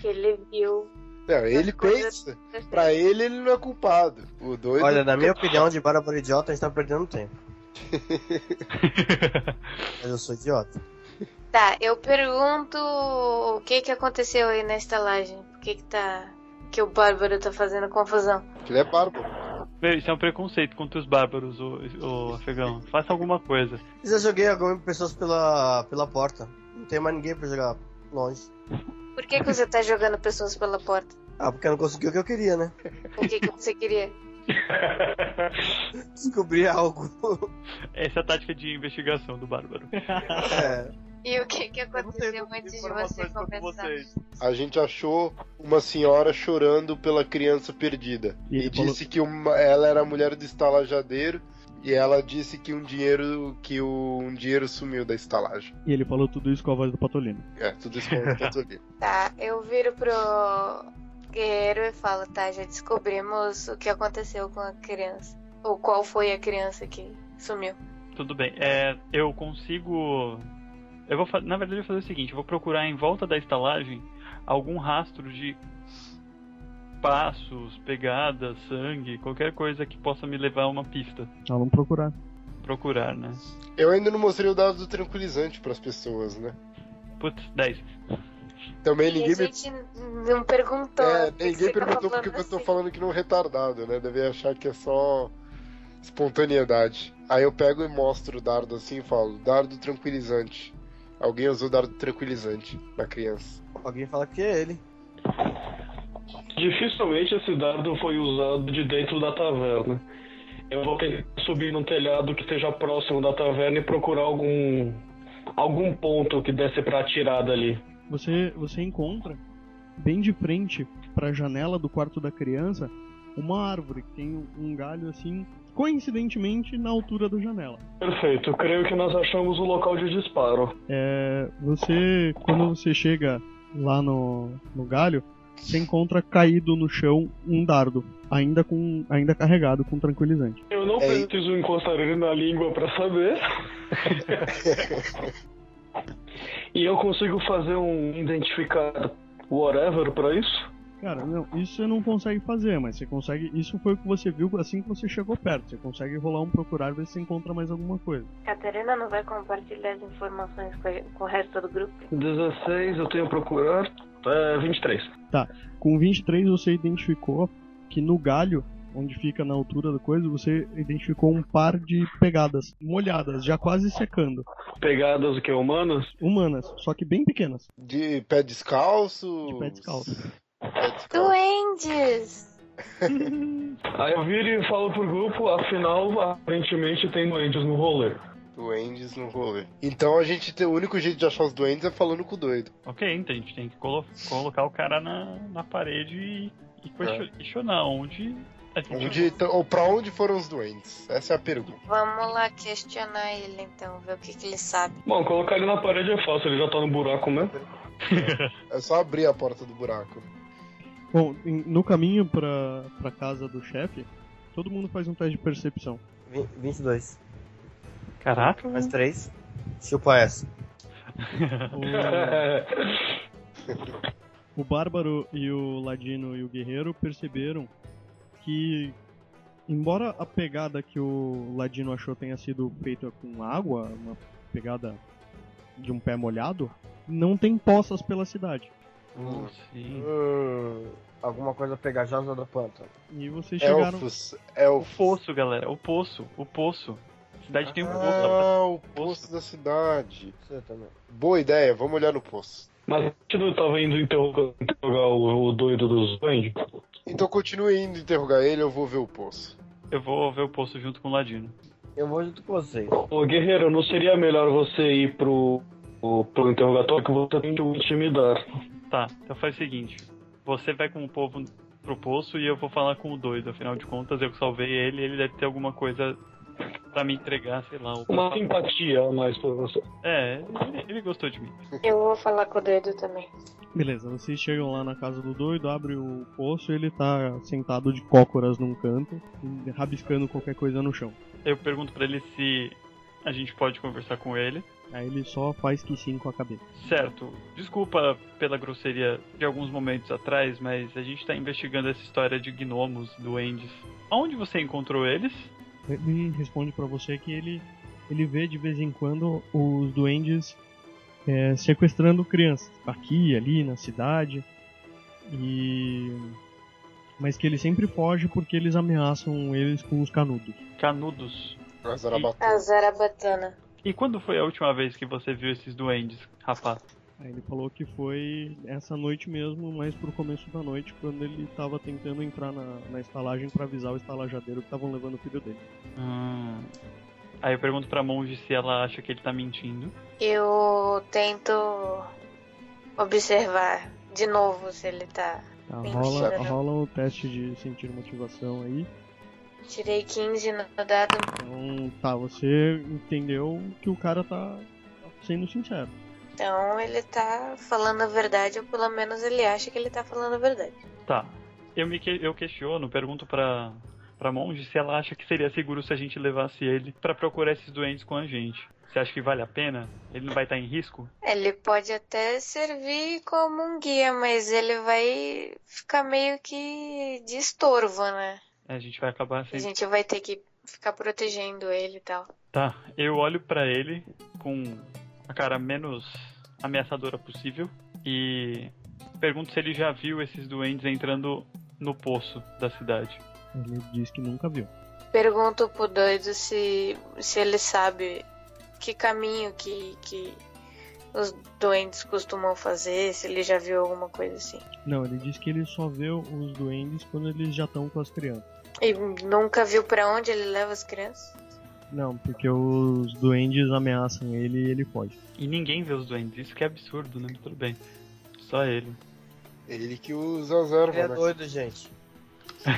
Que ele viu. Não, ele pensa, pra ele ele não é culpado. O doido. Olha, na minha opinião, de bárbaro idiota, a gente tá perdendo tempo. Mas eu sou idiota. Tá, eu pergunto o que que aconteceu aí na estalagem. Por que que tá. Que o Bárbaro tá fazendo confusão. Ele é bárbaro. Meu, Isso é um preconceito contra os bárbaros, o, afegão. Faça alguma coisa. Eu já joguei algumas pessoas pela, pela porta. Não tem mais ninguém pra jogar longe. Por que que você tá jogando pessoas pela porta? Ah, porque eu não consegui o que eu queria, né? O que que você queria? Descobri algo. Essa é a tática de investigação do bárbaro. é. E o que, que aconteceu antes de você começar? A gente achou uma senhora chorando pela criança perdida. E E, ele falou- disse que uma- ela era a mulher do estalajadeiro. E ela disse que um dinheiro que o- um dinheiro sumiu da estalagem. E ele falou tudo isso com a voz do Patolino. É, tudo isso foi um tanto ali. Tá, eu viro pro guerreiro e falo, tá, já descobrimos o que aconteceu com a criança. Ou qual foi a criança que sumiu. Tudo bem. É, eu consigo. Eu vou fa- Na verdade, eu vou fazer o seguinte: eu vou procurar em volta da estalagem algum rastro de passos, pegadas, sangue, qualquer coisa que possa me levar a uma pista. Tá, vamos procurar. Procurar, né? Eu ainda não mostrei o dado do tranquilizante pras pessoas, né? Putz, 10. Também E a ninguém me gente não perguntou. É, por que ninguém você tá perguntou falando porque eu tô assim? falando que não é retardado, né? Deve achar que é só espontaneidade. Aí eu pego e mostro o dardo assim e falo, dardo tranquilizante. Alguém usou dardo tranquilizante na criança. Alguém fala que é ele. Dificilmente esse dado foi usado de dentro da taverna. Eu vou ter que subir num telhado que esteja próximo da taverna e procurar algum algum ponto que desse pra atirar dali. Você, você encontra, bem de frente para a janela do quarto da criança, uma árvore que tem um galho assim, coincidentemente na altura da janela. Perfeito, creio que nós achamos o local de disparo. É, você, quando você chega lá no, no galho, você encontra caído no chão um dardo, ainda com ainda carregado com tranquilizante. Eu não preciso encostar ele na língua pra saber. e eu consigo fazer um identificar whatever pra isso? Cara, não, isso você não consegue fazer, mas você consegue. Isso foi o que você viu assim que você chegou perto. Você consegue rolar um procurar ver se você encontra mais alguma coisa. Catarina não vai compartilhar as informações com a- com o resto do grupo? 16, eu tenho procurar. É, 23. Tá. Com 23 você identificou que no galho, onde fica na altura da coisa, você identificou um par de pegadas molhadas, já quase secando, Pegadas o que? é Humanas? humanas, só que bem pequenas. De pé descalço. De pé descalço. Duendes! Aí eu viro e falo pro grupo, afinal, aparentemente tem doentes no rolê. Duendes no rolê. Então a gente tem o único jeito de achar os duendes é falando com o doido. Ok, então a gente tem que colo- colocar o cara na, na parede e, e question- questionar onde. a gente- É. Onde, então, ou pra onde foram os duendes? Essa é a pergunta. Vamos lá questionar ele então, ver o que, que ele sabe. Bom, colocar ele na parede é fácil, ele já tá no buraco mesmo. É só abrir a porta do buraco. Bom, em- no caminho pra, pra casa do chefe, todo mundo faz um teste de percepção. Vin- 22. Caraca, Uhum. Mais 3. Chupa essa. O Bárbaro e o Ladino e o Guerreiro perceberam que, embora a pegada que o Ladino achou tenha sido feita com água, uma pegada de um pé molhado, não tem poças pela cidade. Uh, sim. Hum, alguma coisa pegajosa do pântano. E vocês É chegaram. Elfos. O Elfos. poço, galera. O poço. O poço. A cidade tem um poço. lá Ah, o poço da cidade. Você também. Boa ideia, vamos olhar no poço. Mas a gente não tava indo interrogar, interrogar o, o doido dos bandidos? Então continue indo interrogar ele, eu vou ver o poço. pra- Eu vou ver o poço junto com o Ladino. Eu vou junto com vocês. Ô, guerreiro, não seria melhor você ir pro, o- pro interrogatório que você tem que o intimidar? Tá, então faz o seguinte. Você vai com o povo pro poço e eu vou falar com o doido. Afinal de contas, eu salvei ele ele deve ter alguma coisa pra me entregar, sei lá. ou pra Uma falar. empatia a mais pra você. É, ele- ele gostou de mim. Eu vou falar com o dedo também. Beleza, vocês chegam lá na casa do doido, abre o poço ele tá sentado de cócoras num canto, rabiscando qualquer coisa no chão. Eu pergunto pra ele se a gente pode conversar com ele. Aí ele só faz que sim com a cabeça. Certo, desculpa pela grosseria de alguns momentos atrás, mas a gente tá investigando essa história de gnomos, duendes. Aonde você encontrou eles? Ele responde pra você que ele, ele vê de vez em quando os duendes é, sequestrando crianças aqui, ali na cidade, e mas que ele sempre foge porque eles ameaçam eles com os canudos. Canudos. Azarabatu. A Zarabatana. E quando foi a última vez que você viu esses duendes, rapaz? Aí ele falou que foi essa noite mesmo, mas pro começo da noite, quando ele tava tentando entrar na, na estalagem pra avisar o estalajadeiro que estavam levando o filho dele. Hum, Aí eu pergunto pra monge se ela acha que ele tá mentindo. Eu tento observar de novo se ele tá. Tá, mentindo. rola, ou não. rola o teste de sentir motivação aí. Tirei 15 no dado. Então, tá, você entendeu que o cara tá sendo sincero. Então ele tá falando a verdade, ou pelo menos ele acha que ele tá falando a verdade. Tá. Eu me que- eu questiono, pergunto pra, pra monge se ela acha que seria seguro se a gente levasse ele pra procurar esses doentes com a gente. Você acha que vale a pena? Ele não vai estar em risco? Ele pode até servir como um guia, mas ele vai ficar meio que de estorvo, né? A gente vai acabar A sem. gente vai ter que ficar protegendo ele e tal. Tá, eu olho pra ele com a cara menos ameaçadora possível e pergunto se ele já viu esses duendes entrando no poço da cidade. Ele diz que nunca viu. Pergunto pro doido se, se ele sabe que caminho que, que os doentes costumam fazer, se ele já viu alguma coisa assim. Não, ele diz que ele só vê os duendes quando eles já estão com as crianças. E nunca viu pra onde ele leva as crianças? Não, porque os duendes ameaçam ele e ele foge. E ninguém vê os duendes, isso que é absurdo, né? Tudo bem. Só ele. Ele que usa as ervas. Ele é né? doido, gente. É,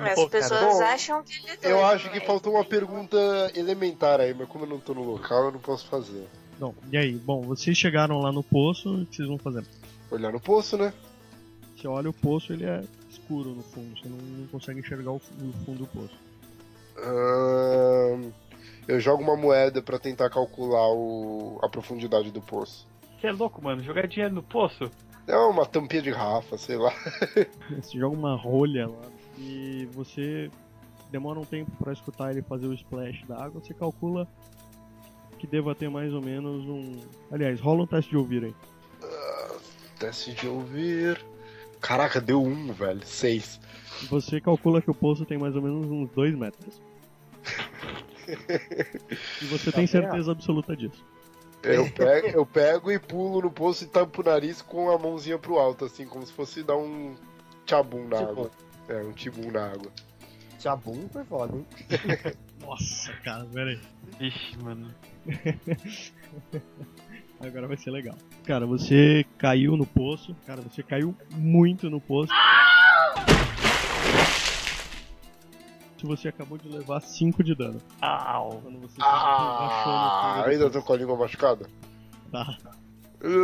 As Pô, cara, pessoas bom, acham que ele é doido. Eu acho que mas- faltou uma pergunta elementar aí, mas como eu não tô no local, eu não posso fazer. Bom, e aí? Bom, vocês chegaram lá no poço, o que vocês vão fazer? Olhar no poço, né? Você olha o poço, ele é escuro no fundo, você não, não consegue enxergar o, fu- o fundo do poço. Ahn, eu jogo uma moeda pra tentar calcular o- a profundidade do poço. Você é louco, mano? Jogar dinheiro no poço? É uma tampinha de garrafa, sei lá. Você joga uma rolha lá e você demora um tempo pra escutar ele fazer o splash da água, você calcula que deva ter mais ou menos um. Aliás, rola um teste de ouvir aí. Teste de ouvir. Caraca, deu um, velho. Seis. Você calcula que o poço tem mais ou menos uns 2 metros. E você tem certeza absoluta disso. Eu pego, eu pego e pulo no poço e tampo o nariz com a mãozinha pro alto, assim, como se fosse dar um tchabum na Tipo. água. É, um tibum na água. Tchabum Tá foi foda, hein? Nossa, cara, peraí. Vixe, mano. Agora vai ser legal. Cara, você caiu no poço. Cara, você caiu muito no poço. Você acabou de levar 5 de dano. Au. Quando você um Ah, ainda tô com a língua machucada? Tá.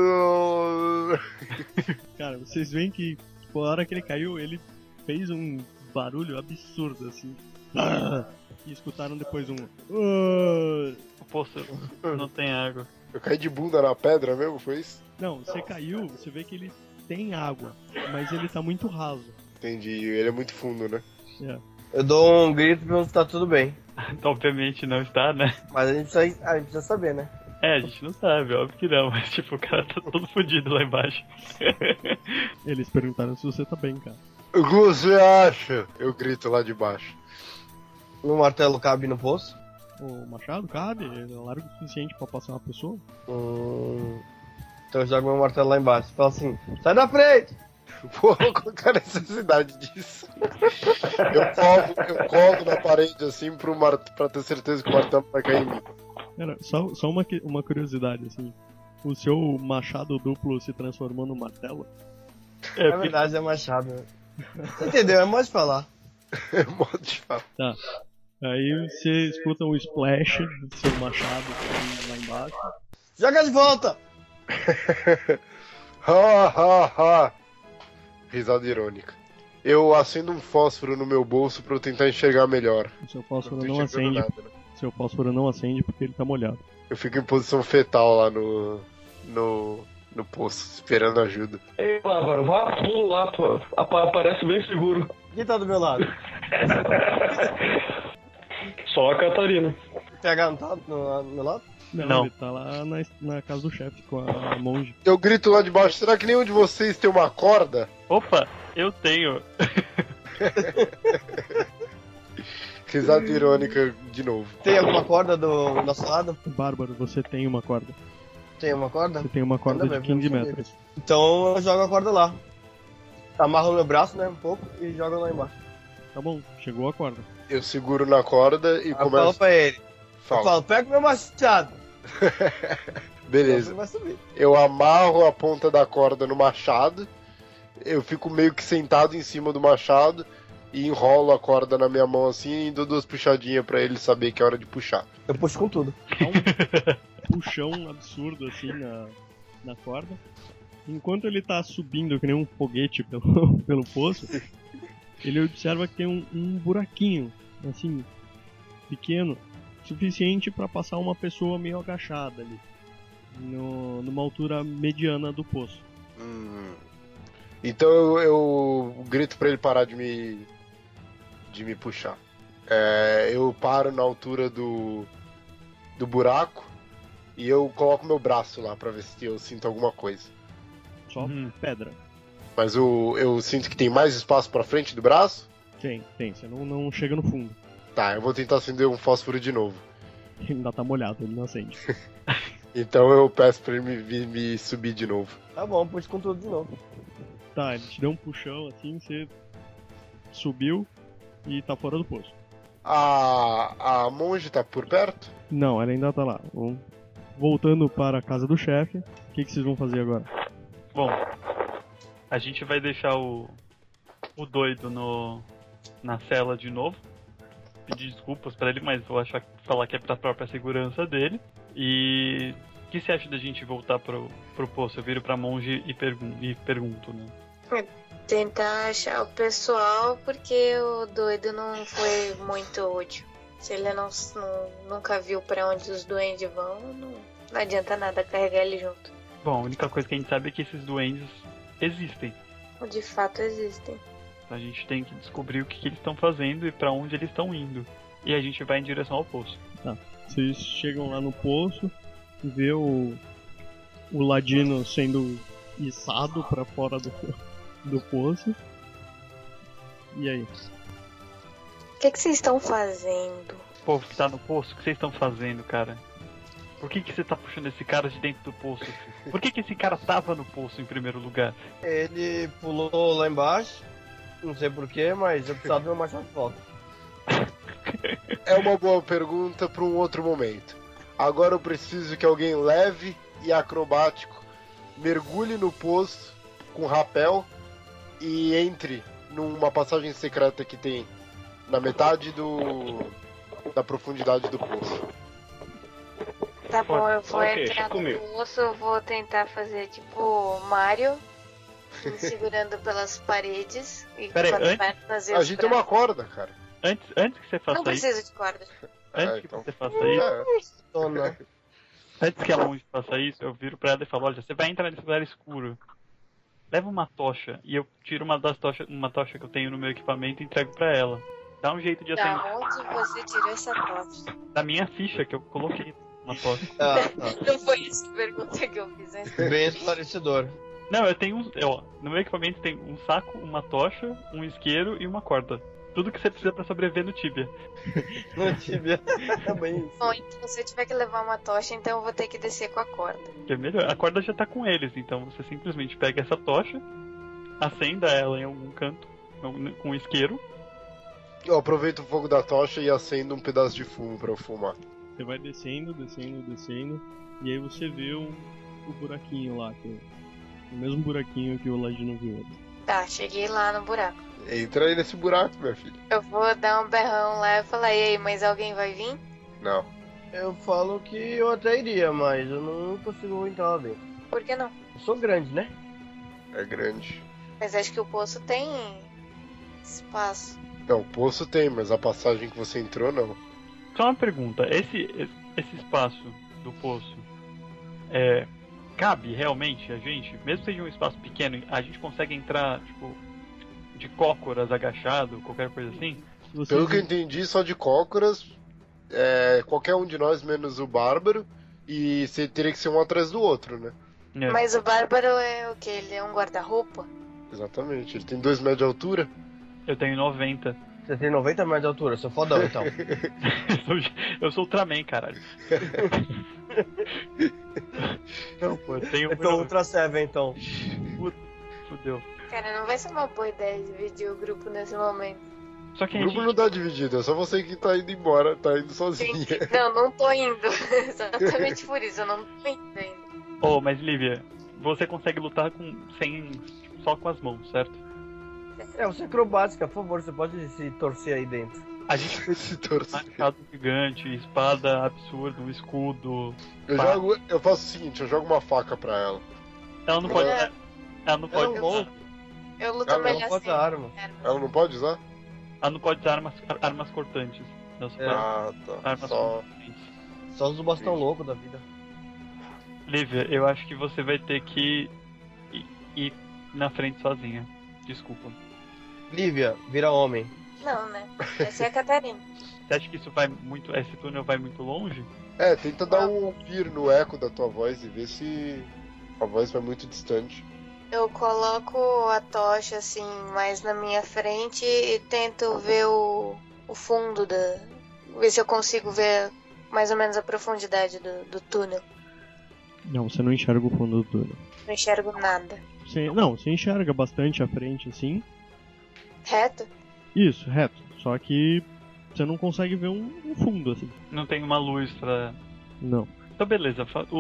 Ah, Cara, vocês veem que tipo, a hora que ele caiu, ele fez um barulho absurdo, assim. E escutaram depois um. "Ah". O poço não tem água. Eu caí de bunda na pedra mesmo, foi isso? Não, você caiu, você vê que ele tem água, mas ele tá muito raso. Entendi, ele é muito fundo, né? Eu dou um grito e pergunto se tá tudo bem. Então, Obviamente não está, né? Mas a gente, precisa, a gente precisa saber, né? É, a gente não sabe, óbvio que não, mas tipo, o cara tá todo fudido lá embaixo. Eles perguntaram se você tá bem, cara. O que você acha? Eu grito lá de baixo. Meu Um martelo cabe no poço. O machado cabe? É largo o suficiente pra passar uma pessoa? Hum, então eu jogo meu martelo lá embaixo. Fala assim, sai da frente! Pô, qual que é a necessidade disso? Eu colo, eu colo na parede assim pro mar... pra ter certeza que o martelo vai cair em mim. Cara, só, só uma, que- uma curiosidade, assim. O seu machado duplo se transformou no martelo? É, Na verdade é machado. né? Você entendeu? É mais falar. É modo de falar. Aí você escuta um splash do seu machado caindo lá embaixo. Joga de volta! Ha, ha, ha. Risada irônica. Eu acendo um fósforo no meu bolso pra eu tentar enxergar melhor. O seu Eu fósforo tô não enxergando acende. nada, né? Seu fósforo não acende porque ele tá molhado. Eu fico em posição fetal lá no. no. no poço, esperando ajuda. Ei, Bárbaro, vá, pula lá, pô. Apa- Aparece bem seguro. Quem tá do meu lado? Só a Catarina. O PH não tá no, no meu lado? Não, Não. ele tá lá na, na casa do chefe com a monge. Eu grito lá de baixo, será que nenhum de vocês tem uma corda? Opa, eu tenho. Risada irônica de novo. Tem alguma corda do nosso lado? Bárbaro, você tem uma corda. Tem uma corda? Você tem uma corda de Ainda bem, porque 15 eu não metros. Então eu jogo a corda lá. Amarro no meu braço, né? Um pouco e jogo lá embaixo. Tá bom, chegou a corda. Eu seguro na corda e Eu falo começo. pra ele. Fala. Eu falo, pega meu machado. Você Beleza. vai subir. Eu amarro a ponta da corda no machado. Eu fico meio que sentado em cima do machado e enrolo a corda na minha mão assim e dou duas puxadinhas pra ele saber que é hora de puxar. Eu puxo com tudo. puxão absurdo assim na, na corda. Enquanto ele tá subindo que nem um foguete pelo, pelo poço, ele observa que tem um, um buraquinho, assim, pequeno, suficiente para passar uma pessoa meio agachada ali, no, numa altura mediana do poço. Hum. Então eu, eu grito pra ele parar de me de me puxar. É, eu paro na altura do do buraco e eu coloco meu braço lá pra ver se eu sinto alguma coisa. Só Uhum. hum, pedra. Mas eu, eu sinto que tem mais espaço pra frente do braço. Tem, tem, você não, não chega no fundo. Tá, eu vou tentar acender um fósforo de novo. Ele ainda tá molhado, ele não acende. Então eu peço pra ele me, vir- me subir de novo. Tá bom, puxo com tudo de novo. Tá, ele te deu um puxão assim, você subiu e tá fora do poço. A, a monge tá por perto? Não, ela ainda tá lá. Bom, voltando para a casa do chefe, o que, que vocês vão fazer agora? Bom, a gente vai deixar o, o doido no, na cela de novo. Pedir desculpas pra ele, mas vou achar, falar que é pra própria segurança dele. E o que você acha da gente voltar pro, pro poço? Eu viro pra monge e, pergun e pergunto, né? Tentar achar o pessoal porque o doido não foi muito útil. Se ele não, não- nunca viu pra onde os duendes vão, não, não adianta nada carregar ele junto. Bom, a única coisa que a gente sabe é que esses duendes existem. De fato existem. Então a gente tem que descobrir o que, que eles estão fazendo e pra onde eles estão indo. E a gente vai em direção ao poço. Vocês chegam lá no poço, vê o, o ladino sendo içado pra fora do, do poço. E aí? O que, que vocês estão fazendo? Povo que tá no poço, o que vocês estão fazendo, cara? Por que, que você tá puxando esse cara de dentro do poço? Por que, que esse cara tava no poço em primeiro lugar? Ele pulou lá embaixo. Não sei porquê, mas eu precisava do meu machado de volta. É uma boa pergunta pra um outro momento. Agora eu preciso que alguém leve e acrobático mergulhe no poço com rapel e entre numa passagem secreta que tem na metade do da profundidade do poço. Tá bom, eu vou Ok, entrar deixa no comigo. poço, eu vou tentar fazer tipo Mario, me segurando pelas paredes e Pera aí, quando antes- vai fazer A os gente tem uma braços- corda, cara. Antes, antes que você faça Não isso, precisa de corda. antes É, que então. você faça isso, Tona. antes que a longe faça isso, eu viro pra ela e falo, olha, você vai entrar nesse lugar escuro. Leva uma tocha e eu tiro uma das tochas, uma tocha que eu tenho no meu equipamento e entrego pra ela. Dá um jeito de acender. Da onde você tirou essa tocha? Da minha ficha que eu coloquei uma tocha. Ah, tá. Não foi essa pergunta que eu fiz, né? Bem esclarecedor. Não, eu tenho um. Ó, no meu equipamento tem um saco, uma tocha, um isqueiro e uma corda. Tudo que você precisa pra sobreviver no Tibia. Não tive. Tá bem isso. Bom, então se eu tiver que levar uma tocha, então eu vou ter que descer com a corda. Que é melhor. A corda já tá com eles, então você simplesmente pega essa tocha, acenda ela em algum canto algum- com um isqueiro. Eu aproveito o fogo da tocha e acendo um pedaço de fumo pra eu fumar. Você vai descendo, descendo, descendo, e aí você vê o, o buraquinho lá, que, é o mesmo buraquinho que o ladino viu. Tá, cheguei lá no buraco. Entra aí nesse buraco, minha filha. Eu vou dar um berrão lá e falar, e aí, mas alguém vai vir? Não. Eu falo que eu até iria, mas eu não consigo entrar lá dentro. Por que não? Eu sou grande, né? É grande. Mas acho que o poço tem espaço. Não, o poço tem, mas a passagem que você entrou não. Só uma pergunta, esse, esse- esse espaço do poço é, cabe realmente a gente? Mesmo que seja um espaço pequeno, a gente consegue entrar, tipo, de cócoras agachado, qualquer coisa assim? Vocês, Pelo que eu entendi, só de cócoras, é, qualquer um de nós menos o bárbaro, e você teria que ser um atrás do outro, né? É. Mas o Bárbaro é o que? Ele é um guarda-roupa? Exatamente, ele tem dois metros de altura. Eu tenho 90. Você tem 90 metros de altura, seu fodão então. Eu sou- Eu sou Ultraman, caralho. Não, pô, eu tenho. um então Ultra Seven então. Fudeu. Cara, não vai ser uma boa ideia dividir o grupo nesse momento. Só que o a grupo gente. não tá dividido, é só você que tá indo embora, tá indo sozinha. Não, não tô indo. Exatamente por isso, eu não tô indo ainda. Oh, mas Lívia, você consegue lutar com sem tipo, só com as mãos, certo? É, você é acrobática, por favor, você pode se torcer aí dentro. A gente se torce. Machado gigante, espada absurdo, escudo. Eu, pá. jogo, eu faço o seguinte, eu jogo uma faca pra ela. Ela não pode. É. Ela não pode. um monstro. Eu luto Cara, melhor ela sem arma. Ela não pode usar? Ela não pode usar armas, armas cortantes. Ela só pode Ah, usar tá. armas Só... cortantes. Só os bastão louco da vida. Lívia, eu acho que você vai ter que ir, ir na frente sozinha. Desculpa. Lívia, vira homem. Não, né? Essa é a Catarina. Você acha que isso vai muito. Esse túnel vai muito longe? É, tenta dar um ouvir no eco da tua voz e ver se a voz vai muito distante. Eu coloco a tocha assim mais na minha frente e tento ver o, o fundo da. ver se eu consigo ver mais ou menos a profundidade do, do túnel. Não, você não enxerga o fundo do túnel. Não enxergo nada. Você- não, você enxerga bastante à frente, assim. Reto? Isso, reto. Só que você não consegue ver um, um fundo, assim. Não tem uma luz pra. Não. Então beleza, fa- o,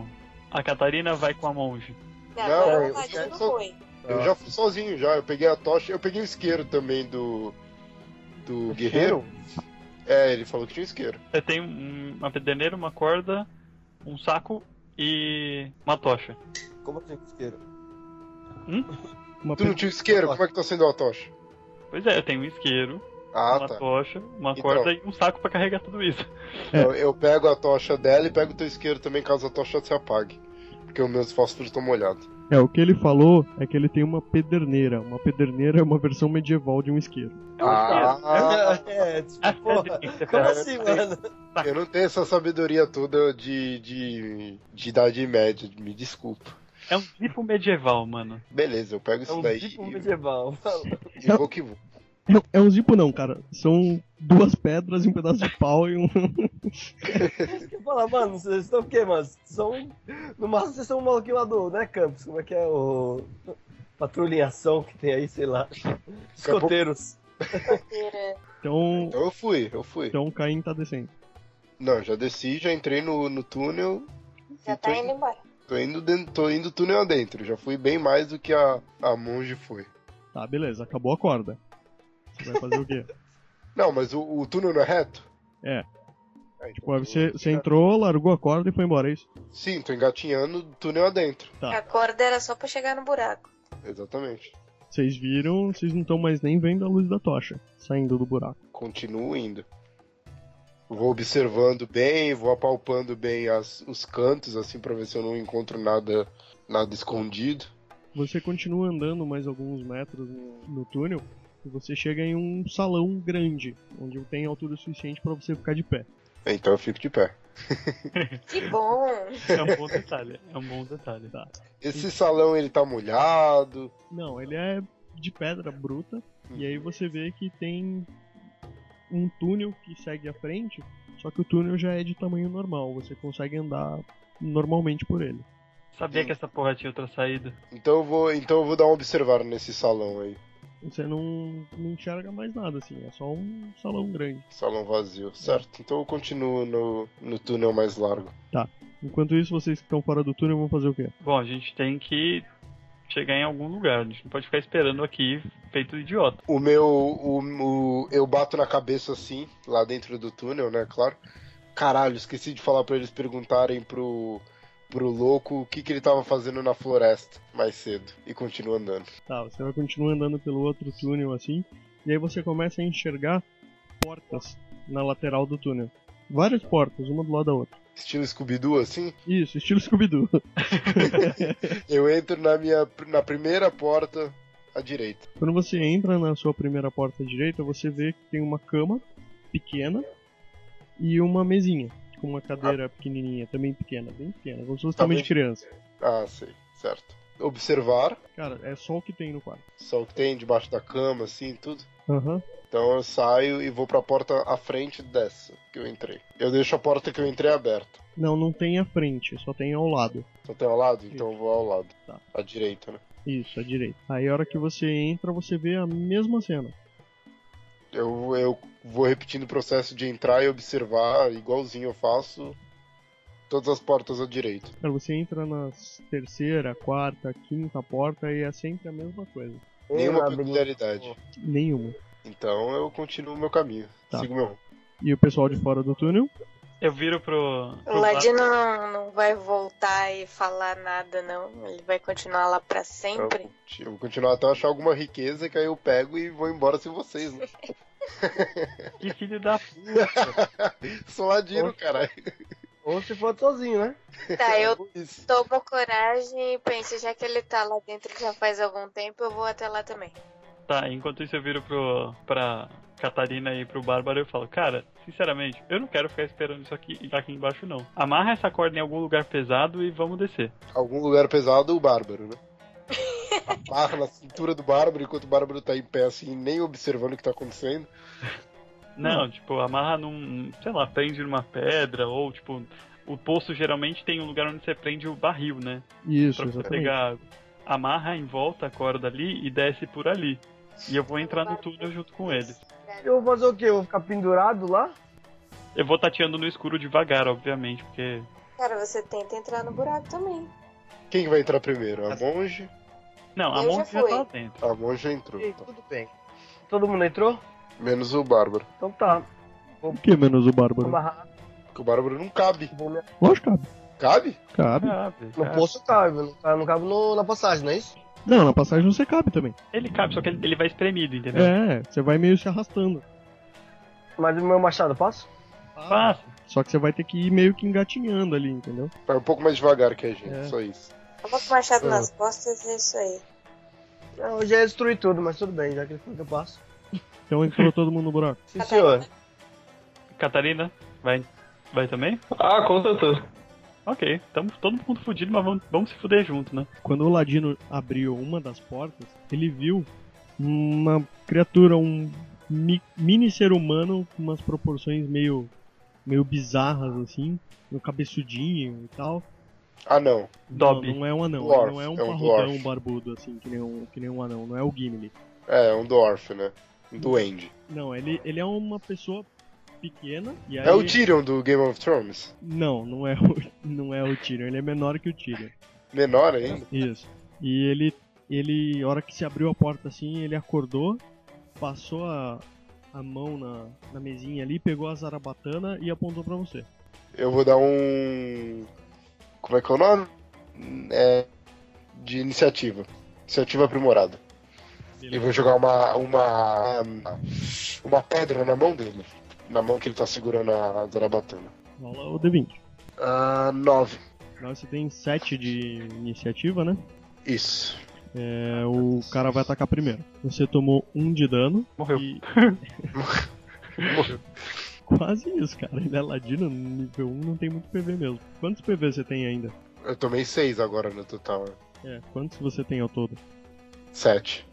o- a Catarina vai com a monge. Não, Não, não, eu não, quero não só- foi. Eu já fui sozinho já, eu peguei a tocha, eu peguei o isqueiro também do. do guerreiro. É, ele falou que tinha isqueiro. Você tem um- uma pederneira, uma corda, um saco e uma tocha. Como assim, isqueiro? Uma Tu não tinha isqueiro? Como é que tá sendo a tocha? Pois é, eu tenho um isqueiro, Ah, uma tá. tocha, uma Então. corda e um saco pra carregar tudo isso. Eu, eu pego a tocha dela e pego o teu isqueiro também, caso a tocha se apague. Porque os meus fósforos estão molhados. É, o que ele falou é que ele tem uma pederneira. Uma pederneira é uma versão medieval de um isqueiro. É um, Ah, é, tipo, Ah, porra. delícia, Como cara. assim, mano? Tá. eu não tenho essa sabedoria toda de, de, de idade média, me desculpa. É um tipo medieval, mano. Beleza, eu pego É isso Então, um daí tipo e, medieval. e vou que vou. Não, é um zipo não, cara. São duas pedras e um pedaço de pau e um... Fala, mano, vocês estão o quê, mano? Vocês São... um- No máximo vocês são um maluquinho lá do, né, Campos? Como é que é o. Patrulha em ação que tem aí, sei lá. Escoteiros. Tira. Então, Então eu fui, eu fui. então o Caim tá descendo. Não, já desci, já entrei no, no túnel. Já e tá tô- indo embora. Tô indo, dentro, tô indo túnel adentro, já fui bem mais do que a, a monge foi. Tá, beleza. Acabou a corda. Você vai fazer o quê? Não, mas o, o túnel não é reto? É. Ah, então Tipo, aí tô- você, você entrou, largou a corda e foi embora, é isso? Sim, tô engatinhando do túnel adentro. Tá. A corda era só pra chegar no buraco. Exatamente. Vocês viram, vocês não estão mais nem vendo a luz da tocha saindo do buraco. Continuo indo. Vou observando bem, vou apalpando bem as- os cantos, assim, pra ver se eu não encontro nada, nada escondido. Você continua andando mais alguns metros no, no túnel e você chega em um salão grande, onde tem altura suficiente pra você ficar de pé. Então eu fico de pé. Que bom! É um bom detalhe. É um bom detalhe. Esse salão, ele tá molhado. Não, ele é de pedra bruta e aí você vê que tem um túnel que segue à frente, só que o túnel já é de tamanho normal, você consegue andar normalmente por ele. Sabia que essa porra tinha outra saída. Então eu vou, então eu vou dar uma observada nesse salão aí. Você não, não enxerga mais nada assim, é só um salão grande. Salão vazio, certo? Então eu continuo no, no túnel mais largo. Enquanto isso, vocês que estão fora do túnel vão fazer o quê? Bom, a gente tem que chegar em algum lugar. A gente não pode ficar esperando aqui feito idiota. O meu. O, o- eu bato na cabeça assim, lá dentro do túnel, né? Claro. Caralho, esqueci de falar pra eles perguntarem pro. pro louco o que, que ele tava fazendo na floresta mais cedo. E continua andando. Tá, você vai continuar andando pelo outro túnel assim, e aí você começa a enxergar portas na lateral do túnel. Várias portas, uma do lado da outra. Estilo Scooby-Doo, assim? Isso, estilo Scooby-Doo. Eu entro na minha. na primeira porta à direita. Quando você entra na sua primeira porta à direita, você vê que tem uma cama pequena e uma mesinha com uma cadeira pequenininha, também pequena, bem pequena, como se fosse Tá tamanho bem. de criança. Ah, sei, certo. Observar, Cara, é só o que tem no quarto. só o que tem debaixo da cama, assim, tudo. Aham. Então eu saio e vou pra porta à frente dessa que eu entrei. Eu deixo a porta que eu entrei aberta. Não, não tem à frente, só tem ao lado. Então tem ao lado? Então eu vou ao lado. Tá. À direita, né? Isso, à direita. Aí a hora que você entra, você vê a mesma cena. vou repetindo o processo de entrar e observar, igualzinho eu faço. Todas as portas à direita. Cara, você entra na terceira, quarta, quinta porta e é sempre a mesma coisa. Nenhuma peculiaridade. Nenhuma. Então eu continuo o meu caminho. Tá. Sigo meu rumo. E o pessoal de fora do túnel? Eu viro pro. O Ladino não, não vai voltar e falar nada, não. Ele vai continuar lá pra sempre. Eu vou continuar até eu achar alguma riqueza que aí eu pego e vou embora sem vocês, né? Que filho da puta. Sou ladino, caralho. É Ou se for sozinho, né? Tá, eu tomo coragem e penso, já que ele tá lá dentro já faz algum tempo, eu vou até lá também. Tá, enquanto isso eu viro pro, pra Catarina e pro Bárbara e eu falo, cara, sinceramente, eu não quero ficar esperando isso aqui aqui embaixo, não. Amarra essa corda em algum lugar pesado e vamos descer. Algum lugar pesado, o bárbaro, né? Barra na cintura do bárbaro, enquanto o bárbaro tá em pé assim, nem observando o que tá acontecendo. Não, tipo, amarra num. sei lá, prende numa pedra, ou tipo, o poço geralmente tem um lugar onde você prende o barril, né? Isso, pra você exatamente. pegar água. Amarra em volta a corda ali e desce por ali. E eu vou entrar no túnel junto com eles. Eu vou fazer o quê? Eu vou ficar pendurado lá? Eu vou tateando no escuro devagar, obviamente, porque. Cara, você tenta entrar no buraco também. Quem vai entrar primeiro? A monge? Não, a Eu já monte já fui. tá lá dentro. A monge entrou. então. E, tudo bem. Todo mundo entrou? Menos o bárbaro. Então tá. O que menos o Vou Bárbaro? amarrar. Porque o bárbaro não cabe. Vou me... Lógico, cabe. Cabe? Cabe. Cabe, No cabe. poço cabe, não cabe, não cabe no- na passagem, não é isso? Não, na passagem você cabe também. Ele cabe, só que ele ele vai espremido, entendeu? É, você vai meio se arrastando. Mas o meu machado eu passo? Fácil. Só que você vai ter que ir meio que engatinhando ali, entendeu? Vai um pouco mais devagar que a gente, É. só isso. Coloca o machado nas costas e é isso aí. Não, eu já ia É, destruir tudo, mas tudo bem, já que ele falou que eu passo. Então entrou todo mundo no buraco. Sim, senhor. Catarina, vai, vai também? Ah, com certeza. Ok, estamos todo mundo fudido, mas vamos, vamos se fuder junto, né? Quando o Ladino abriu uma das portas, ele viu uma criatura, um mi- mini ser humano com umas proporções meio, meio bizarras, assim, um cabeçudinho e tal. Ah, não. Dobby. Não, não é um anão, Dwarf, não é um é um parrudão dwarf. barbudo, assim, que nem um, que nem um anão, não é o Gimli. É, um dwarf, né? Um duende. Não, ele, ele é uma pessoa pequena e aí... É o Tyrion do Game of Thrones. Não, não é o, não é o Tyrion, ele é menor que o Tyrion. Menor ainda. Isso. E ele, ele, a hora que se abriu a porta assim, ele acordou, passou a, a mão na, na mesinha ali, pegou a zarabatana e apontou pra você. Eu vou dar um. Como é que é o nome? É. De iniciativa. Iniciativa aprimorada. E vou jogar uma. uma. uma pedra na mão dele. Na mão que ele tá segurando a Zarabatana. Rola o D20. Ah, nove. Agora você tem 7 de iniciativa, né? Isso. É, o cara vai atacar primeiro. Você tomou um de dano. Morreu. E... Quase isso, cara. Ele é ladino, nível 1 não tem muito PV mesmo. Quantos PV você tem ainda? Eu tomei seis agora no total. né? É, quantos você tem ao todo? Sete.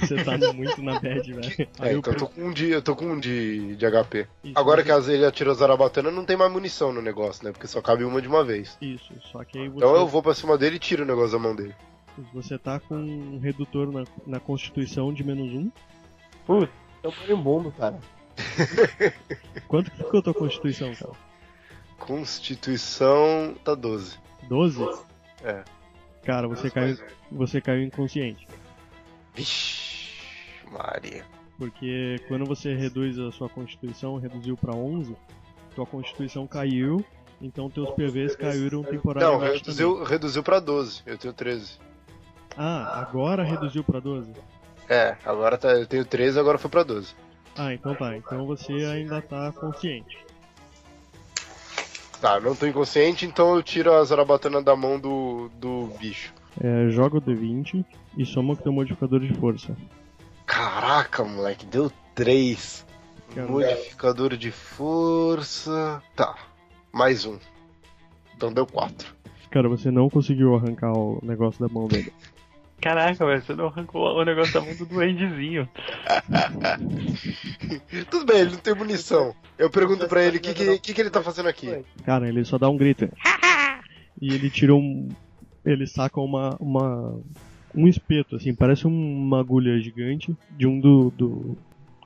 Você tá muito na bad, velho. É, Aí o então eu tô com um de, eu tô com um de, de HP. Isso, Agora mas- que as- ele atirou a Zarabatana, não tem mais munição no negócio, né? Porque só cabe uma de uma vez. Isso, só que aí você, Então eu vou pra cima dele e tiro o negócio da mão dele. você tá com um redutor na, na constituição de menos um. Eu fui um bombo, cara. Quanto que ficou a tua constituição, cara? Constituição tá 12. 12? É. Cara, você caiu, você caiu inconsciente. Vixe, Maria. Porque quando você reduz a sua constituição, reduziu pra 11, tua constituição caiu, então teus PVs caíram Não, temporariamente. também. reduziu, reduziu pra 12. Eu tenho 13. Ah, agora reduziu pra 12? É, agora tá, eu tenho 13, agora foi pra 12. Ah, então tá. Então você ainda tá consciente. Tá, não tô inconsciente, então eu tiro a Zarabatana da mão do, do bicho. É, joga o D20 e soma o teu modificador de força. Caraca, moleque, deu 3. Caramba. Modificador de força. Tá, mais um. Então deu 4. Cara, você não conseguiu arrancar o negócio da mão dele. Caraca, velho, você não arrancou o negócio tá da mão do duendezinho. Tudo bem, ele não tem munição. Eu pergunto pra ele o que, que, que, que ele tá fazendo aqui. Cara, ele só dá um grito. e ele tira um. Ele saca uma. uma um espeto, assim, parece uma agulha gigante de um do, do,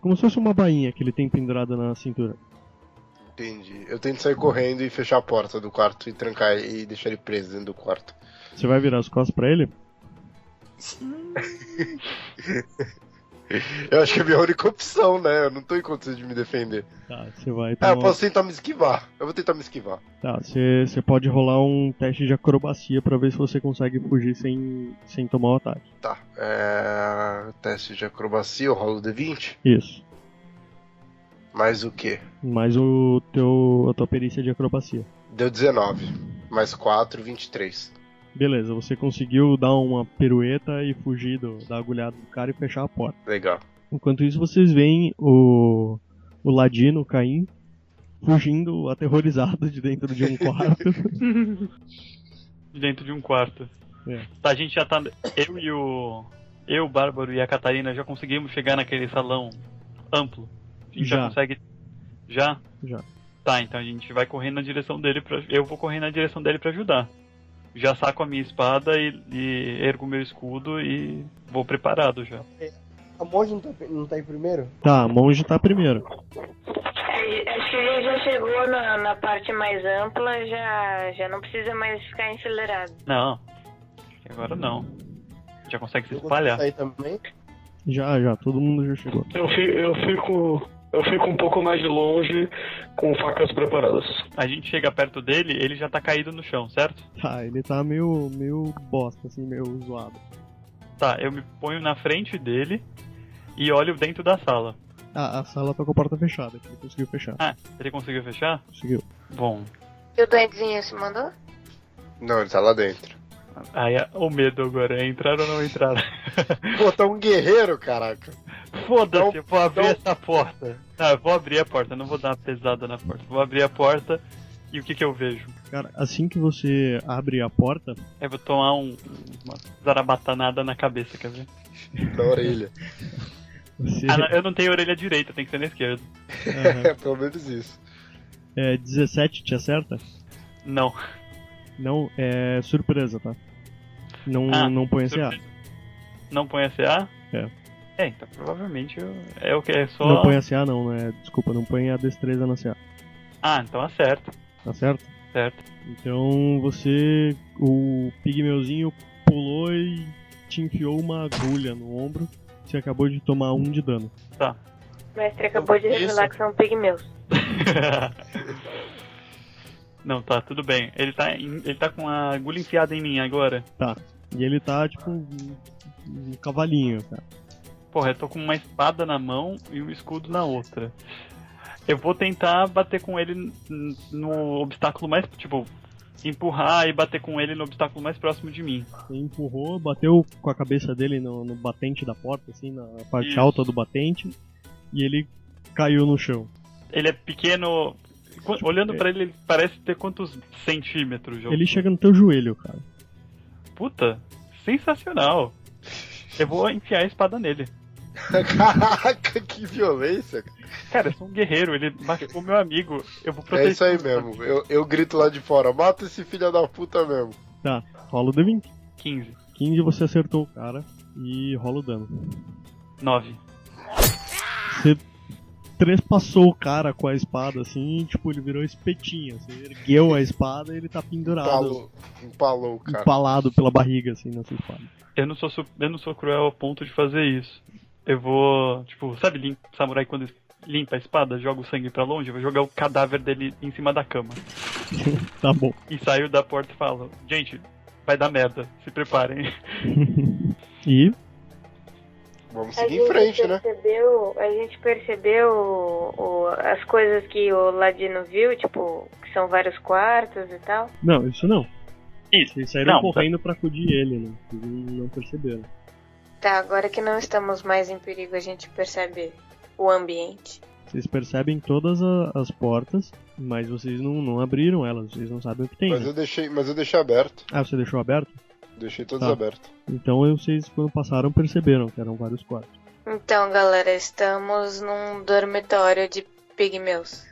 Como se fosse uma bainha que ele tem pendurada na cintura. Entendi. Eu tento sair correndo e fechar a porta do quarto e trancar e deixar ele preso dentro do quarto. Você vai virar as costas pra ele? Eu acho que é a minha única opção, né? Eu não tô em condições de me defender. Tá, você vai. Ah, tomar- eu posso tentar me esquivar. Eu vou tentar me esquivar. Tá, você você pode rolar um teste de acrobacia pra ver se você consegue fugir sem, sem tomar o ataque. Tá. É... Teste de acrobacia, eu rolo D20. Isso. Mais o quê? Mais o teu, a tua perícia de acrobacia. Deu 19. Mais 4, 23. Beleza, você conseguiu dar uma pirueta e fugir do, da agulhada do cara e fechar a porta. Legal. Enquanto isso, vocês veem o, o Ladino, o Caim, fugindo aterrorizado de dentro de um quarto. dentro de um quarto. É. Tá, a gente já tá. Eu e o. Eu, o Bárbaro e a Catarina já conseguimos chegar naquele salão amplo. A gente já, Já. consegue. Já? Já. Tá, então a gente vai correndo na direção dele pra. Eu vou correndo na direção dele pra ajudar. Já saco a minha espada e, e ergo meu escudo e vou preparado já. A monge não tá, não tá em primeiro? tá, a monge tá primeiro. A Shirley já chegou na, na parte mais ampla, já, já não precisa mais ficar enfileirado. Não. Agora não. Já consegue se espalhar. Aí também? Já, já, todo mundo já chegou. Eu fico, eu fico, eu fico um pouco mais de longe com facas preparadas. A gente chega perto dele, ele já tá caído no chão, certo? Tá, ele tá meio, meio bosta, assim, meio zoado. Tá, eu me ponho na frente dele e olho dentro da sala. Ah, a sala tá com a porta fechada, que ele conseguiu fechar. Ah, ele conseguiu fechar? Conseguiu. Bom, E o doidezinho se mandou? Não, ele tá lá dentro. aí é o medo agora é entrar ou não entrar. Pô, tá um guerreiro, caraca. Foda-se, eu Então, vou abrir essa porta. Não, eu vou abrir a porta, eu não vou dar uma pesada na porta. Vou abrir a porta e o que que eu vejo? Cara, assim que você abre a porta, Eu vou tomar um, uma zarabatanada na cabeça, quer ver? Na orelha. você. Ah, não, eu não tenho orelha direita, tem que ser na esquerda. Aham. É, pelo menos isso. É, 17 te acerta? Não. Não, é surpresa, tá? Não, Ah, não põe CA. Não põe a CA? É. É, então provavelmente eu- é o que é só. Não põe a CA, não, né? Desculpa, não põe a destreza na CA, Ah, então acerta, tá certo? certo. Então você. O pigmeuzinho pulou e te enfiou uma agulha no ombro. Você acabou de tomar um de dano. O mestre acabou de revelar que são pigmeus. Não, tá, tudo bem. Ele tá, em- ele tá com a agulha enfiada em mim agora. E ele tá tipo um, um cavalinho, cara. Porra, eu tô com uma espada na mão e um escudo na outra. Eu vou tentar bater com ele n- no obstáculo mais. Tipo, empurrar e bater com ele no obstáculo mais próximo de mim. Você empurrou, bateu com a cabeça dele no, no batente da porta, assim, na parte Isso. alta do batente. E ele caiu no chão. Ele é pequeno. qu- Olhando pra ele, ele parece ter quantos centímetros? João? Ele chega no teu joelho, cara. Puta, sensacional. Eu vou enfiar a espada nele. Caraca, que violência. cara. Cara, eu sou um guerreiro, ele machucou meu amigo. Eu vou É proteger. isso aí mesmo. Eu, eu grito lá de fora: mata esse filho da puta mesmo. Rola o D20. 15, 15 você acertou o cara e rola o dano. 9. Você trespassou o cara com a espada, assim, e, tipo, ele virou espetinho. Você ergueu a espada e ele tá Um pendurado, Empalou, empalou Um o cara. empalado pela barriga, assim, nessa espada. Eu não sou su- eu não sou cruel ao ponto de fazer isso. Eu vou, tipo, sabe, lim... samurai quando limpa a espada, joga o sangue pra longe, eu vou jogar o cadáver dele em cima da cama. Tá bom. E saio da porta e falo: "Gente, vai dar merda, se preparem". E Vamos É A seguir gente em frente, então. né? percebeu, A gente percebeu o- o- as coisas que o Ladino viu, tipo, que são vários quartos e tal. Não, isso não. Isso. Vocês saíram Não, tá- correndo pra acudir ele, né? Vocês não não perceberam. Tá, agora que não estamos mais em perigo, a gente percebe o ambiente. Vocês percebem todas a- as portas, mas vocês não, não abriram elas, vocês não sabem o que tem. Mas né? eu deixei, mas eu deixei aberto. Ah, você deixou aberto? Deixei todos Tá. abertos. Então vocês, quando passaram, perceberam que eram vários quartos. Então, galera, estamos num dormitório de pigmeus.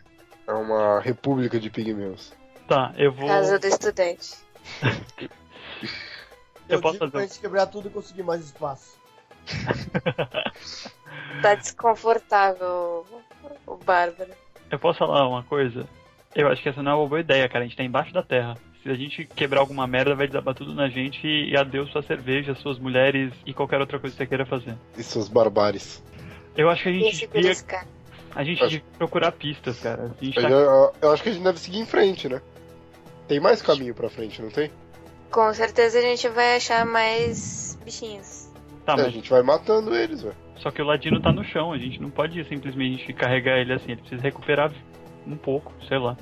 É uma república de pigmeus. Tá, eu vou Casa do estudante. eu digo posso pra fazer. um gente quebrar tudo e conseguir mais espaço. Tá desconfortável o- o Bárbaro. Eu posso falar uma coisa? Eu acho que essa não é uma boa ideia, cara. A gente tá embaixo da terra. Se a gente quebrar alguma merda, vai desabar tudo na gente e adeus sua cerveja, suas mulheres e qualquer outra coisa que você queira fazer. E seus barbares. Eu acho que a gente Esse devia, beliscar. a gente devia procurar pistas, cara. A gente Mas tá... eu, eu- eu acho que a gente deve seguir em frente, né? Tem mais caminho pra frente, não tem? Com certeza a gente vai achar mais bichinhos. Tá, É, A mas gente vai matando eles, velho. só que o ladino tá no chão. A gente não pode simplesmente carregar ele assim. Ele precisa recuperar um pouco, sei lá.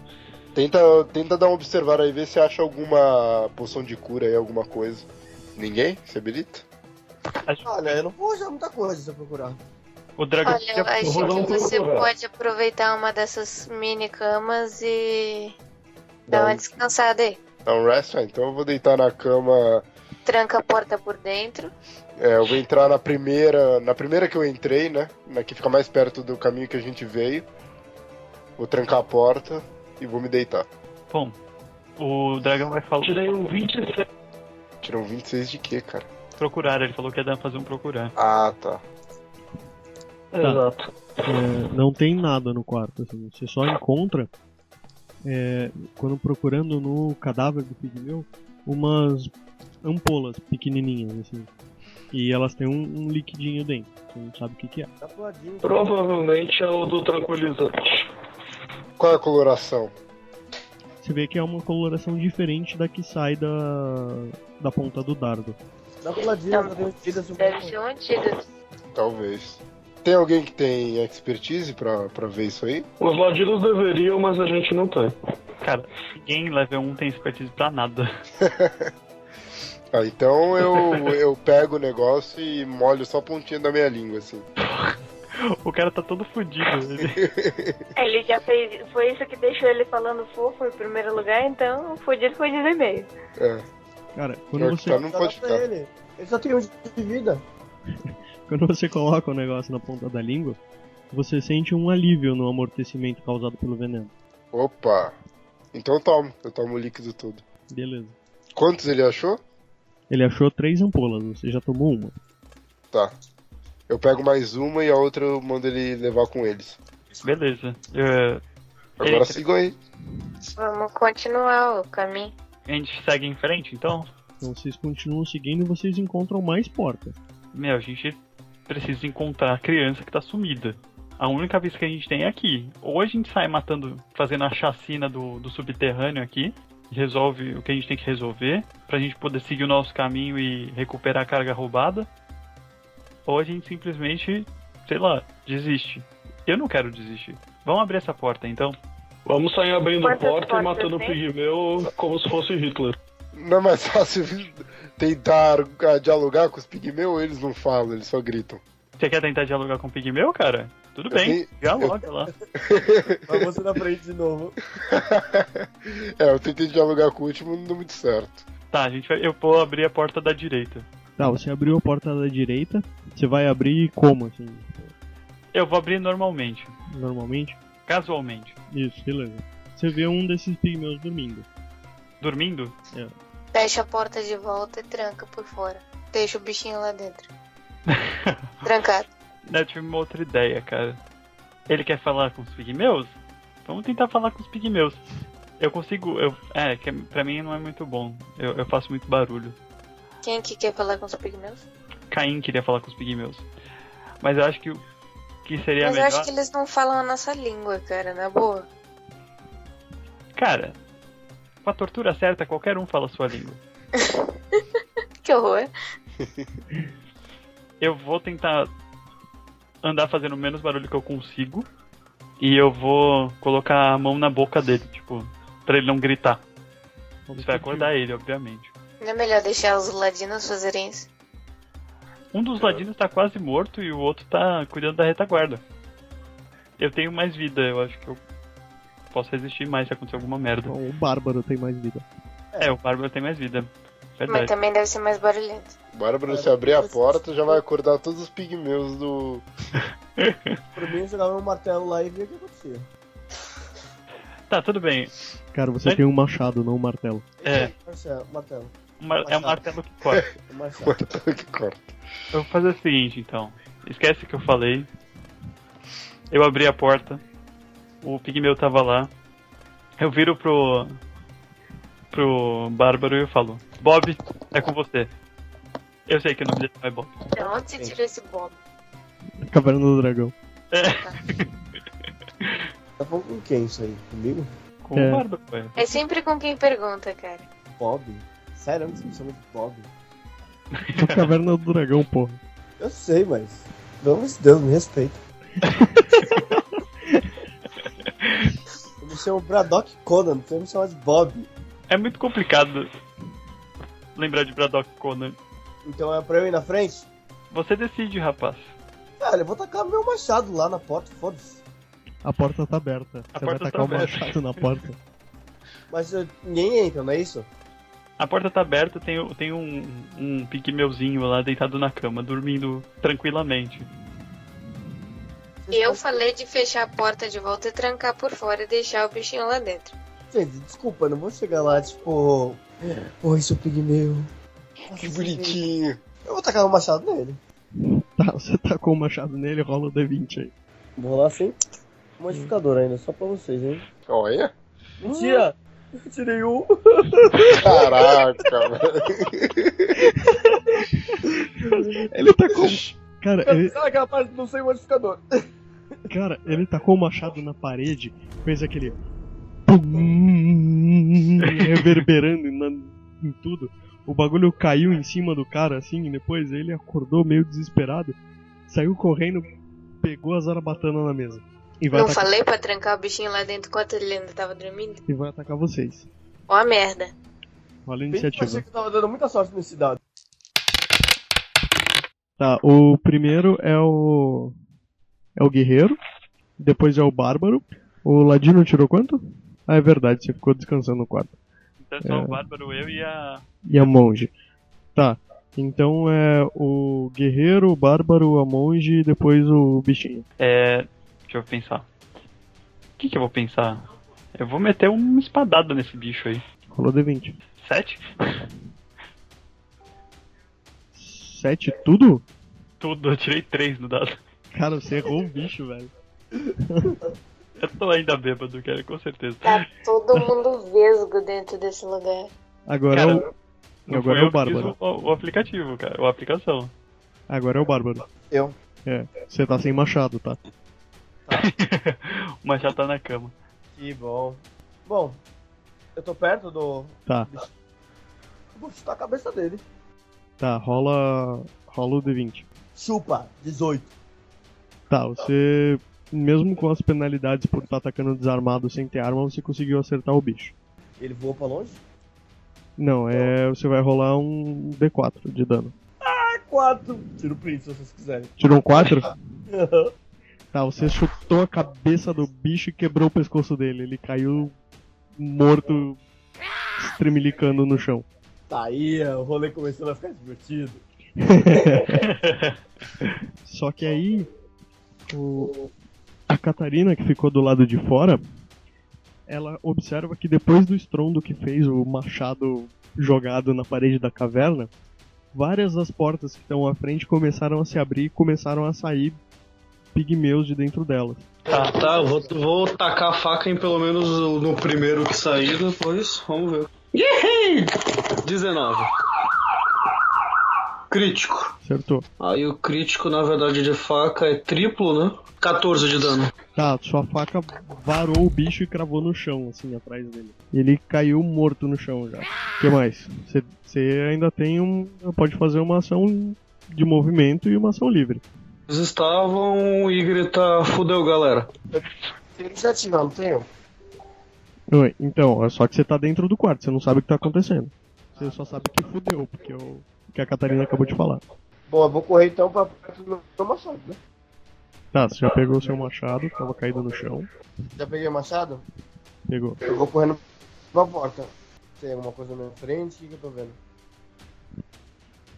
Tenta, tenta dar um observar aí, ver se acha alguma poção de cura aí, alguma coisa. Ninguém? Se habilita? Olha, eu não vou usar É muita coisa se eu procurar. O dragão. Olha, eu acho vou dar um que você pulo, velho. pode aproveitar uma dessas mini camas e dar uma descansada aí. um, Dá um rest? Ah, então eu vou deitar na cama. Tranca a porta por dentro. É, eu vou entrar na primeira. Na primeira que eu entrei, né? Na que fica mais perto do caminho que a gente veio. Vou trancar a porta e vou me deitar. Bom, o dragão vai falar Tirei um 27. Tirou 26 de quê, cara? procurar. Ele falou que ia dar fazer um procurar. Ah, tá. Tá. Exato. É, não tem nada no quarto, assim, você só encontra, é, quando procurando no cadáver do pigmeu, umas ampolas pequenininhas, assim. E elas têm um, um liquidinho dentro, você não sabe o que, que é. Tá peladinho. Provavelmente é o do tranquilizante. Qual é a coloração? Você vê que é uma coloração diferente da que sai da, da ponta do dardo. Dá peladinho, tá derretida se Deve ser um antídoto. Talvez. Tem alguém que tem expertise pra, pra ver isso aí? Os ladinos deveriam, mas a gente não tem. Cara, ninguém level 1 tem expertise pra nada. Ah, então eu, eu pego o negócio e molho só a pontinha da minha língua, assim. O cara tá todo fudido. né? Ele- Ele já fez. Foi isso que deixou ele falando fofo em primeiro lugar, então fudido, fudido e meio. É, Cara, quando pior que você, tá, não pode pra ficar. ele. Ele só tem um de vida. quando você coloca o negócio na ponta da língua, você sente um alívio no amortecimento causado pelo veneno. Opa! Então eu tomo, eu tomo o líquido todo. Beleza. Quantos ele achou? Ele achou três ampolas, você já tomou uma. Tá. Eu pego mais uma e a outra eu mando ele levar com eles. Beleza. É, Agora Eita. sigam aí. Vamos continuar o caminho. a gente segue em frente, então? Então vocês continuam seguindo e vocês encontram mais portas. Meu, a gente precisa encontrar a criança que tá sumida. A única vista que a gente tem é aqui. Ou a gente sai matando, fazendo a chacina do, do subterrâneo aqui, e resolve o que a gente tem que resolver, pra gente poder seguir o nosso caminho e recuperar a carga roubada. Ou a gente simplesmente, sei lá, desiste. Eu não quero desistir. Vamos abrir essa porta então. Vamos sair abrindo Quantas porta e portas matando o tem? pigmeu como se fosse Hitler. Não é mais fácil tentar ah, dialogar com os pigmeus, eles não falam, eles só gritam. Você quer tentar dialogar com o Pigmeu, cara? Tudo bem, tenho- dialoga lá. Mas você na frente de novo. É, eu tentei dialogar com o último, não deu muito certo. Tá, a gente vai, eu vou abrir a porta da direita. Tá, você abriu a porta da direita, você vai abrir como, assim, Eu vou abrir normalmente, normalmente? casualmente. Isso, beleza. Você vê um desses pigmeus dormindo. Dormindo? Fecha a porta de volta e tranca por fora. Deixa o bichinho lá dentro. Trancado. Né, Eu tive uma outra ideia, cara. Ele quer falar com os pigmeus? Vamos tentar falar com os pigmeus. Eu consigo. Eu, é, que pra mim não é muito bom. Eu, eu faço muito barulho. Quem que quer falar com os pigmeus? Caim queria falar com os pigmeus. Mas eu acho que, o- que seria Mas eu melhor. acho que eles não falam a nossa língua, cara, na boa. Cara, com a tortura certa, qualquer um fala a sua língua. Que horror. Eu vou tentar andar fazendo o menos barulho que eu consigo. E eu vou colocar a mão na boca dele, tipo, pra ele não gritar. Isso vai acordar ele, obviamente. Não é melhor deixar os ladinos fazerem isso? Um dos ladinos tá quase morto e o outro tá cuidando da retaguarda. Eu tenho mais vida, eu acho que eu posso resistir mais se acontecer alguma merda. Bom, o bárbaro tem mais vida. É, o Bárbaro tem mais vida. Mas tá- Verdade. também deve ser mais barulhento. Bora pra você abrir a porta, já vai acordar todos os pigmeus do. Por mim, eu jogava um martelo lá e via o que acontecia. Tá, tudo bem. Cara, você Mas- tem um machado, não um martelo. É, Marcelo, martelo. uma, é um martelo que corta. Marcelo. que corta. Eu vou fazer o seguinte, então. Esquece que eu falei. Eu abri a porta. O pigmeu tava lá. Eu viro pro. pro Bárbaro e eu falo: Bob, é com você. Eu sei que o nome dele não é Bob. De onde você tirou esse bomba? Caverna do Dragão. Tá falando com quem isso aí? Comigo? Com É. o Bárbaro, ué. É sempre com quem pergunta, cara. Bob? Sério, eu não sei me chama de Bob. É a Caverna do Dragão, porra. Eu sei, mas. Pelo amor de Deus, me respeita. eu me chamo Braddock Conan, não precisa me chamar de Bob. É muito complicado lembrar de Braddock Conan. Então é pra eu ir na frente? Você decide, rapaz. Cara, eu vou tacar meu machado lá na porta, foda-se. A porta tá aberta. A Você vai porta tá tacar o aberta. machado na porta. Mas eu- ninguém entra, não é isso? A porta tá aberta, tem, o- tem um, um pigmeuzinho lá deitado na cama, dormindo tranquilamente. Eu falei de fechar a porta de volta e trancar por fora e deixar o bichinho lá dentro. Gente, desculpa, eu não vou chegar lá, tipo. Oi, seu pigmeu. Que bonitinho. Eu vou tacar o machado nele. Tá, você tacou o machado nele, rola o D20 aí. Vou lá sem modificador ainda, só pra vocês, hein? Olha. Mentira! Eu tirei um. Caraca, mano. Ele tacou. Cara, ele, Sabe aquela é parte do não sem modificador? Cara, ele tacou o machado na parede, fez aquele. pum, reverberando na- em tudo. O bagulho caiu em cima do cara assim, e depois ele acordou meio desesperado, saiu correndo, pegou a zarabatana na mesa. E vai, Não atacar, falei pra trancar o bichinho lá dentro enquanto ele ainda tava dormindo? e vai atacar vocês. Ó a merda. Olha a Bem que eu achei iniciativa. que eu tava dando muita sorte nesse dado. Tá, o primeiro é o. É o guerreiro. Depois é o bárbaro. O ladino tirou quanto? Ah, é verdade, você ficou descansando no quarto. Então é só o Bárbaro, eu e a. e a monge. Tá. Então é o guerreiro, o bárbaro, a monge e depois o bichinho. É. Deixa eu pensar. O que, que eu vou pensar? Eu vou meter uma espadada nesse bicho aí. Rolou D20. Sete? Sete tudo? Tudo, eu tirei três no dado. Cara, você errou o bicho, velho. Eu tô ainda bêbado, cara, com certeza. Tá todo mundo vesgo dentro desse lugar. Agora Cara, é o. Não fui Agora é eu o que fiz um. bárbaro. O, o aplicativo, cara, a aplicação. Agora é o bárbaro. Eu. É. Você tá sem machado, tá? o machado tá na cama. Que bom. Bom, eu tô perto do. Tá. Eu vou chutar a cabeça dele. Tá, rola. Rola o D20. Chupa, 18. Tá, você. Mesmo com as penalidades por estar atacando desarmado sem ter arma, você conseguiu acertar o bicho. Ele voou pra longe? Não, é. Você vai rolar um D4 de dano. É 4. Tira o print se vocês quiserem. Tirou um 4? Tá, você chutou a cabeça do bicho e quebrou o pescoço dele. Ele caiu morto, estremilicando no chão. tá aí, o rolê começando a ficar divertido. Só que aí, o- a Catarina, que ficou do lado de fora, ela observa que depois do estrondo que fez o machado jogado na parede da caverna, várias das portas que estão à frente começaram a se abrir e começaram a sair pigmeus de dentro delas. Tá, tá, eu vou, vou tacar a faca em pelo menos o- no primeiro que sair, depois vamos ver. Yehey! 19. Crítico. Acertou. Aí o crítico, na verdade, de faca é triplo, né? 14 de dano. Tá, sua faca varou o bicho e cravou no chão, assim, atrás dele. Ele caiu morto no chão já. O que mais? Você- Você ainda tem um. Pode fazer uma ação de movimento e uma ação livre. Eles estavam e grita, fudeu, galera. Iniciativa, não tem? Oi, então, é só que você tá dentro do quarto, você não sabe o que tá acontecendo. Você só sabe que fudeu, porque é o que a Catarina acabou de falar. Bom, eu vou correr então pra perto do meu machado, né? Tá, você já pegou o seu machado, que tava caído no chão. Já peguei o machado? Pegou. Eu vou correndo pra porta. Tem alguma coisa na minha frente? O que, que eu tô vendo?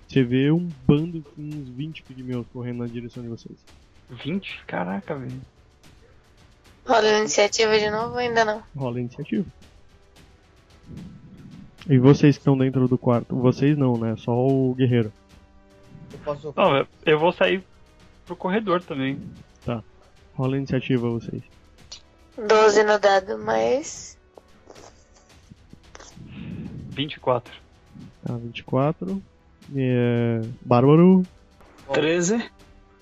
Você vê um bando com uns 20 pigmeus correndo na direção de vocês. 20? Caraca, velho. Rola a iniciativa de novo ou ainda não? Rola a iniciativa. E vocês que estão dentro do quarto? Vocês não, né? Só o guerreiro. Eu posso. Não, eu- eu vou sair pro corredor também. Tá. Rola a iniciativa vocês. 12 no dado, mas. 24. Tá, 24. E, é, Bárbaro. 13.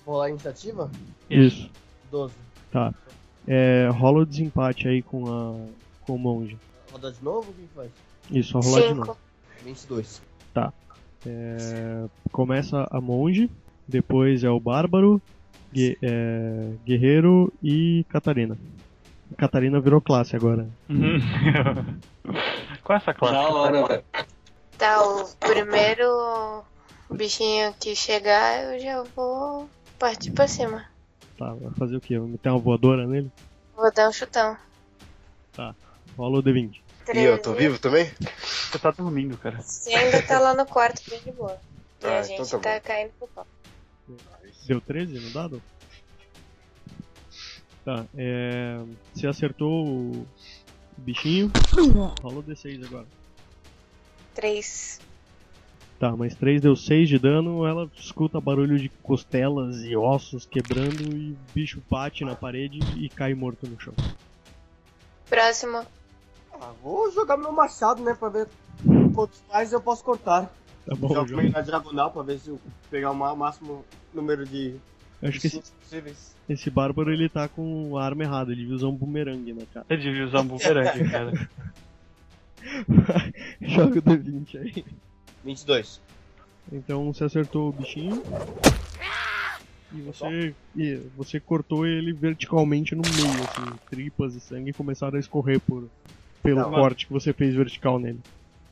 Vou lá, iniciativa? Isso. 12. Tá. É, rola o desempate aí com a. com o monge. Roda de novo? O que que faz? Isso, rola de novo. 5. 22. É, começa a monge, depois é o bárbaro, gue- é, guerreiro e Catarina. Catarina virou classe agora. Qual é Uhum. essa classe? Da hora, velho. Tá, o primeiro bichinho que chegar, eu já vou partir pra cima. Tá, vai fazer o quê? Vai meter uma voadora nele? Vou dar um chutão. Rola o D20. E eu tô vivo também? Você tá dormindo, cara. Você ainda tá lá no quarto, bem de boa. E a Ah, então gente tá tá, bom. caindo pro pau. Deu 13 no dado? Tá, é. Você acertou o bichinho. Rola o D6 agora. 3. Tá, mas 3 deu 6 de dano, ela escuta barulho de costelas e ossos quebrando e o bicho bate na parede e cai morto no chão. Próximo. Ah, vou jogar meu machado, né? Pra ver quantos mais eu posso cortar. Tá bom, Jogo João? meio na diagonal pra ver se eu pegar o ma- máximo número de Eu acho que esse, cinco possíveis. esse bárbaro ele tá com a arma errada, ele devia usar um bumerangue, né, cara? Ele devia usar um bumerangue, cara. Joga o D20 aí. 22. Então você acertou o bichinho. E você, e você cortou ele verticalmente no meio, assim, tripas e sangue começaram a escorrer por, pelo Não, corte que você fez vertical nele.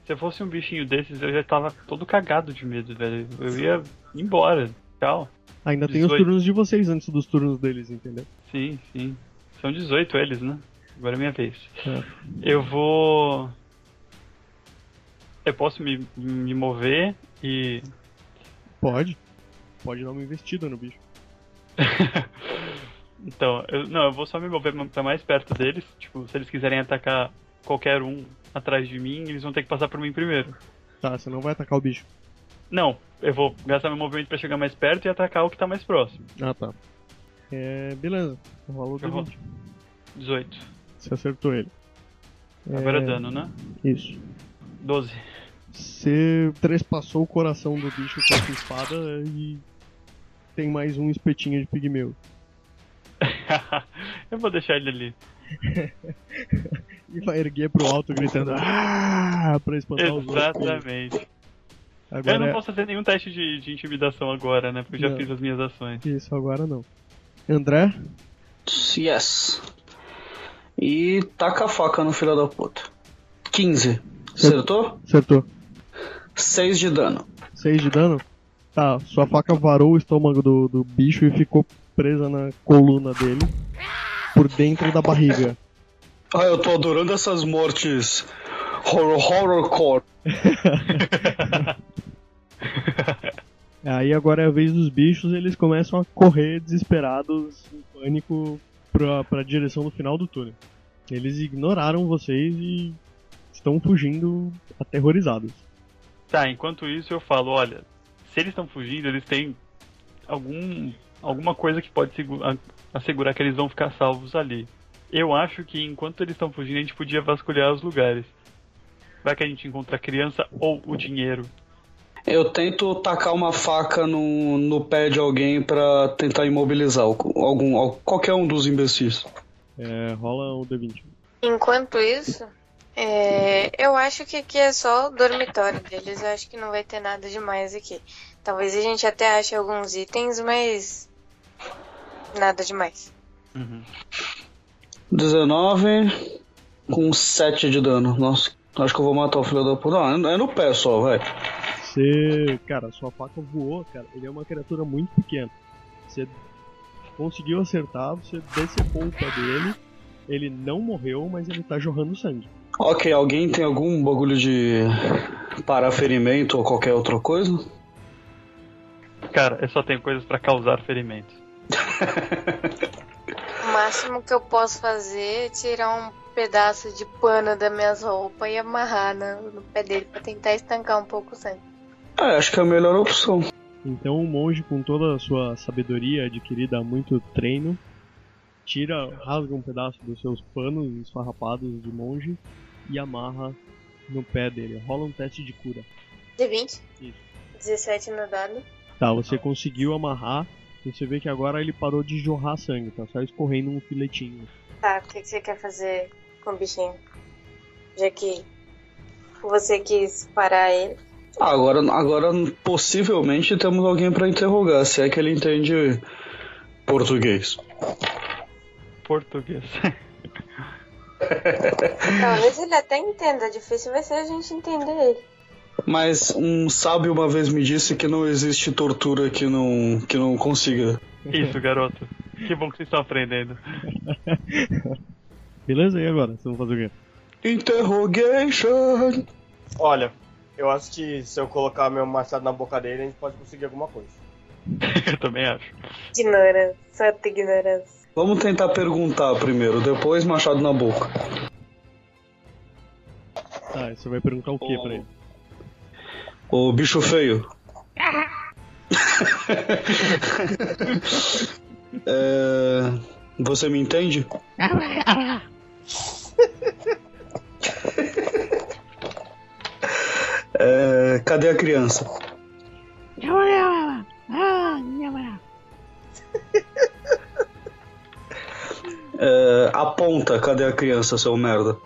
Se eu fosse um bichinho desses, eu já tava todo cagado de medo, velho. Eu ia embora. Tchau. Ainda tem os 18. turnos de vocês antes dos turnos deles, entendeu? Sim, sim. São 18 eles, né? Agora é minha vez. É. Eu vou. Eu posso me, me mover e. Pode. Pode dar uma investida no bicho. Então, eu, não, eu vou só me mover pra mais perto deles. Tipo, se eles quiserem atacar qualquer um atrás de mim, eles vão ter que passar por mim primeiro. Tá, você não vai atacar o bicho. Não, eu vou gastar meu movimento pra chegar mais perto e atacar o que tá mais próximo. Ah, tá. É, beleza. Rolou o Eu rolo. D20. 18. Você acertou ele. Agora É, é dano, né? Isso. 12. Você trespassou o coração do bicho com a sua espada e tem mais um espetinho de pigmeu. eu vou deixar ele ali. E vai erguer pro alto gritando "Ah!" pra espantar os outros. Exatamente. Eu Agora não é- posso fazer nenhum teste de, de intimidação agora, né? Porque eu já Não. fiz as minhas ações. isso agora não. André, Yes. E taca a faca no filho da puta. 15. Acertou? acertou. 6 de dano. 6 de dano. Tá, sua faca varou o estômago do, do bicho e ficou presa na coluna dele por dentro da barriga. Ah, eu tô adorando essas mortes. Horror, horrorcore. Aí agora é a vez dos bichos, eles começam a correr desesperados, em pânico, pra, pra direção do final do túnel. Eles ignoraram vocês e estão fugindo aterrorizados. Tá, enquanto isso eu falo, olha, se eles estão fugindo, eles têm algum alguma coisa que pode segu- a- assegurar que eles vão ficar salvos ali. Eu acho que enquanto eles estão fugindo, a gente podia vasculhar os lugares. Vai que a gente encontra a criança ou o dinheiro. Eu tento tacar uma faca no, no pé de alguém pra tentar imobilizar o- algum, al- qualquer um dos imbecis. É, rola um D20. Enquanto isso, é, eu acho que aqui é só o dormitório deles. Eu acho que não vai ter nada demais aqui. Talvez a gente até ache alguns itens, mas. Nada demais. 19 com 7 de dano. Nossa, acho que eu vou matar o filho da puta. Não, é no pé só, vai. Você, cara, sua faca voou, cara. Ele é uma criatura muito pequena. Você conseguiu acertar, você decepou o pé dele. Ele não morreu, mas ele tá jorrando sangue. Ok, alguém tem algum bagulho de paraferimento ou qualquer outra coisa? Cara, eu só tenho coisas pra causar ferimentos. O máximo que eu posso fazer é tirar um pedaço de pano das minhas roupas e amarrar na- no, pé dele pra tentar estancar um pouco o sangue. É, acho que é a melhor opção. Então o monge, com toda a sua sabedoria adquirida há muito treino, tira, rasga um pedaço dos seus panos esfarrapados de monge e amarra no pé dele. Rola um teste de cura. De 20? Isso. 17 no dado. Tá, você conseguiu amarrar. Você vê que agora ele parou de jorrar sangue, tá só escorrendo um filetinho. Tá, o que, que você quer fazer com o bichinho? Já que você quis parar ele. Agora, agora possivelmente temos alguém pra interrogar, se é que ele entende português. Português. Talvez ele até entenda, é difícil vai ser a gente entender ele. Mas um sábio uma vez me disse que não existe tortura que não que não consiga. Isso, garoto. Que bom que vocês estão aprendendo. Beleza, e agora? Vocês vão fazer o quê? Interrogation. Olha, eu acho que se eu colocar meu machado na boca dele, a gente pode conseguir alguma coisa. Eu também acho. Ignorância, só tem ignorância. Vamos tentar perguntar primeiro, depois machado na boca. Tá, e você vai perguntar o que pra ele? Ô bicho feio. É, Você me entende? É, Cadê a criança? É, Aponta, cadê a criança, seu merda?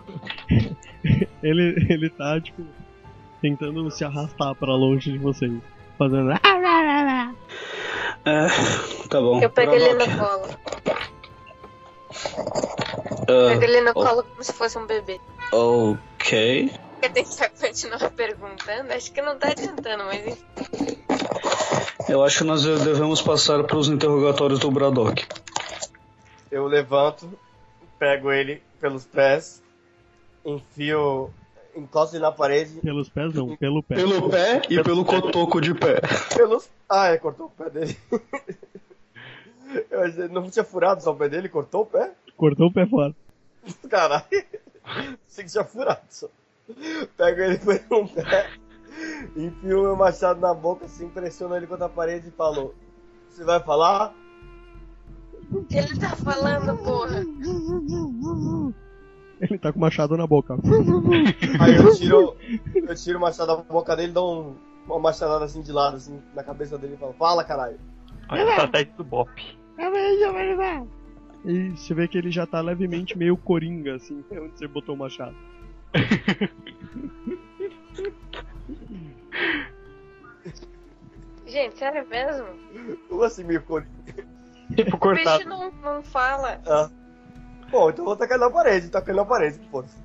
Ele, ele tá, tipo, tentando se arrastar pra longe de vocês. Fazendo. "Ah", É, tá bom. Eu pego ele no colo. Eu Ah. pego ele no colo como se fosse um bebê. colo. Ok. Quer tentar continuar perguntando? Acho que não tá adiantando, mas enfim. Eu acho que nós devemos passar para os interrogatórios do Braddock. Eu levanto, pego ele pelos pés, enfio, encosto ele na parede, Pelos pés não, pelo pé. Pelo pé e pelo cotoco de pé. pelos. Ah, é, cortou o pé dele. Eu achei- não tinha furado só o pé dele, cortou o pé? Cortou o pé fora. Caralho. Achei que tinha furado só. Pego ele por um pé, enfio meu machado na boca, assim, pressiono ele contra a parede e falo: Você vai falar? Ele tá falando, porra. Ele tá com o machado na boca. Aí eu tiro, eu tiro o machado da boca dele, dou um- uma machadada assim de lado, assim, na cabeça dele e falo, fala caralho. Olha a estratégia do Bop. E você vê que ele já tá levemente meio coringa, assim, onde você botou o machado. Gente, sério mesmo? Como assim me ficou? Tipo, O bicho cortado. não, não fala. Ah. Bom, então eu vou tacar ele na parede, tacar ele na parede, que foda-se.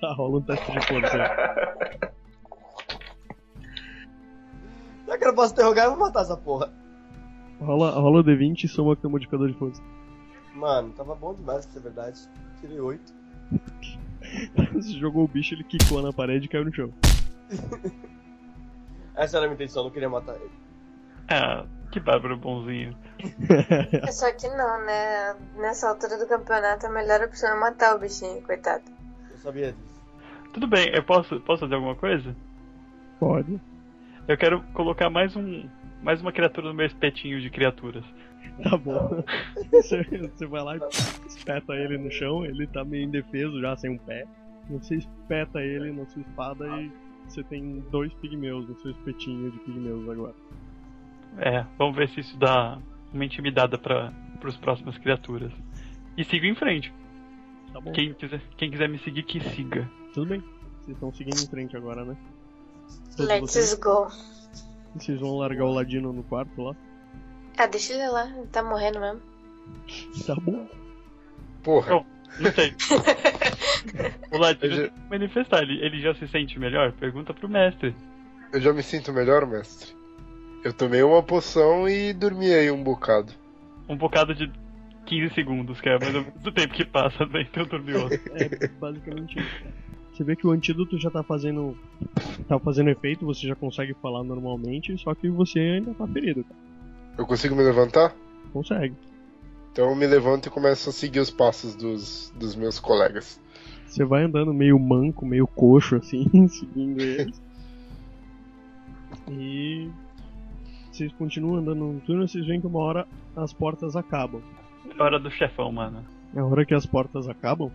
Tá, rola um teste de força. Já que eu não posso interrogar, eu vou matar essa porra. Rola, rola o D20 e soma com o modificador de força. Mano, tava bom demais pra ser verdade. Tirei oito. Você jogou o bicho, ele quicou na parede e caiu no chão. Essa era a minha intenção, eu não queria matar ele. Ah, que bárbaro bonzinho. É Só que não, né? Nessa altura do campeonato, a melhor opção é matar o bichinho, coitado. Eu sabia disso. Tudo bem, eu posso, posso fazer alguma coisa? Pode. Eu quero colocar mais um. Mais uma criatura no meu espetinho de criaturas. Tá bom. Você, você vai lá e espeta ele no chão, ele tá meio indefeso já, sem um pé. Você espeta ele na sua espada e você tem dois pigmeus no seu espetinho de pigmeus agora. É, vamos ver se isso dá uma intimidada para as próximas criaturas. E sigo em frente. Tá bom? Quem quiser, quem quiser me seguir, que siga. Tudo bem. Vocês estão seguindo em frente agora, né? Todos Let's vocês, go. vocês vão largar o ladino no quarto lá? Ah, deixa ele lá, ele tá morrendo mesmo. Tá bom. Porra. Não sei. o Eu Ladino já- tem que manifestar. Ele, ele já se sente melhor? Pergunta pro mestre. Eu já me sinto melhor, mestre. Eu tomei uma poção e dormi aí um bocado. Um bocado de 15 segundos, que é mais ou menos o tempo que passa entre um dormir e outro. É basicamente isso. Você vê que o antídoto já tá fazendo. tá fazendo efeito, você já consegue falar normalmente, só que você ainda tá ferido, cara. Eu consigo me levantar? Consegue. Então eu me levanto e começo a seguir os passos dos, dos meus colegas. Você vai andando meio manco, meio coxo, assim, seguindo eles. E vocês continuam andando no túnel, vocês veem que uma hora as portas acabam. É hora do chefão, mano. Na É hora que as portas acabam,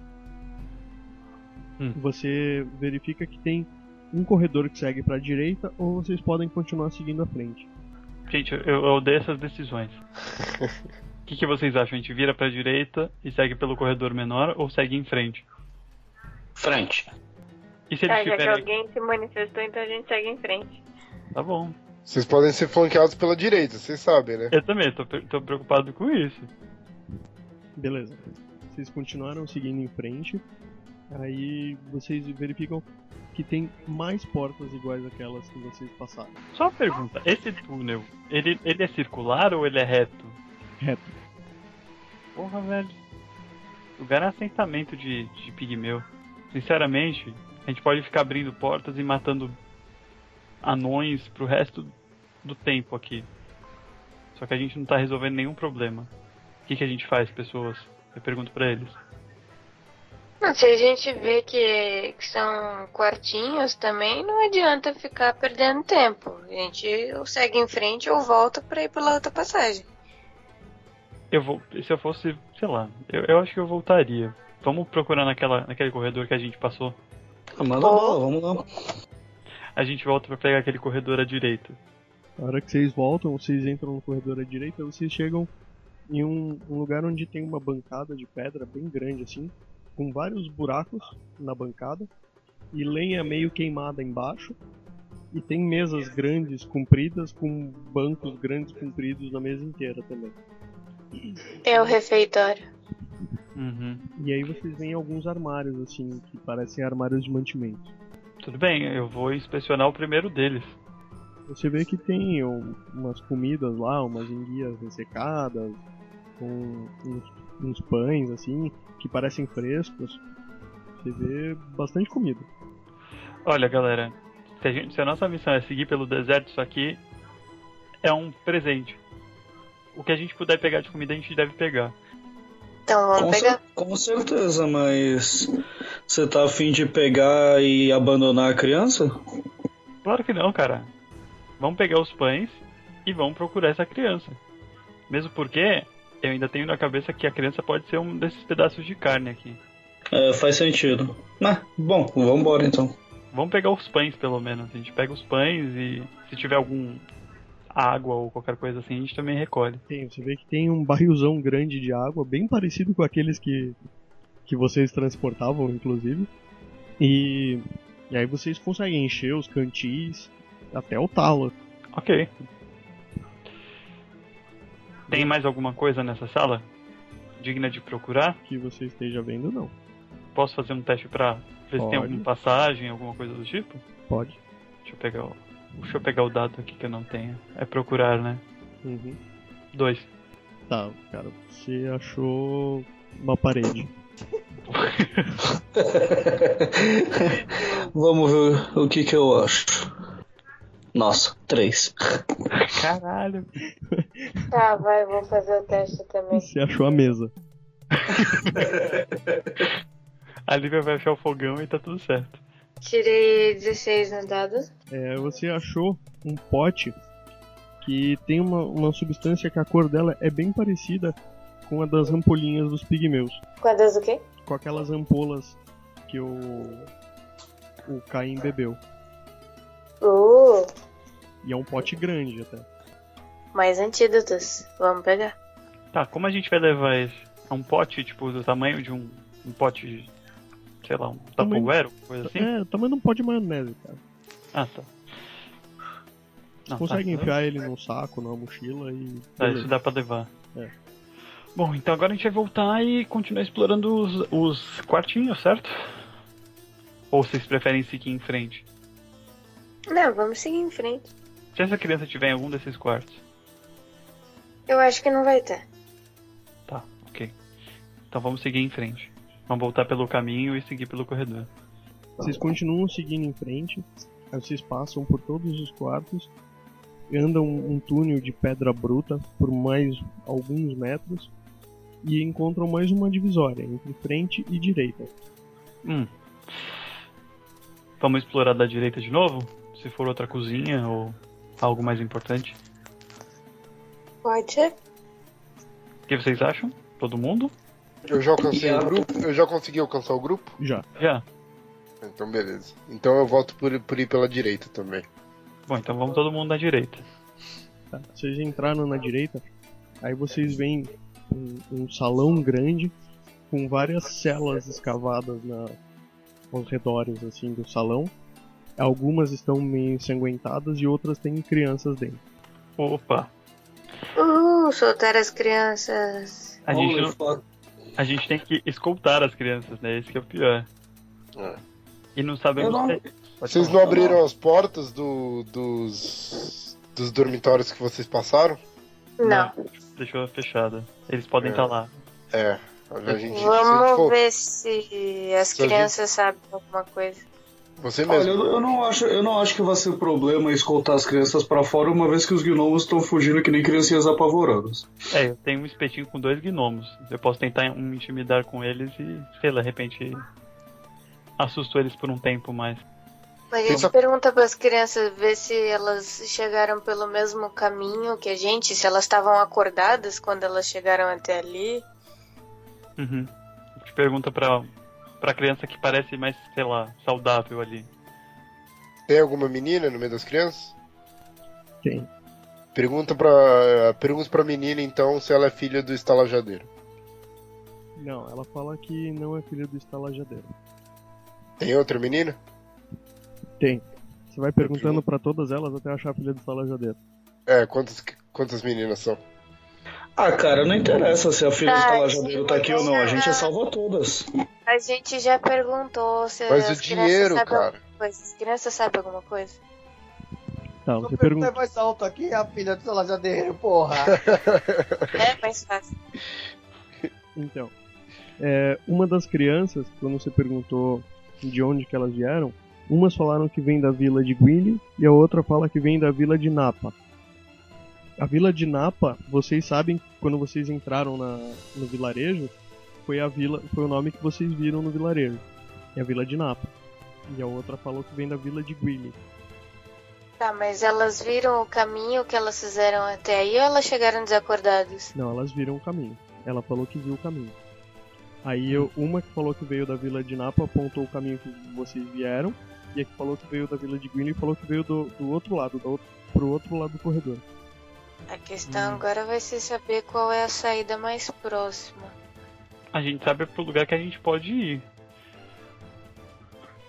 Hum. você verifica que tem um corredor que segue pra direita ou vocês podem continuar seguindo à frente. Gente, eu, eu odeio essas decisões. O que, que vocês acham? A gente vira pra direita e segue pelo corredor menor ou segue em frente? Frente. E se eles Tá, já que tiverem. alguém se manifestou, então a gente segue em frente. Tá bom. Vocês podem ser flanqueados pela direita, vocês sabem, né? Eu também, tô, pre- tô preocupado com isso. Beleza. Vocês continuaram seguindo em frente. Aí vocês verificam que tem mais portas iguais àquelas que vocês passaram. Só uma pergunta: esse túnel, ele, ele é circular ou ele é reto? Reto. Porra, velho. O lugar é assentamento de, de pigmeu. Sinceramente, a gente pode ficar abrindo portas e matando anões pro resto do tempo aqui. Só que a gente não tá resolvendo nenhum problema. O que, que a gente faz, pessoas? Eu pergunto pra eles. Não, se a gente vê que, que são quartinhos também, não adianta ficar perdendo tempo. A gente ou segue em frente ou volta pra ir pela outra passagem. Eu vou. Se eu fosse, sei lá, eu, eu acho que eu voltaria. Vamos procurar naquela, naquele corredor que a gente passou. Ah, Manda bola, vamos lá. A gente volta pra pegar aquele corredor à direita. Na hora que vocês voltam, vocês entram no corredor à direita, vocês chegam em um, um lugar onde tem uma bancada de pedra bem grande assim, com vários buracos na bancada e lenha meio queimada embaixo. E tem mesas grandes, compridas, com bancos grandes compridos na mesa inteira também. É o refeitório. Uhum. E aí vocês veem alguns armários assim, que parecem armários de mantimento. Tudo bem, eu vou inspecionar o primeiro deles. Você vê que tem um- umas comidas lá, umas enguias ressecadas, com uns, uns pães assim, que parecem frescos. Você vê bastante comida. Olha, galera, se a, gente- se a nossa missão é seguir pelo deserto, isso aqui é um presente. O que a gente puder pegar de comida, a gente deve pegar. Então vamos Com, pegar. cer- com certeza, mas você tá afim de pegar e abandonar a criança? Claro que não, cara. Vamos pegar os pães e vamos procurar essa criança. Mesmo porque eu ainda tenho na cabeça que a criança pode ser um desses pedaços de carne aqui. É, faz sentido. Mas, bom, vambora então. Vamos pegar os pães, pelo menos. A gente pega os pães e se tiver algum água ou qualquer coisa assim, a gente também recolhe. Tem, você vê que tem um barrilzão grande de água, bem parecido com aqueles que, que vocês transportavam, inclusive. E, e aí vocês conseguem encher os cantis até o talo. Ok. Tem mais alguma coisa nessa sala? Digna de procurar? Que você esteja vendo, não. Posso fazer um teste pra ver se Pode. tem alguma passagem, alguma coisa do tipo? Pode. Deixa eu pegar o. Deixa eu pegar o dado aqui que eu não tenho. É procurar, né? Uhum. Dois. Tá, cara, você achou uma parede. Vamos ver o que que eu acho. Nossa, três. Caralho. Tá, vai, vou fazer o teste também. Você achou a mesa. A Lívia vai achar o fogão e tá tudo certo. Tirei 16 no dado. É, você achou um pote que tem uma, uma substância que a cor dela é bem parecida com a das ampolinhas dos pigmeus. Quantas o quê? Com aquelas ampolas que o. o Caim bebeu. Uh, E é um pote grande até. mais antídotos. Vamos pegar. Tá, como a gente vai levar esse? É um pote, tipo, do tamanho de um. Um pote. de- Sei lá, um Tamanho- Tupperware, uma coisa assim? É, também não pode maionese, cara. Ah, tá. Não, Consegue tá. enfiar ele num saco, numa mochila e. Tá, beleza. isso dá pra levar. É. Bom, então agora a gente vai voltar e continuar explorando os, os quartinhos, certo? Ou vocês preferem seguir em frente? Não, vamos seguir em frente. Se essa criança tiver em algum desses quartos. Eu acho que não vai ter. Tá, ok. Então vamos seguir em frente. Vamos voltar pelo caminho e seguir pelo corredor. Vocês continuam seguindo em frente, aí vocês passam por todos os quartos, andam um túnel de pedra bruta por mais alguns metros e encontram mais uma divisória entre frente e direita. Hum. Vamos explorar da direita de novo? Se for outra cozinha ou algo mais importante. Pode ser? O que vocês acham? Todo mundo? Eu já alcancei o grupo? Eu já consegui alcançar o grupo? Já. Já. Então beleza. Então eu volto por, por ir pela direita também. Bom, então vamos todo mundo na direita. Tá, Vocês entraram na direita, aí vocês veem um, um salão grande com várias celas escavadas na, aos redores assim do salão. Algumas estão meio ensanguentadas e outras têm crianças dentro. Opa! Uh, soltar as crianças. A gente, não- a gente tem que escoltar as crianças, né? Esse que é o pior. É. E não sabemos. Eu não- se- Pode Vocês falar. não abriram as portas do, dos, dos dormitórios que vocês passaram? Não. Deixou fechada. Eles podem É. estar lá. É. A gente, se a gente Vamos for- ver se as Se a gente- crianças sabem alguma coisa. Você Olha, mesmo. eu, eu não acho, eu não acho que vai ser problema escoltar as crianças pra fora, uma vez que os gnomos estão fugindo que nem criancinhas apavoradas. É, eu tenho um espetinho com dois gnomos. Eu posso tentar um intimidar com eles e, sei lá, de repente assusto eles por um tempo mais. A gente Pensa- pergunta para as crianças ver se elas chegaram pelo mesmo caminho que a gente, se elas estavam acordadas quando elas chegaram até ali. Uhum. A gente pergunta pra, pra criança que parece mais, sei lá, saudável ali. Tem alguma menina no meio das crianças? Tem. Pergunta pra, pergunta pra menina então se ela é filha do estalajadeiro. Não, ela fala que não é filha do estalajadeiro. Tem outra menina? Você vai perguntando pra todas elas até achar a filha do estalajadeiro. É, quantas, quantas meninas são? Ah, cara, não interessa se a filha do Ah, estalajadeiro tá aqui ou não, a gente ah. é salva todas. A gente já perguntou se Mas É, as o crianças dinheiro, sabem cara. alguma coisa. As crianças sabem alguma coisa? Tá, Só você pergunta pergunta. é mais alto aqui, a filha do salajadeiro, porra. É mais fácil. Então, é, uma das crianças, quando você perguntou de onde que elas vieram, umas falaram que vem da vila de Guile e a outra fala que vem da vila de Napa. A vila de Napa, vocês sabem, que quando vocês entraram na, no vilarejo, foi a vila, foi o nome que vocês viram no vilarejo. É a vila de Napa. E a outra falou que vem da vila de Guile. Tá, mas elas viram o caminho que elas fizeram até aí ou elas chegaram desacordadas? Não, elas viram o caminho. Ela falou que viu o caminho. Aí eu- uma que falou que veio da vila de Napa apontou o caminho que vocês vieram. E a que falou que veio da vila de Guinle falou que veio do, do outro lado, do, outro- pro outro lado do corredor. A questão Hum. agora vai ser saber qual é a saída mais próxima. A gente sabe pro lugar que a gente pode ir.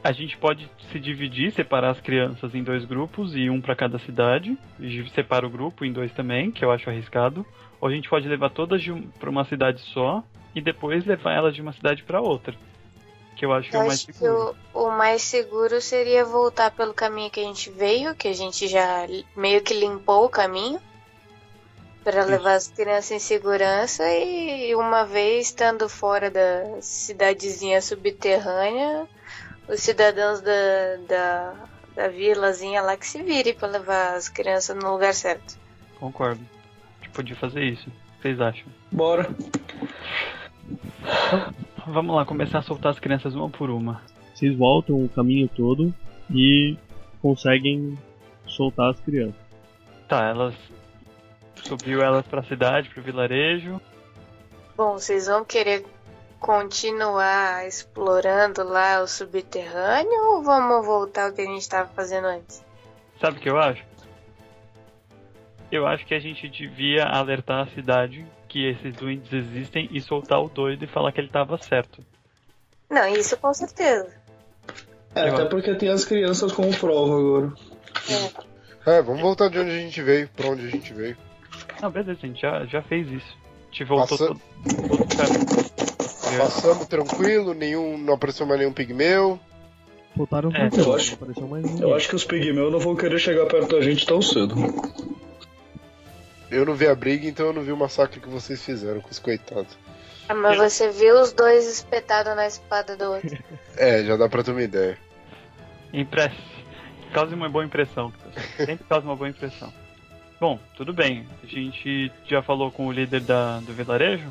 A gente pode se dividir, separar as crianças em dois grupos e um pra cada cidade. E separa o grupo em dois também, que eu acho arriscado. Ou a gente pode levar todas de um, pra uma cidade só e depois levar elas de uma cidade pra outra. Que eu acho que é Eu o mais acho que seguro. o, o mais seguro seria voltar pelo caminho que a gente veio, que a gente já li- meio que limpou o caminho, para levar as crianças em segurança e uma vez estando fora da cidadezinha subterrânea, os cidadãos da, da, da vilazinha lá que se vire para levar as crianças no lugar certo. Concordo. A gente podia fazer isso. O que vocês acham? Bora. Vamos lá, começar a soltar as crianças uma por uma. Vocês voltam o caminho todo e conseguem soltar as crianças. Tá, elas. Subiu elas pra cidade, pro vilarejo. Bom, vocês vão querer continuar explorando lá o subterrâneo ou vamos voltar ao que a gente estava fazendo antes? Sabe o que eu acho? Eu acho que a gente devia alertar a cidade que esses duendes existem e soltar o doido e falar que ele tava certo. Não, isso com certeza. É, Eu- até porque tem as crianças como prova agora. É, vamos voltar de onde a gente veio, pra onde a gente veio. Ah, beleza, a gente já, já fez isso. A gente voltou Passa- todo, todo o caminho. Passamos tranquilo, nenhum, não apareceu mais nenhum pigmeu. Soltaram É, tudo, eu acho- não apareceu mais um. ninguém. Eu acho que os pigmeus não vão querer chegar perto da gente tão cedo. Eu não vi a briga, então eu não vi o massacre que vocês fizeram com os coitados. Ah, mas você viu os dois espetados na espada do outro. É, já dá pra ter uma ideia. Impress... Causa uma boa impressão. Sempre causa uma boa impressão. Bom, tudo bem. A gente já falou com o líder da, do vilarejo?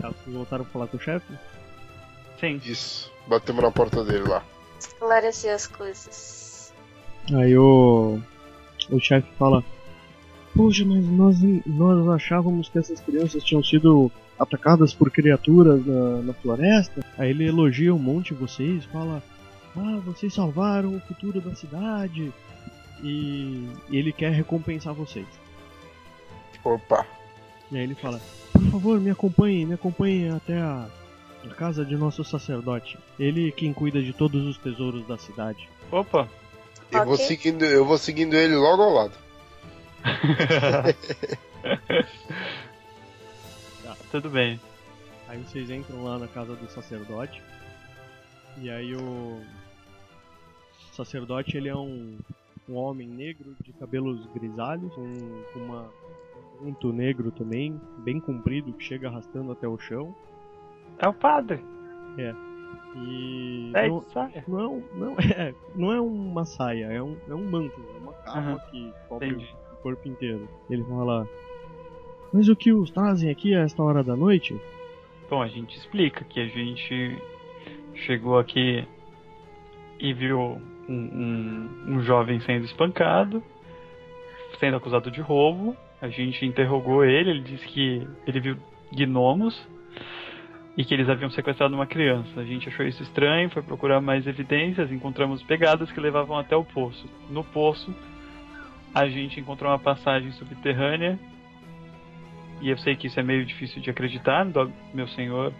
Tá, Vocês voltaram pra falar com o chefe? Sim. Isso, batemos na porta dele lá. Esclarecer as coisas. Aí o, o chefe fala: Poxa, mas nós, nós achávamos que essas crianças tinham sido atacadas por criaturas na, na floresta. Aí ele elogia um monte vocês, fala: Ah, vocês salvaram o futuro da cidade. E, e ele quer recompensar vocês. Opa. E aí ele fala: Por favor, me acompanhem, me acompanhem até a, a casa de nosso sacerdote. Ele quem cuida de todos os tesouros da cidade. Opa! Eu, vou Ok. seguindo, eu vou seguindo ele logo ao lado. Tá, tudo bem. Aí vocês entram lá na casa do sacerdote. E aí o sacerdote ele é um, um homem negro de cabelos grisalhos, um, com uma manto negro também, bem comprido que chega arrastando até o chão. É o padre. E É não, isso aí. não, é um- não é não é uma saia, é um, é um manto, é uma capa Aham. que cobre Entendi. o corpo inteiro. Ele fala: "Mas o que os trazem aqui a esta hora da noite?" Bom, a gente explica que a gente chegou aqui e viu um, um, um jovem sendo espancado, sendo acusado de roubo. A gente interrogou ele, ele disse que ele viu gnomos e que eles haviam sequestrado uma criança. A gente achou isso estranho, foi procurar mais evidências, encontramos pegadas que levavam até o poço. No poço, a gente encontrou uma passagem subterrânea e eu sei que isso é meio difícil de acreditar, do- meu senhor,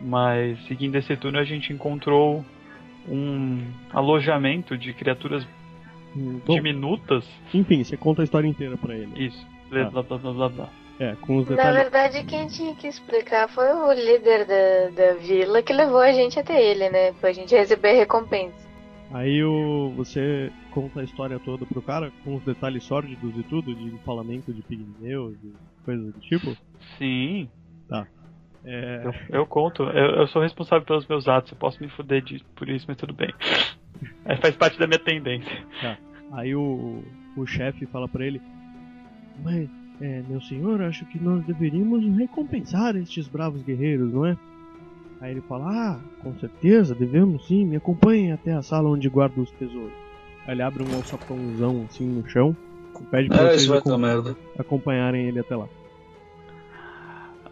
mas seguindo esse túnel a gente encontrou um alojamento de criaturas Hum, Bom, diminutas. enfim, você conta a história inteira pra ele. Isso. Blá, Tá. blá, blá, blá, blá, blá. É, com os Na detalhes. verdade, quem tinha que explicar foi o líder da, da vila que levou a gente até ele, né? Pra gente receber a recompensa. Aí o, você conta a história toda pro cara, com os detalhes sórdidos e tudo, de falamento de pigmeu, de coisas do tipo. Sim, É, eu, eu conto. Eu, eu sou responsável pelos meus atos, eu posso me fuder de, por isso, mas tudo bem. É, faz parte da minha tendência. aí o, o chefe fala pra ele: Mas, é, meu senhor, acho que nós deveríamos recompensar estes bravos guerreiros, não é? Aí ele fala: Ah, com certeza, devemos sim, me acompanhem até a sala onde guardo os tesouros. Aí ele abre um alçapãozão assim no chão, e pede pra É, vocês isso vai acom- dar merda. acompanharem ele até lá.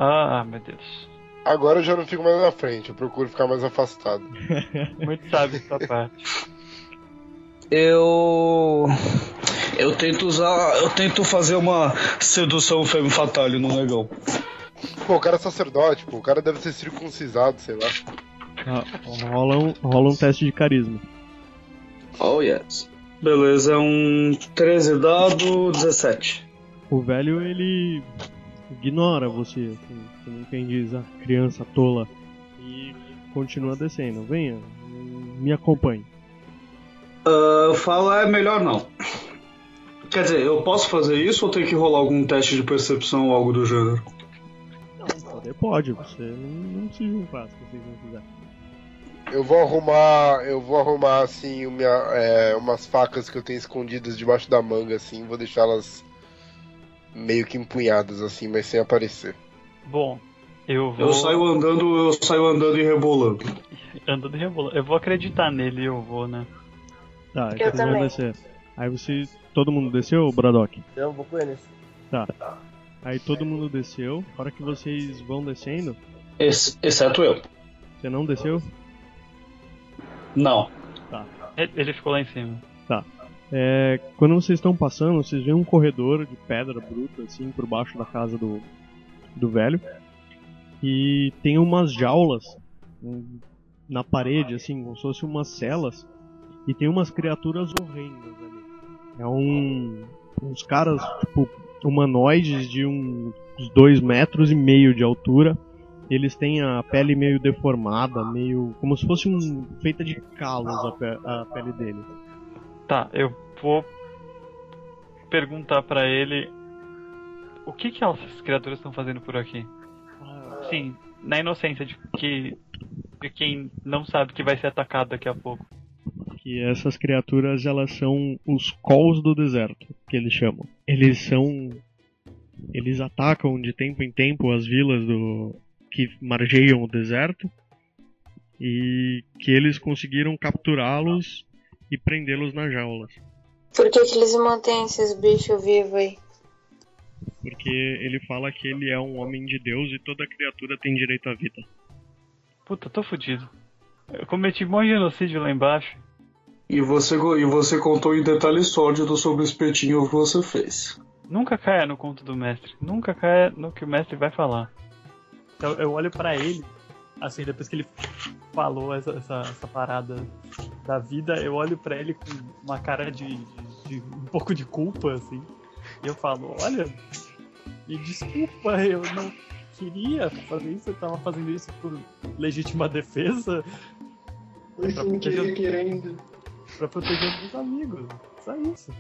Ah, meu Deus. Agora eu já não fico mais na frente, eu procuro ficar mais afastado. Muito sábio sua parte. Eu. Eu tento usar. Eu tento fazer uma sedução femme fatale no negão. Pô, o cara é sacerdote, pô, o cara deve ser circuncisado, sei lá. Ah, rola, um, rola um teste de carisma. Oh yes. Beleza, é um 13 dado, 17. O velho, ele ignora você, assim, como quem diz, a criança tola. E continua descendo. Venha, me acompanhe. Ah, fala é melhor não. Quer dizer, eu posso fazer isso ou tem que rolar algum teste de percepção ou algo do gênero? Você pode, você não, não precisa de um passo, se vocês não quiserem. Eu vou arrumar, eu vou arrumar assim uma, é, umas facas que eu tenho escondidas debaixo da manga, assim, vou deixá-las meio que empunhadas, assim, mas sem aparecer. Bom, eu vou. Eu saio andando, eu saio andando e rebolando. Andando e rebolando. Eu vou acreditar nele, eu vou, né? Tá, Eu então também. vai descer. Aí você. Todo mundo desceu, Braddock? Então, vou com eles. Aí todo mundo desceu. A hora que vocês vão descendo, Ex- exceto eu. você não desceu? Não. Ele ele ficou lá em cima. É, quando vocês estão passando, vocês veem um corredor de pedra bruta assim por baixo da casa do, do velho. E tem umas jaulas hum, na parede, assim, como se fossem umas celas. E tem umas criaturas horrendas ali. É um. uns caras, tipo, humanoides de um- uns dois metros e meio de altura. Eles têm a pele meio deformada, meio. como se fosse um. feita de calos a, pe- a pele dele. Tá, eu vou perguntar pra ele o que que essas criaturas estão fazendo por aqui. Sim, na inocência de que de quem não sabe que vai ser atacado daqui a pouco. que essas criaturas elas são os cols do deserto, que eles chamam. Eles são eles atacam de tempo em tempo as vilas do que margeiam o deserto e que eles conseguiram capturá-los e prendê-los nas jaulas. Por que, que eles mantêm esses bichos vivos aí? porque ele fala que ele é um homem de Deus e toda criatura tem direito à vida. Puta, tô fudido. Eu cometi um monte de genocídio lá embaixo. E você, e você contou em detalhes sórdidos sobre o espetinho que você fez. Nunca caia no conto do mestre. Nunca caia no que o mestre vai falar. Então eu olho pra ele, assim, depois que ele falou essa, essa, essa parada da vida, eu olho pra ele com uma cara de, de- de um pouco de culpa, assim. E eu falo, olha, me desculpa, eu não queria fazer isso, eu tava fazendo isso por legítima defesa. É pra proteger, querendo. pra proteger os meus amigos. Só isso.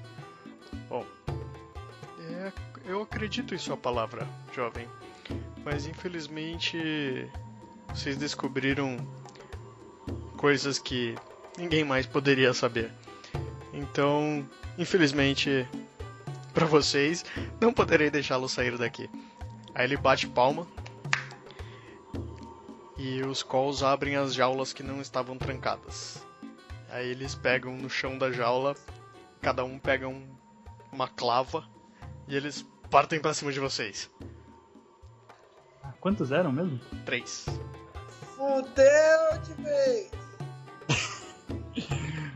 É, eu acredito em sua palavra, jovem. Mas infelizmente vocês descobriram coisas que ninguém mais poderia saber. Então, infelizmente para vocês, não poderei deixá-lo sair daqui. Aí ele bate palma. E os calls abrem as jaulas que não estavam trancadas. Aí eles pegam no chão da jaula, cada um pega um, uma clava e eles partem pra cima de vocês. Ah, Quantos eram mesmo? Três. Fudeu de vez!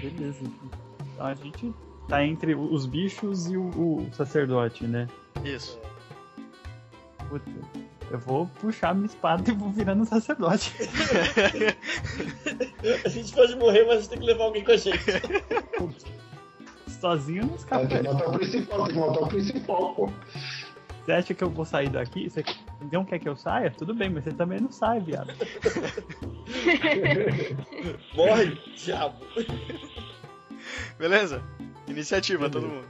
Beleza. Então a gente tá entre os bichos e o, o sacerdote, né? Isso. Puta, eu vou puxar minha espada e vou virar no sacerdote. A gente pode morrer, mas a gente tem que levar alguém com a gente. Sozinho eu não escapa. Tem que matar o principal, tem que matar o principal, pô. Você acha que eu vou sair daqui? Você não quer que eu saia? Tudo bem, mas você também não sai, viado. Morre, diabo. Beleza? Iniciativa, todo mundo.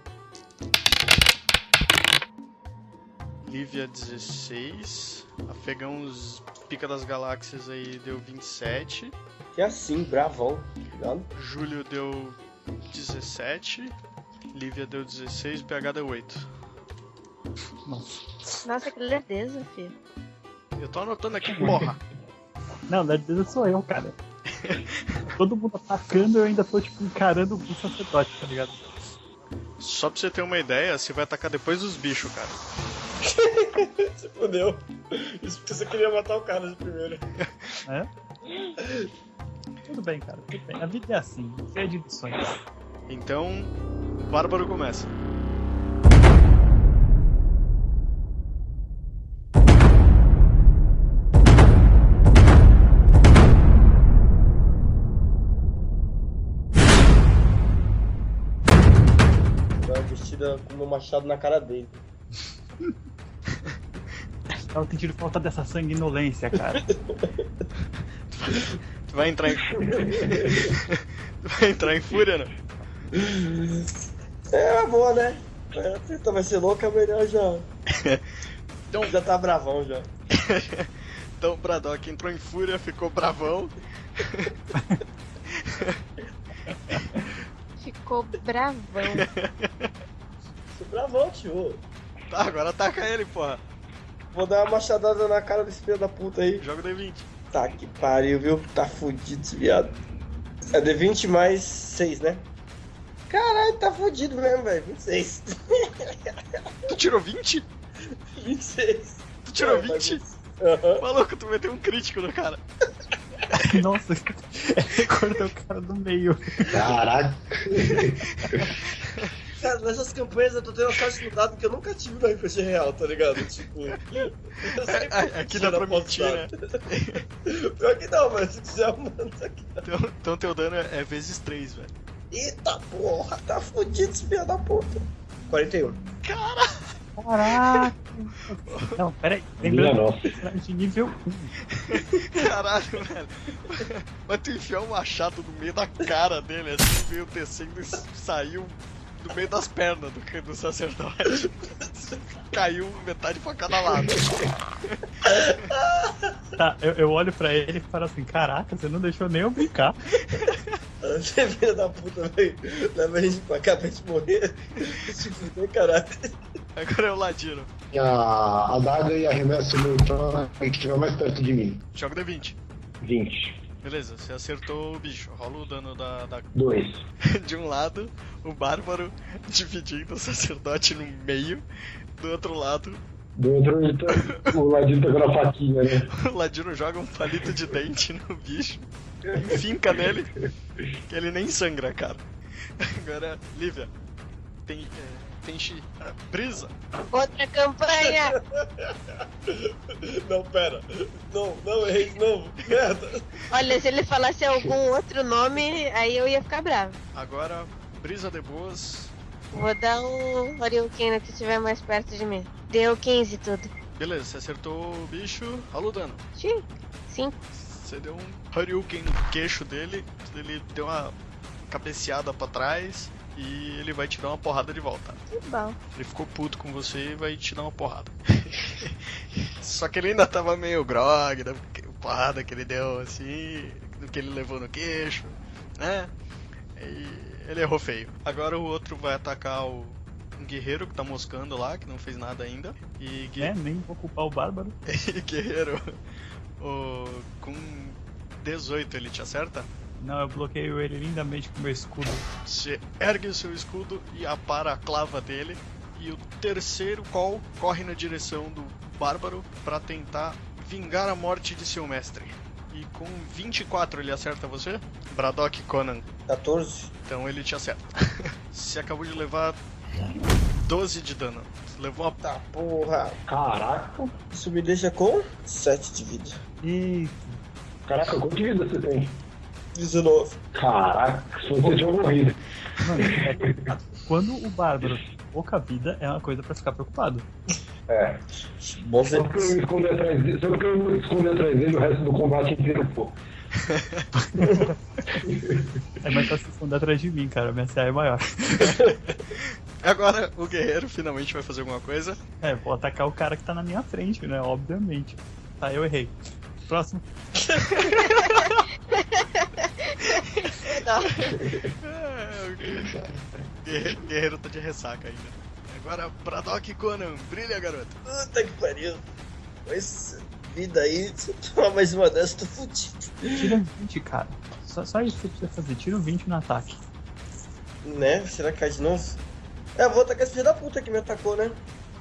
Lívia 16. Afegão os Pica das Galáxias aí deu 27. Que assim, bravão. Ligado? Júlio deu 17. Lívia deu 16, PH deu 8. Nossa, que lerdeza, filho. Eu tô anotando aqui, porra. Não, na verdade sou eu, cara. Todo mundo atacando eu ainda tô, tipo, encarando o sacerdote, tá ligado? Só pra você ter uma ideia, você vai atacar depois dos bichos, cara. Você fudeu. Isso porque você queria matar o Carlos primeiro. Tudo bem, cara, tudo bem. A vida é assim, cheia de lições. Então, Bárbaro começa. Uma vestida com meu machado na cara dele. Tava sentindo falta dessa sanguinolência, cara. Tu vai entrar em. tu vai entrar em fúria, não? É uma boa, né? É, A treta vai ser louca, melhor já. Então- já tá bravão já. Então o Braddock entrou em fúria, ficou bravão. Ficou bravão. é Sou bravão, tio. Tá, agora ataca ele, porra. Vou dar uma machadada na cara desse filho da puta aí. Joga o D20. Tá que pariu, viu? Tá fudido esse viado. É D20 mais 6, né? Caralho, tá fudido mesmo, velho. 26. Tu tirou 20? 26. Tu tirou É, tá 20? Aham. Maluco, tu meteu um crítico no cara. Nossa, cortou o cara do meio. Caraca. Cara, nessas campanhas eu tô tendo uma sorte no dado que eu nunca tive no RPG real, tá ligado? Tipo. eu sempre A- a- Aqui dá tiro pra mentir, apostado. né? Pior que não, mas se quiser, manda aqui. Então, então teu dano é, é vezes 3, velho. Eita porra, tá fudido esse filho da puta. 41. Caraca! Não, peraí. Minha Lembrando nossa. que era de nível 1. Caralho, velho. Mas tu enfiar um machado no meio da cara dele, assim, veio descendo e saiu do meio das pernas do, do sacerdote. Caiu metade pra cada lado. Tá, eu, eu olho pra ele e falo assim: caraca, você não deixou nem eu brincar. Você é filho da puta, velho. Leva a gente pra cá pra gente morrer. Se fuder, caralho. Agora é o ladino. A adaga e arremesso o meu tronco que estiver mais perto de mim. Joga o D20. 20. Beleza, você acertou o bicho. Rola o dano da. da... Dois. De um lado, o bárbaro dividindo o sacerdote no meio. Do outro lado, Do outro, ele tá- o ladino tá com a faquinha, né? o ladino joga um palito de dente no bicho. Finca nele. Que ele nem sangra, cara. Agora, Lívia. Tem. é, Tem chi. ah, Brisa! Outra campanha! Não, pera. Não, não, errei de novo. Merda. Olha, se ele falasse algum outro nome, aí eu ia ficar bravo. Agora, Brisa de Boas. Vou dar um Oriuken no que estiver mais perto de mim. Deu 15 tudo. Beleza, você acertou o bicho. Rola o dano. Sim. Sim. Você deu um Haryuken no queixo dele, ele deu uma cabeceada pra trás e ele vai te dar uma porrada de volta. Que bom. Ele ficou puto com você e vai te dar uma porrada. Só que ele ainda tava meio grog da porrada que ele deu assim, do que ele levou no queixo, né? E ele errou feio. Agora o outro vai atacar o um guerreiro que tá moscando lá, que não fez nada ainda. E gue- É, nem vou culpar o Bárbaro. e guerreiro, o, com 18 ele te acerta? Não, eu bloqueio ele lindamente com meu escudo. Você ergue o seu escudo e apara a clava dele. E o terceiro call corre na direção do bárbaro pra tentar vingar a morte de seu mestre. E com 24 ele acerta você? Braddock Conan. 14. Então ele te acerta. você acabou de levar 12 de dano. Você levou uma. Tá, porra. Caraca. Isso me deixa com 7 de vida. Eita. Caraca, quanto de vida você tem? 19. Caraca, se você tinha morrido. Mano, é- quando o Bárbaro tem pouca vida, é uma coisa pra ficar preocupado. É. Só porque eu me escondi atrás dele, só porque eu me escondi atrás dele, o resto do combate inteiro, pô. É mais fácil se esconder atrás de mim, cara. Minha CA é maior. Agora o guerreiro finalmente vai fazer alguma coisa. É, vou atacar o cara que tá na minha frente, né? Obviamente. Tá, eu errei. Próximo. É, o guerreiro- guerreiro, guerreiro tá de ressaca ainda. Agora, Braddock Conan, brilha, garoto. Puta que pariu. Com essa vida aí, se eu tomar mais uma dessas, eu tô Tira fudido. 20, cara. Só, só isso que você precisa fazer. Tira o 20 no ataque. Né? Será que cai de novo? É, eu vou atacar esse filho da puta que me atacou, né?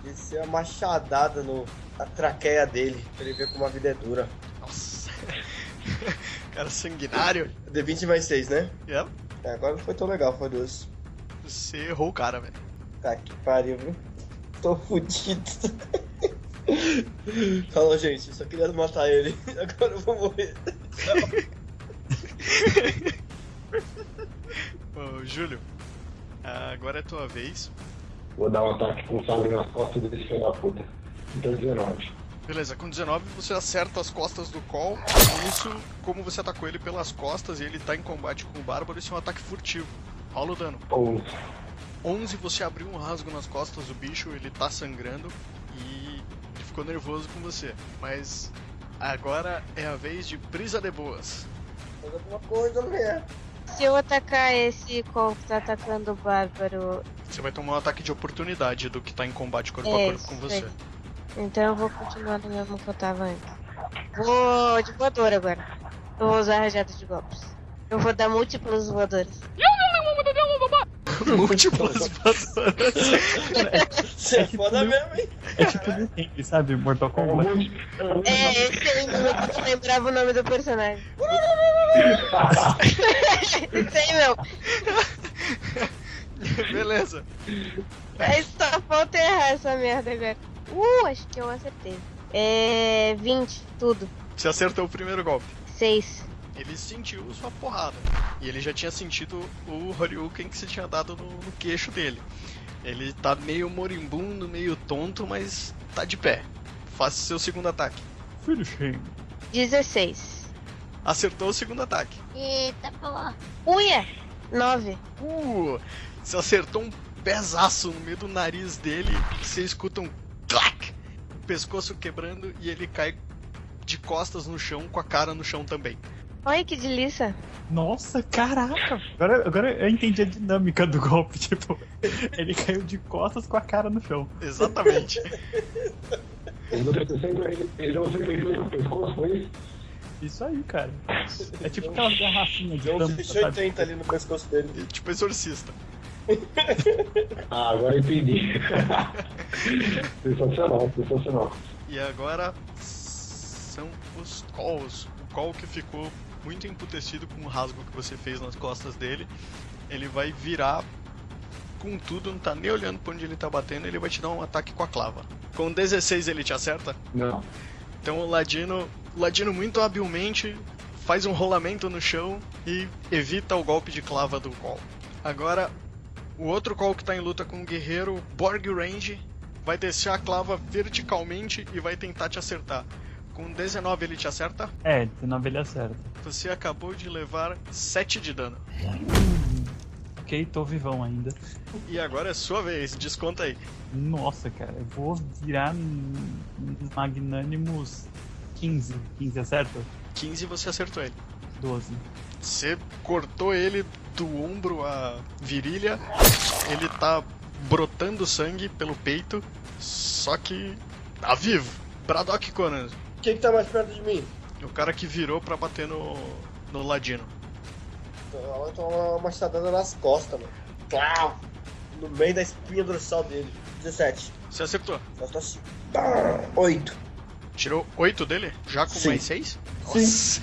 Descer a machadada no, na traqueia dele, pra ele ver como a vida é dura. Nossa. Cara sanguinário. D20 mais 6, né? Yep. É, agora não foi tão legal, foi doce. Você errou o cara, velho. Tá que pariu, viu? Tô fudido. Falou, gente, eu só queria matar ele. Agora eu vou morrer. Ô, Júlio, ah, agora é tua vez. Vou dar um ataque com sangue nas costas desse filho da puta. Então 19. Beleza, com 19 você acerta as costas do Col. Isso, como você atacou ele pelas costas e ele tá em combate com o Bárbaro, isso é um ataque furtivo. Rola o dano. 11. 11, você abriu um rasgo nas costas do bicho, ele tá sangrando e ele ficou nervoso com você. Mas agora é a vez de Brisa de Boas. Alguma coisa, mulher. Se eu atacar esse qual que tá atacando o Bárbaro, Você vai tomar um ataque de oportunidade do que tá em combate corpo É, a corpo com isso você. aí. então eu vou continuar no mesmo que eu tava antes. Vou de voador agora. Eu vou usar rajada de golpes. Eu vou dar múltiplos voadores. Múltiplas Você é foda mesmo, hein? É tipo do Henry, sabe? Mortal Kombat. É, esse aí meu, que eu não lembrava o nome do personagem. esse aí, meu. Beleza. Aí É, só falta errar essa merda agora. Uh, acho que eu acertei. É. 20, tudo. Você acertou o primeiro golpe. 6. Ele sentiu sua porrada. E ele já tinha sentido o Horyuken que você tinha dado no, no queixo dele. Ele tá meio moribundo, meio tonto, mas tá de pé. Faça o seu segundo ataque. Finish him. 16. Acertou o segundo ataque. Eita porra. Uia! 9. Uh, você acertou um pesaço no meio do nariz dele. Você escuta um clac, o pescoço quebrando e ele cai de costas no chão, com a cara no chão também. Olha que delícia. Nossa, caraca! Agora, agora eu entendi a dinâmica do golpe. Tipo, ele caiu de costas com a cara no chão. Exatamente. Ele deu 60, ele- ele deu 72 no pescoço, foi isso? Isso aí, cara. É tipo aquelas garrafinhas de Tem uns tampa, sabe? 680 ali no pescoço dele. Tipo exorcista. Ah, agora eu entendi. sensacional, sensacional. E agora são os calls. O call que ficou muito emputecido com o rasgo que você fez nas costas dele. Ele vai virar com tudo, não tá nem olhando pra onde ele tá batendo, ele vai te dar um ataque com a clava. Com 16 ele te acerta? Não. Então o Ladino, o Ladino muito habilmente faz um rolamento no chão e evita o golpe de clava do Col. Agora, o outro Col que tá em luta com o guerreiro, Borg Range, vai descer a clava verticalmente e vai tentar te acertar. Com 19 ele te acerta, É, 19 ele acerta. você acabou de levar 7 de dano. Ok, tô vivão ainda. E agora é sua vez, desconta aí. Nossa, cara, eu vou virar um um Magnânimos 15. 15 acerta? 15 você acertou ele. 12. Você cortou ele do ombro à virilha. Ele tá brotando sangue pelo peito. Só que tá vivo. Braddock Conan, Quem que tá mais perto de mim? o cara que virou pra bater no, no Ladino. Ela vai tomar uma machadada nas costas, mano. Clau! No meio da espinha dorsal dele. tá 17. Você acertou? Falta 8. Tirou 8 dele? Já com Sim. mais 6? Sim.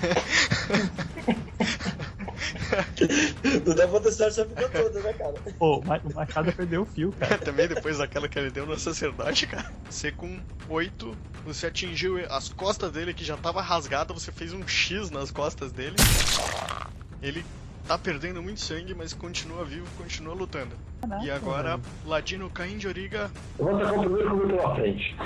Não dá pra testar essa vida toda, né, cara? Pô, o Ma- o Machado perdeu o fio, cara. Também depois daquela que ele deu no sacerdote, cara. Você com 8, você atingiu as costas dele que já tava rasgada, você fez um X nas costas dele. Ele tá perdendo muito sangue, mas continua vivo, continua lutando. e agora, Ladino Caim de Origa. Eu vou atacar o primeiro que eu vi pela frente.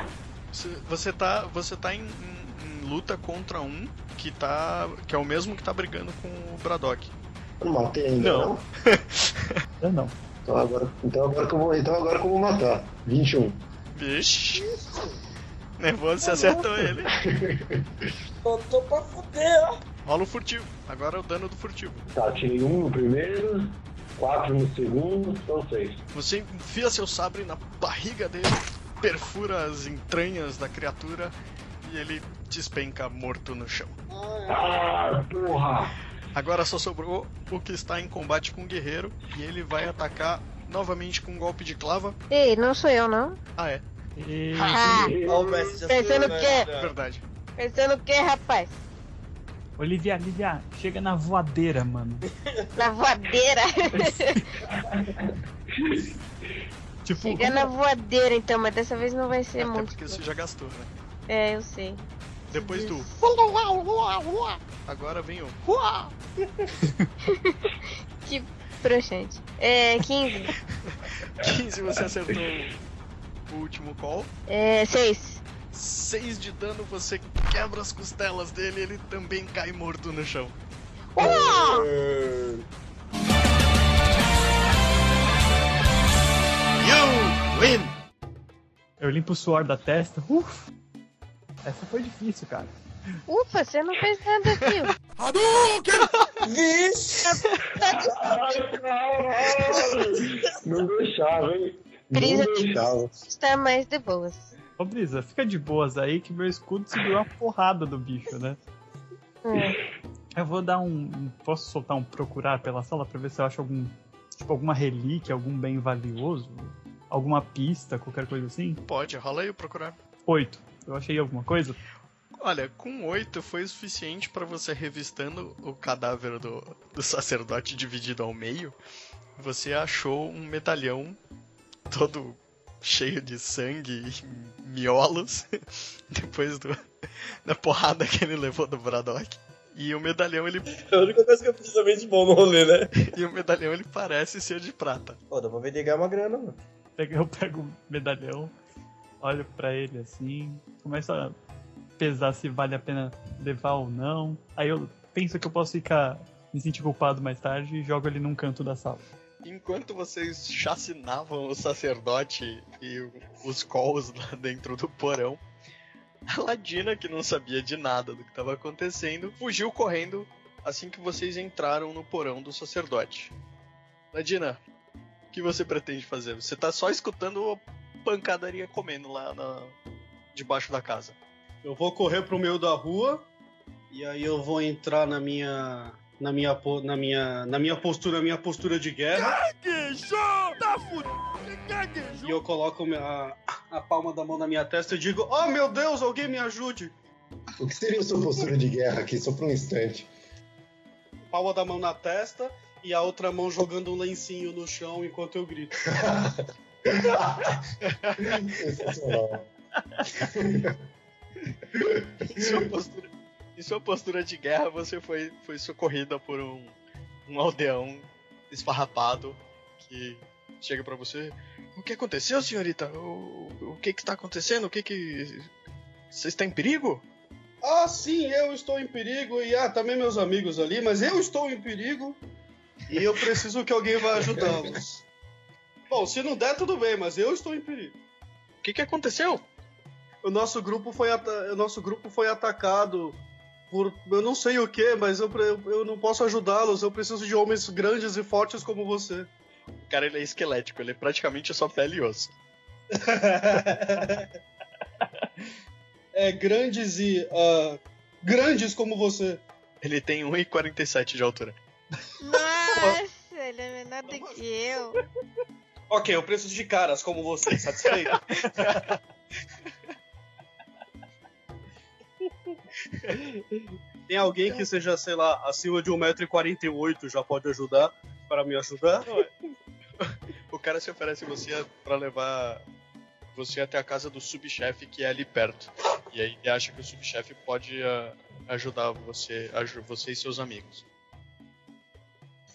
Você, você tá, você tá em, em- em luta contra um que tá. que é o mesmo que tá brigando com o Braddock. Eu Não matei ainda, não? Eu não. Então agora, então agora que eu vou. Então agora que eu vou matar. 21. Vixe! Nervoso, você acertou ele. Tá Tô pra fuder, ó. Rola o furtivo. Agora é o dano do furtivo. Tá, tirei um no primeiro, quatro no segundo, são seis. Você enfia seu sabre na barriga dele, perfura as entranhas da criatura e ele despenca morto no chão. Ah, porra! Agora só sobrou o que está em combate com o guerreiro e ele vai atacar novamente com um golpe de clava. Ei, não sou eu, não. Ah, é. Ah, pensando o quê? É. Verdade. Pensando o quê, rapaz? Ô, Livia, Livia, chega na voadeira, mano. Na voadeira. Tipo, Chega na voadeira, então, mas dessa vez não vai Até ser é muito. porque você já gastou, né? É, eu sei. Depois do. Agora vem o. que broxante. É, 15. 15 você acertou o último call. É, 6. 6 de dano, você quebra as costelas dele ele também cai morto no chão. You win! Eu limpo o suor da testa. Ufa! Essa foi difícil, cara. Ufa, você não fez nada, fio. Vixe! Não deixava, hein? Brisa Não deixava. está mais de boas. Ô, Brisa, fica de boas aí que meu escudo segurou uma porrada do bicho, né? Hum. Eu vou dar um. Posso soltar um procurar pela sala pra ver se eu acho algum. Tipo, alguma relíquia, algum bem valioso? Alguma pista, qualquer coisa assim? Pode, rola aí procurar. Oito. Eu achei alguma coisa? Olha, com 8 foi o suficiente pra você revistando o cadáver do, do sacerdote dividido ao meio. Você achou um medalhão todo cheio de sangue e miolos depois do, da porrada que ele levou do Braddock. E o medalhão ele. É a única coisa que eu precisamente bom no rolê, né? E o medalhão ele parece ser de prata. Pô, dá pra vender e ganhar uma grana, mano. Pega- Eu pego o medalhão, olho pra ele assim, começo a pesar se vale a pena levar ou não. Aí eu penso que eu posso ficar. me sentir culpado mais tarde e jogo ele num canto da sala. Enquanto vocês chacinavam o sacerdote e o- os calls lá dentro do porão, a Ladina, que não sabia de nada do que estava acontecendo, fugiu correndo assim que vocês entraram no porão do sacerdote. Ladina, o que você pretende fazer? Você tá só escutando a pancadaria comendo lá na- debaixo da casa. Eu vou correr pro meio da rua E aí eu vou entrar na minha. na minha. po- na minha. na minha postura, na minha postura de guerra. Gaguejou! Tá fudido! é E eu coloco a, a palma da mão na minha testa e digo, oh meu Deus, alguém me ajude! O que seria a sua postura de guerra aqui, só por um instante? Palma da mão na testa e a outra mão jogando um lencinho no chão enquanto eu grito. Sensacional. Em sua postura, em sua postura de guerra, você foi, foi socorrida por um, um aldeão esfarrapado que chega pra você. O que aconteceu, senhorita? O, o que que tá acontecendo? O que que... Você está em perigo? Ah, sim, eu estou em perigo e ah, também meus amigos ali, mas eu estou em perigo e eu preciso que alguém vá ajudá-los. Bom, se não der, tudo bem, mas eu estou em perigo. O que, que aconteceu? O nosso grupo foi, ata- o nosso grupo foi atacado por eu não sei o que, mas eu, pre- eu não posso ajudá-los. Eu preciso de homens grandes e fortes como você. O cara ele é esquelético, ele é praticamente só pele e osso. É, grandes e. ah, grandes como você. Ele tem 1,47 de altura. Nossa, ele é menor do que eu. Ok, eu preciso de caras como você, satisfeito? Tem alguém que seja, sei lá, acima de 1,48m já pode ajudar para me ajudar? O cara se oferece você pra levar você até a casa do subchefe que é ali perto. E aí ele acha que o subchefe pode ah, ajudar você, aju- você e seus amigos.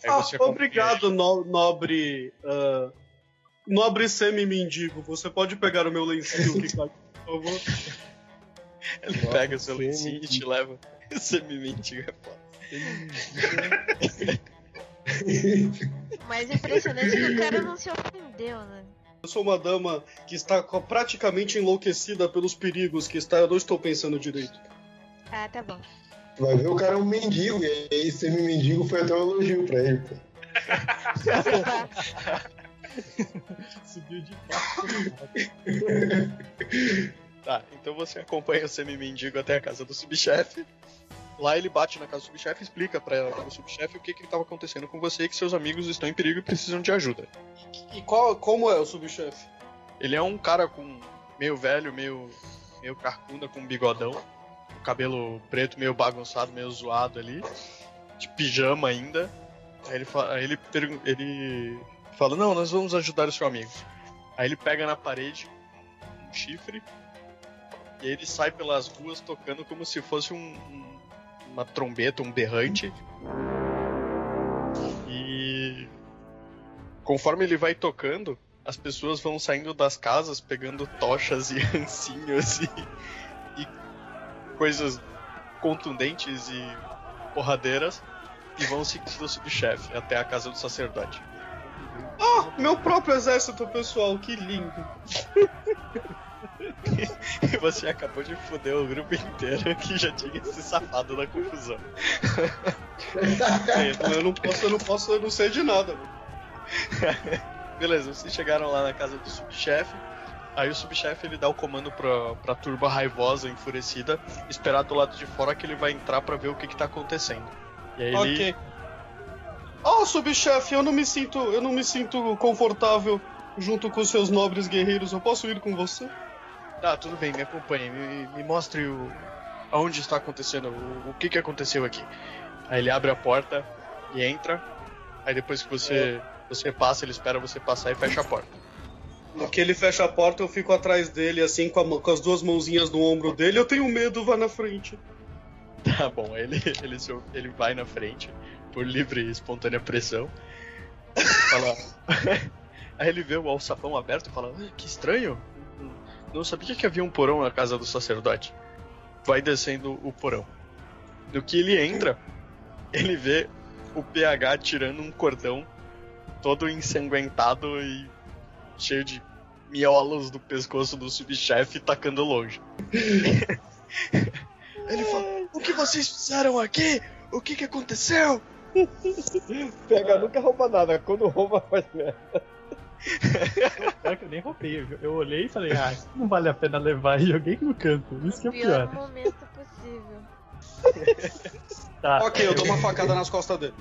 Aí Ah, você acompanha- obrigado, no- nobre. ah, nobre semi-mendigo. Você pode pegar o meu lencinho que cai, por favor? Ele pega o seu lencinho e te leva. Você me mentiu, é foda. Mas é impressionante que o cara não se ofendeu, né? Eu sou uma dama que está co- praticamente enlouquecida pelos perigos que está. Eu não estou pensando direito. Ah, tá bom. Vai ver, o cara é um mendigo, e aí semi-mendigo foi até um elogio pra ele, pô. Subiu de Tá, então você acompanha o semi-mendigo até a casa do subchefe. Lá ele bate na casa do subchefe e explica para o subchefe o que que estava acontecendo com você e que seus amigos estão em perigo e precisam de ajuda. E qual, como é o subchefe? Ele é um cara com meio velho, meio, meio carcunda, com um bigodão, um cabelo preto meio bagunçado, meio zoado ali, de pijama ainda. Aí ele, fa- aí ele, pergun- ele fala: Não, nós vamos ajudar o seu amigo. Aí ele pega na parede um chifre e aí ele sai pelas ruas tocando como se fosse um- um- uma trombeta, um berrante. E conforme ele vai tocando, as pessoas vão saindo das casas pegando tochas e ancinhos e, e coisas contundentes e porradeiras e vão seguindo o subchefe até a casa do sacerdote. Ah, meu próprio exército, pessoal, que lindo. E você acabou de foder o grupo inteiro que já tinha se safado da confusão. né? eu não posso, eu não posso, eu não sei de nada. Beleza, vocês chegaram lá na casa do subchefe. Aí o subchefe ele dá o comando pra, pra turba raivosa, enfurecida, esperar do lado de fora que ele vai entrar pra ver o que, que tá acontecendo. E aí ele Ok. Oh, subchefe, eu não me sinto, eu não me sinto confortável junto com seus nobres guerreiros. Eu posso ir com você? Tá, tudo bem, me acompanhe, me, me mostre o, aonde está acontecendo, o, o que, que aconteceu aqui. Aí ele abre a porta e entra, aí depois que você, você passa, ele espera você passar e fecha a porta. No que ele fecha a porta, eu fico atrás dele, assim, com, a mão- com as duas mãozinhas no ombro dele. Eu tenho medo, vá na frente. Tá bom, ele, ele, se- ele vai na frente, por livre e espontânea pressão. Fala. Aí ele vê o alçapão aberto e fala: "Ah, Que estranho! Não sabia que havia um porão na casa do sacerdote. Vai descendo o porão. No que ele entra, ele vê o PH tirando um cordão todo ensanguentado e cheio de miolos do pescoço do subchefe tacando longe. Ele fala: O que vocês fizeram aqui? O que, que aconteceu? Pega, nunca rouba nada. Quando rouba, faz merda. Pior É que eu nem roubei. Eu, eu olhei e falei, ah, isso não vale a pena levar e joguei no canto. Isso que é Pior pior. momento possível. Tá. Ok, eu dou uma facada nas costas dele.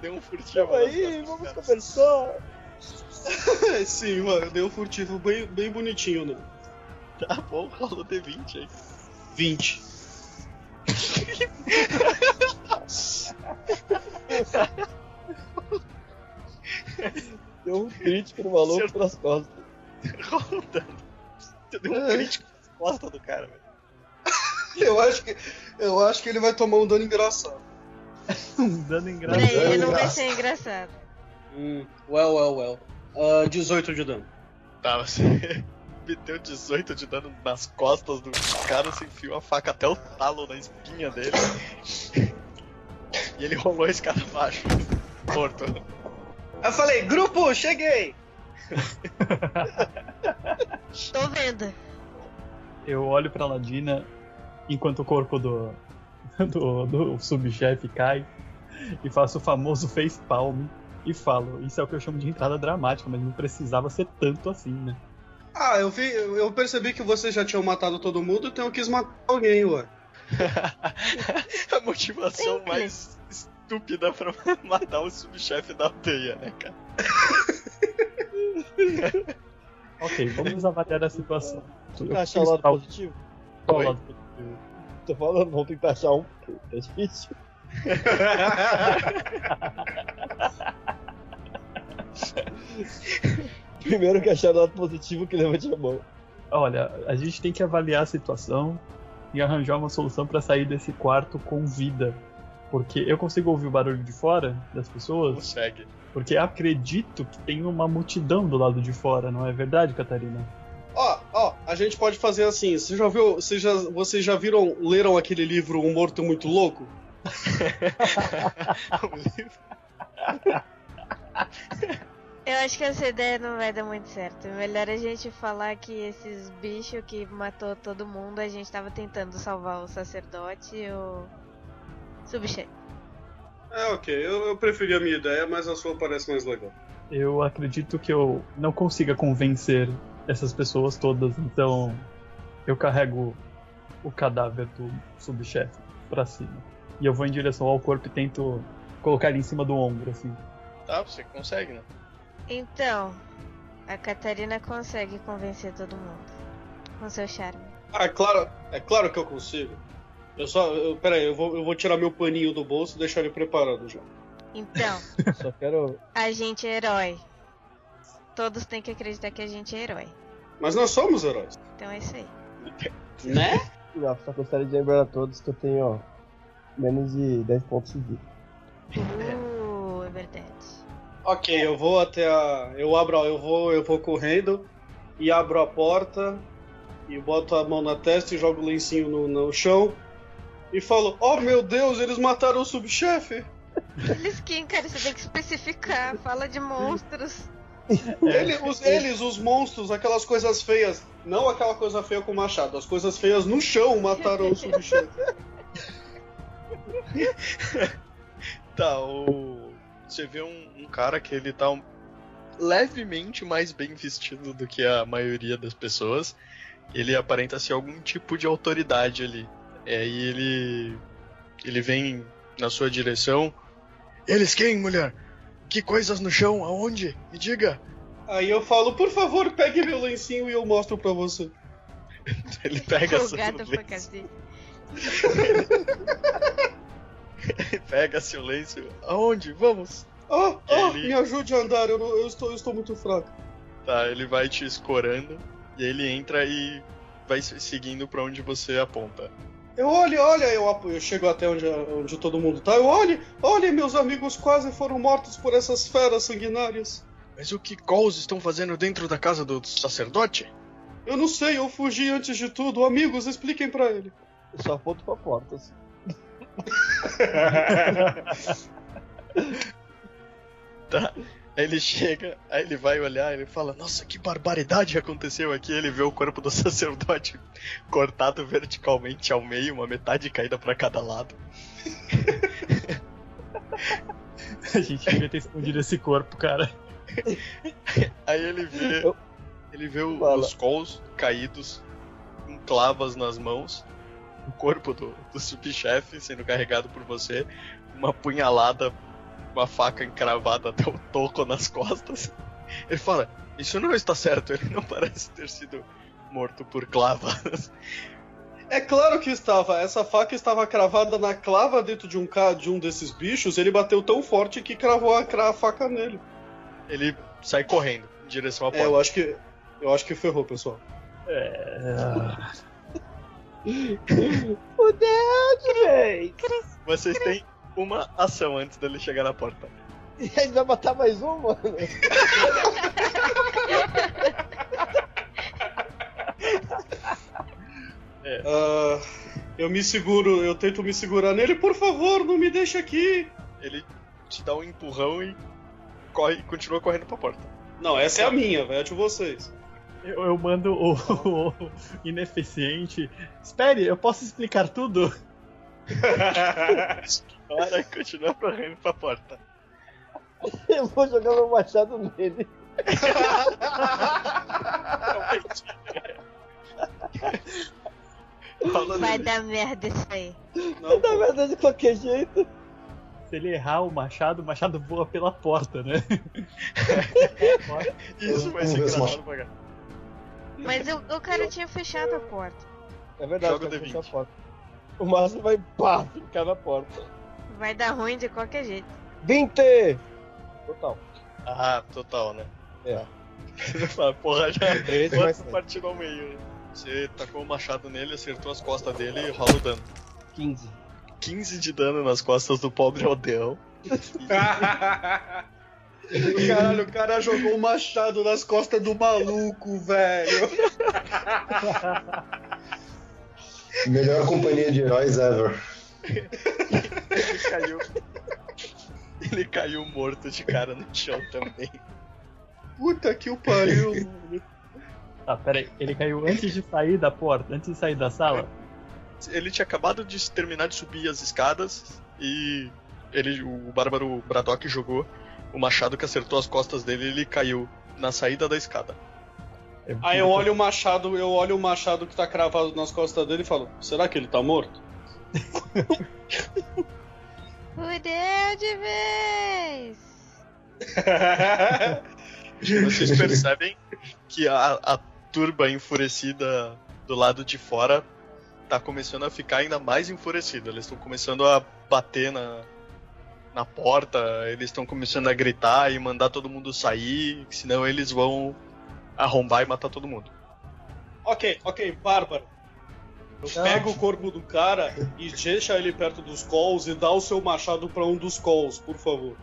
Deu um furtivo. Calma aí, vamos conversar. Sim, mano, deu um furtivo bem, bem bonitinho, né? Tá bom, rolou D20 aí. 20. Deu um crítico no maluco pelas costas. Rola um dano. Tu deu um crítico nas costas do cara, velho. Eu acho que. Eu acho que ele vai tomar um dano engraçado. Um dano engraçado. Peraí, ele não é. vai ser engraçado. Hum, well, well, well. Ah, 18 de dano. Tá, você meteu 18 de dano nas costas do cara, você enfiou a faca até o talo na espinha dele. e ele rolou esse cara abaixo. Morto. Eu falei, grupo, cheguei! Tô vendo. Eu olho pra Ladina enquanto o corpo do, do, do subchefe cai e faço o famoso face palm e falo, isso é o que eu chamo de entrada dramática, mas não precisava ser tanto assim, né? Ah, eu vi. Eu percebi que vocês já tinham matado todo mundo, então eu quis matar alguém, ué. a motivação mais estúpida pra matar o subchefe da aldeia, né, cara? ok, vamos avaliar a situação. Tu tá achando o lado positivo? Qual lado positivo? Tô falando, vamos tentar achar um, porque tá difícil. Primeiro que achar o lado positivo que levante a mão. Olha, a gente tem que avaliar a situação e arranjar uma solução pra sair desse quarto com vida. Porque eu consigo ouvir o barulho de fora das pessoas? Consegue. Porque acredito que tem uma multidão do lado de fora, não é verdade, Catarina? Ó, ó, a gente pode fazer assim. Você já viu, você já, vocês já viram, leram aquele livro Um Morto Muito Louco? Eu acho que essa ideia não vai dar muito certo. Melhor a gente falar que esses bichos que matou todo mundo, a gente tava tentando salvar o sacerdote e o subchefe. É, ok. Eu, eu preferi a minha ideia, mas a sua parece mais legal. Eu acredito que eu não consiga convencer essas pessoas todas, então eu carrego o cadáver do subchefe pra cima. E eu vou em direção ao corpo e tento colocar ele em cima do ombro, assim. Tá, você consegue, né? Então, a Catarina consegue convencer todo mundo com seu charme. Ah, é claro, é claro que eu consigo. Eu só. Eu, pera aí, eu vou, eu vou tirar meu paninho do bolso e deixar ele preparado já. Então, Só quero. a gente é herói. Todos têm que acreditar que a gente é herói. Mas nós somos heróis. Então é isso aí. Né? Não, só gostaria de lembrar a todos que eu tenho, ó, menos de 10 pontos de vida. Uh, é verdade. Ok, eu vou até a. Eu abro, eu vou, eu vou correndo e abro a porta e boto a mão na testa e jogo o lencinho no, no chão e falo: Oh meu Deus, eles mataram o subchefe! Eles quem, cara, você tem que especificar. Fala de monstros. Ele- os- eles, os monstros, aquelas coisas feias, não aquela coisa feia com machado, as coisas feias no chão mataram o subchefe. Tá, o... você vê um, um cara que ele tá um- levemente mais bem vestido do que a maioria das pessoas. Ele aparenta ser algum tipo de autoridade ali. É, e ele ele vem na sua direção. Eles quem, mulher? Que coisas no chão? Aonde? Me diga. Aí eu falo, por favor, pegue meu lencinho e eu mostro pra você. Ele pega seu Folgada pra lenço, cacete. ele pega seu lenço. Aonde? Vamos. Oh, oh, Ele- me ajude a andar, eu, não- eu estou, eu estou muito fraco. Tá, ele vai te escorando e ele entra e vai se- seguindo pra onde você aponta. Eu olho, olha, eu, apo- eu chego até onde, onde todo mundo tá. Eu olho, olha, meus amigos quase foram mortos por essas feras sanguinárias. Mas o que Coles estão fazendo dentro da casa do sacerdote? Eu não sei, eu fugi antes de tudo. Amigos, expliquem pra ele. Eu só aponto pra porta, assim. Tá. Aí ele chega, aí ele vai olhar, ele fala: Nossa, que barbaridade aconteceu aqui. Ele vê o corpo do sacerdote cortado verticalmente ao meio, uma metade caída pra cada lado. A gente devia ter escondido esse corpo, cara. Aí ele vê. Ele vê o- os Cols caídos, com clavas nas mãos, o corpo do, do subchefe sendo carregado por você, uma punhalada, uma faca encravada até o toco nas costas. Ele fala: Isso não está certo, ele não parece ter sido morto por clavas. É claro que estava. Essa faca estava cravada na clava dentro de um ca- de um desses bichos. Ele bateu tão forte que cravou a, cra- a faca nele. Ele sai correndo em direção à porta. É, eu acho que eu acho que ferrou, pessoal. O Dead, véi! Vocês têm uma ação antes dele chegar na porta. E aí vai matar mais um, mano? Ah, eu me seguro, eu tento me segurar nele. Por favor, não me deixe aqui. Ele te dá um empurrão e corre, continua correndo pra porta. Não, essa é a minha, velho. de vocês. Eu, eu mando o, o ineficiente. Espere, eu posso explicar tudo? Para e continua correndo pra porta. Eu vou jogar meu machado nele. Vai dar merda isso aí. Não, Na verdade, de qualquer jeito. Se ele errar o machado, o machado voa pela porta, né? Isso vai ser engraçado pra cá. Mas o, o cara tinha fechado a porta. É verdade, Joga o tem que D20. fechar a porta. O Márcio vai pá, ficar na porta. Vai dar ruim de qualquer jeito. 20! Total. Ah, total, né? É. Ah, Porra, já. Esse vai Bota ser. a partida ao meio. Você tacou o machado nele, acertou as costas dele e rola o dano. 15. 15 de dano nas costas do pobre aldeão. Caralho, o cara jogou um machado nas costas do maluco, velho. Melhor companhia de heróis ever. Ele caiu. Ele caiu morto de cara no chão também. Puta que o pariu. Tá, peraí. Ele caiu antes de sair da porta, antes de sair da sala. Ele tinha acabado de terminar de subir as escadas e ele, o bárbaro Braddock jogou o machado que acertou as costas dele e ele caiu na saída da escada. Aí eu olho o machado, eu olho o machado que tá cravado nas costas dele e falo: será que ele tá morto? Fudeu de vez! Vocês percebem que a, a turba enfurecida do lado de fora tá começando a ficar ainda mais enfurecida. Eles estão começando a bater na, na porta, eles estão começando a gritar e mandar todo mundo sair, senão eles vão arrombar e matar todo mundo. Ok, ok, Bárbara. Eu Tá pego o corpo do cara e deixa ele perto dos calls e dá o seu machado pra um dos calls, por favor.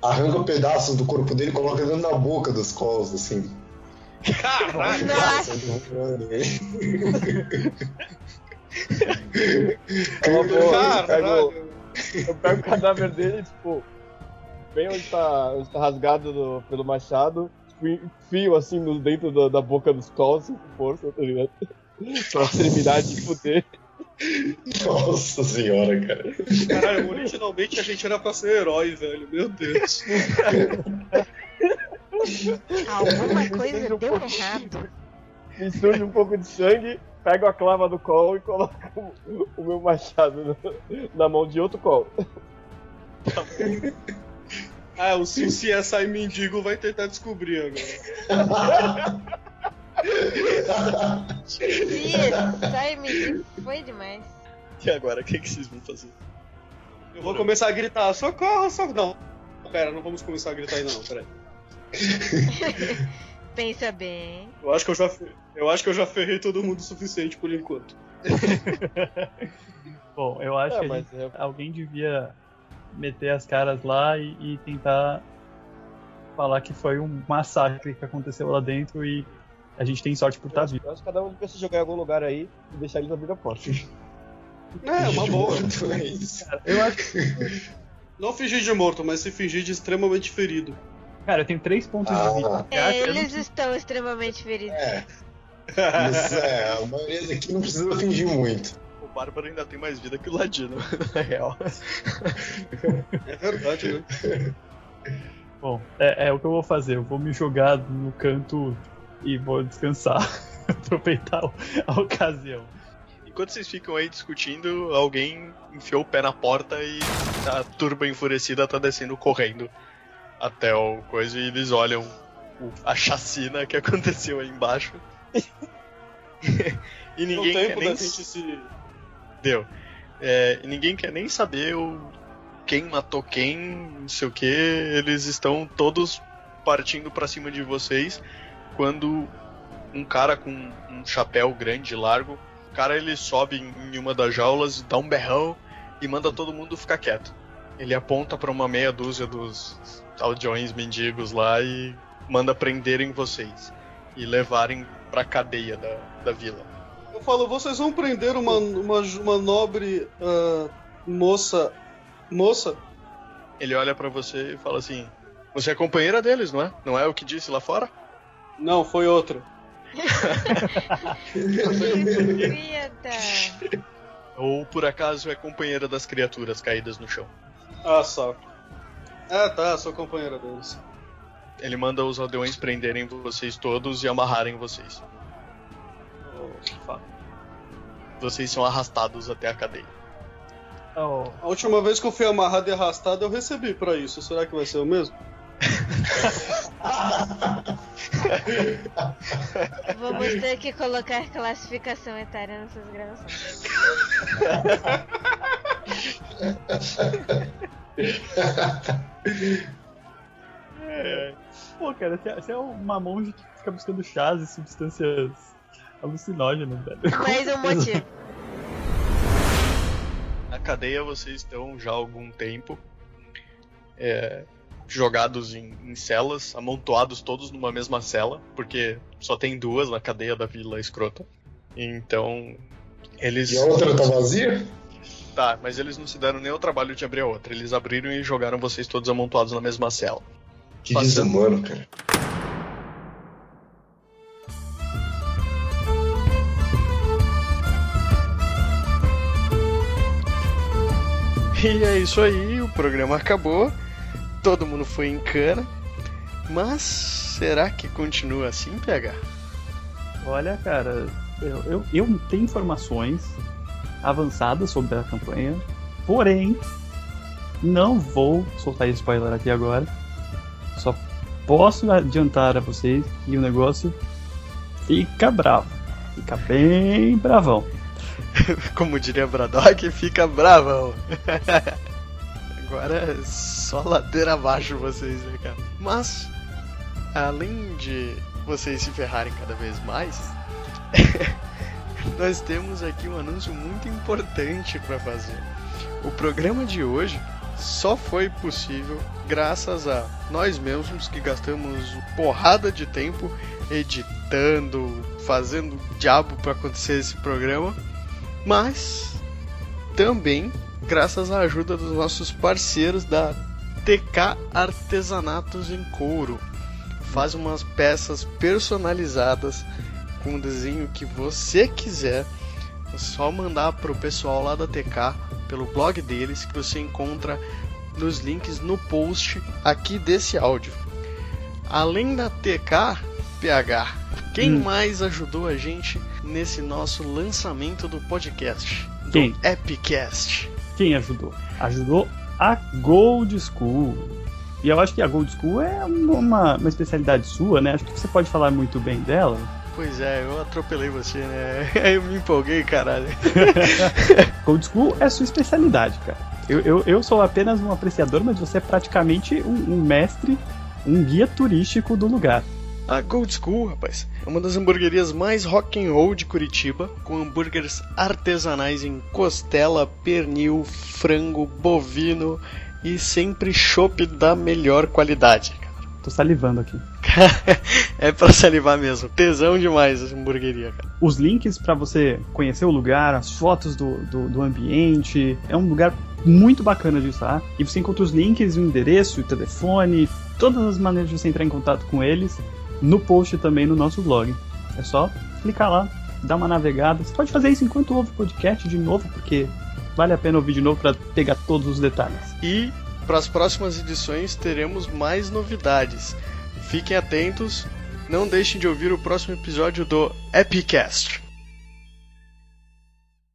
Arranca pedaços do corpo dele e coloca dentro da boca dos colos, assim. É Caralho. Eu pego o cadáver dele, tipo, bem onde tá, onde tá rasgado do- pelo machado, tipo, enfio assim no, dentro da, da boca dos calls assim, com força, tá ligado? Pra tipo, terminar de fuder. Nossa senhora, cara. Caralho, originalmente a gente era pra ser herói, velho. Meu Deus. Alguma coisa deu errado. Misturo um pouco de sangue, pego a clava do col e coloco o- o meu machado no- na mão de outro col. Ah, o se o CSI mendigo vai tentar descobrir agora. Sai, me tá foi demais. E agora, o que, que vocês vão fazer? Eu vou começar a gritar, socorro, socorro. Não, pera, não vamos começar a gritar ainda não, peraí. Pensa bem. Eu acho que eu já, fe- eu acho que eu já ferrei todo mundo o suficiente por enquanto. Bom, eu acho É, que a mas gente- alguém devia meter as caras lá e, e tentar falar que foi um massacre que aconteceu lá dentro e a gente tem sorte por estar vivo. Eu acho que cada um devia se jogar em algum lugar aí e deixar eles abrir a porta. É, uma boa. Eu acho Não fingir de morto, mas se fingir de extremamente ferido. Cara, eu tenho três pontos de vida. É, eles estão extremamente feridos. Mas é, a maioria daqui não precisa fingir muito. O Bárbaro ainda tem mais vida que o Ladino, na real. É verdade, né? Bom, é, é o que eu vou fazer. Eu vou me jogar no canto e vou descansar. Aproveitar o- a ocasião. Enquanto vocês ficam aí discutindo, alguém enfiou o pé na porta e a turba enfurecida tá descendo correndo até o coisa e eles olham o- a chacina que aconteceu aí embaixo. e Deu ninguém tempo quer nem da gente se. Deu. É, e ninguém quer nem saber o... quem matou quem, não sei o que. Eles estão todos partindo pra cima de vocês quando um cara com um chapéu grande e largo, o cara ele sobe em em uma das jaulas, dá um berrão e manda todo mundo ficar quieto. Ele aponta pra uma meia dúzia dos aldeões mendigos lá e manda prenderem vocês e levarem pra cadeia da, da vila. Eu falo, vocês vão prender uma, uma, uma nobre ah, moça. Moça? Ele olha pra você e fala assim: Você é companheira deles, não é? Não é o que disse lá fora? Não, foi outra. Ou por acaso é companheira das criaturas caídas no chão? Ah, só. Ah, tá, sou companheira deles. Ele manda os aldeões prenderem vocês todos e amarrarem vocês. Vocês são arrastados até a cadeia. A última vez que eu fui amarrado e arrastado, eu recebi pra isso. Será que vai ser o mesmo? Vamos ter que colocar classificação etária nessas gravações. É. Pô, cara, você é- você é uma monge que fica buscando chás e substâncias alucinógenas, velho. Mais um motivo. Na cadeia vocês estão já há algum tempo. é, jogados em, em celas, amontoados todos numa mesma cela, porque só tem duas na cadeia da Vila Escrota. Então. Eles. E a outra tá vazia? Tá, mas eles não se deram nem o trabalho de abrir a outra. Eles abriram e jogaram vocês todos amontoados na mesma cela. Que desumano, cara. E é isso aí, o programa acabou. Todo mundo foi em cana. Mas será que continua assim, PH? Olha, cara, eu, eu, eu tenho informações avançadas sobre a campanha, porém, não vou soltar spoiler aqui agora. Só posso adiantar a vocês que o negócio fica bravo. Fica bem bravão. Como diria Braddock, fica bravão. Agora é só ladeira abaixo vocês, né, cara? Mas, além de vocês se ferrarem cada vez mais, nós temos aqui um anúncio muito importante para fazer. O programa de hoje só foi possível graças a nós mesmos que gastamos porrada de tempo editando, fazendo o diabo para acontecer esse programa, mas também graças à ajuda dos nossos parceiros da TK Artesanatos em Couro. Faz umas peças personalizadas com o desenho que você quiser. É só mandar pro pessoal lá da TK pelo blog deles que você encontra nos links no post aqui desse áudio. Além da TK, PH, quem Hum. mais ajudou a gente nesse nosso lançamento do podcast? Quem? Epicast. Quem ajudou? Ajudou a Gold School. E eu acho que a Gold School é uma, uma especialidade sua, né? Acho que você pode falar muito bem dela. Pois é, eu atropelei você, né? Eu me empolguei, caralho. Cold School é sua especialidade, cara. Eu, eu, eu sou apenas um apreciador, mas você é praticamente um, um mestre, um guia turístico do lugar. A Ah, Gold School, rapaz, é uma das hamburguerias mais rock and roll de Curitiba, com hambúrgueres artesanais em costela, pernil, frango, bovino e sempre chopp da melhor qualidade. Tô salivando aqui. É pra salivar mesmo, tesão demais essa hamburgueria, cara. Os links pra você conhecer o lugar, as fotos do, do, do ambiente, é um lugar muito bacana de estar. E você encontra os links, o endereço, o telefone, todas as maneiras de você entrar em contato com eles no post também no nosso blog. É só clicar lá, dar uma navegada. Você pode fazer isso enquanto ouve o podcast de novo, porque vale a pena ouvir de novo pra pegar todos os detalhes. E para as próximas edições teremos mais novidades. Fiquem atentos Não deixem de ouvir o próximo episódio do Epicast.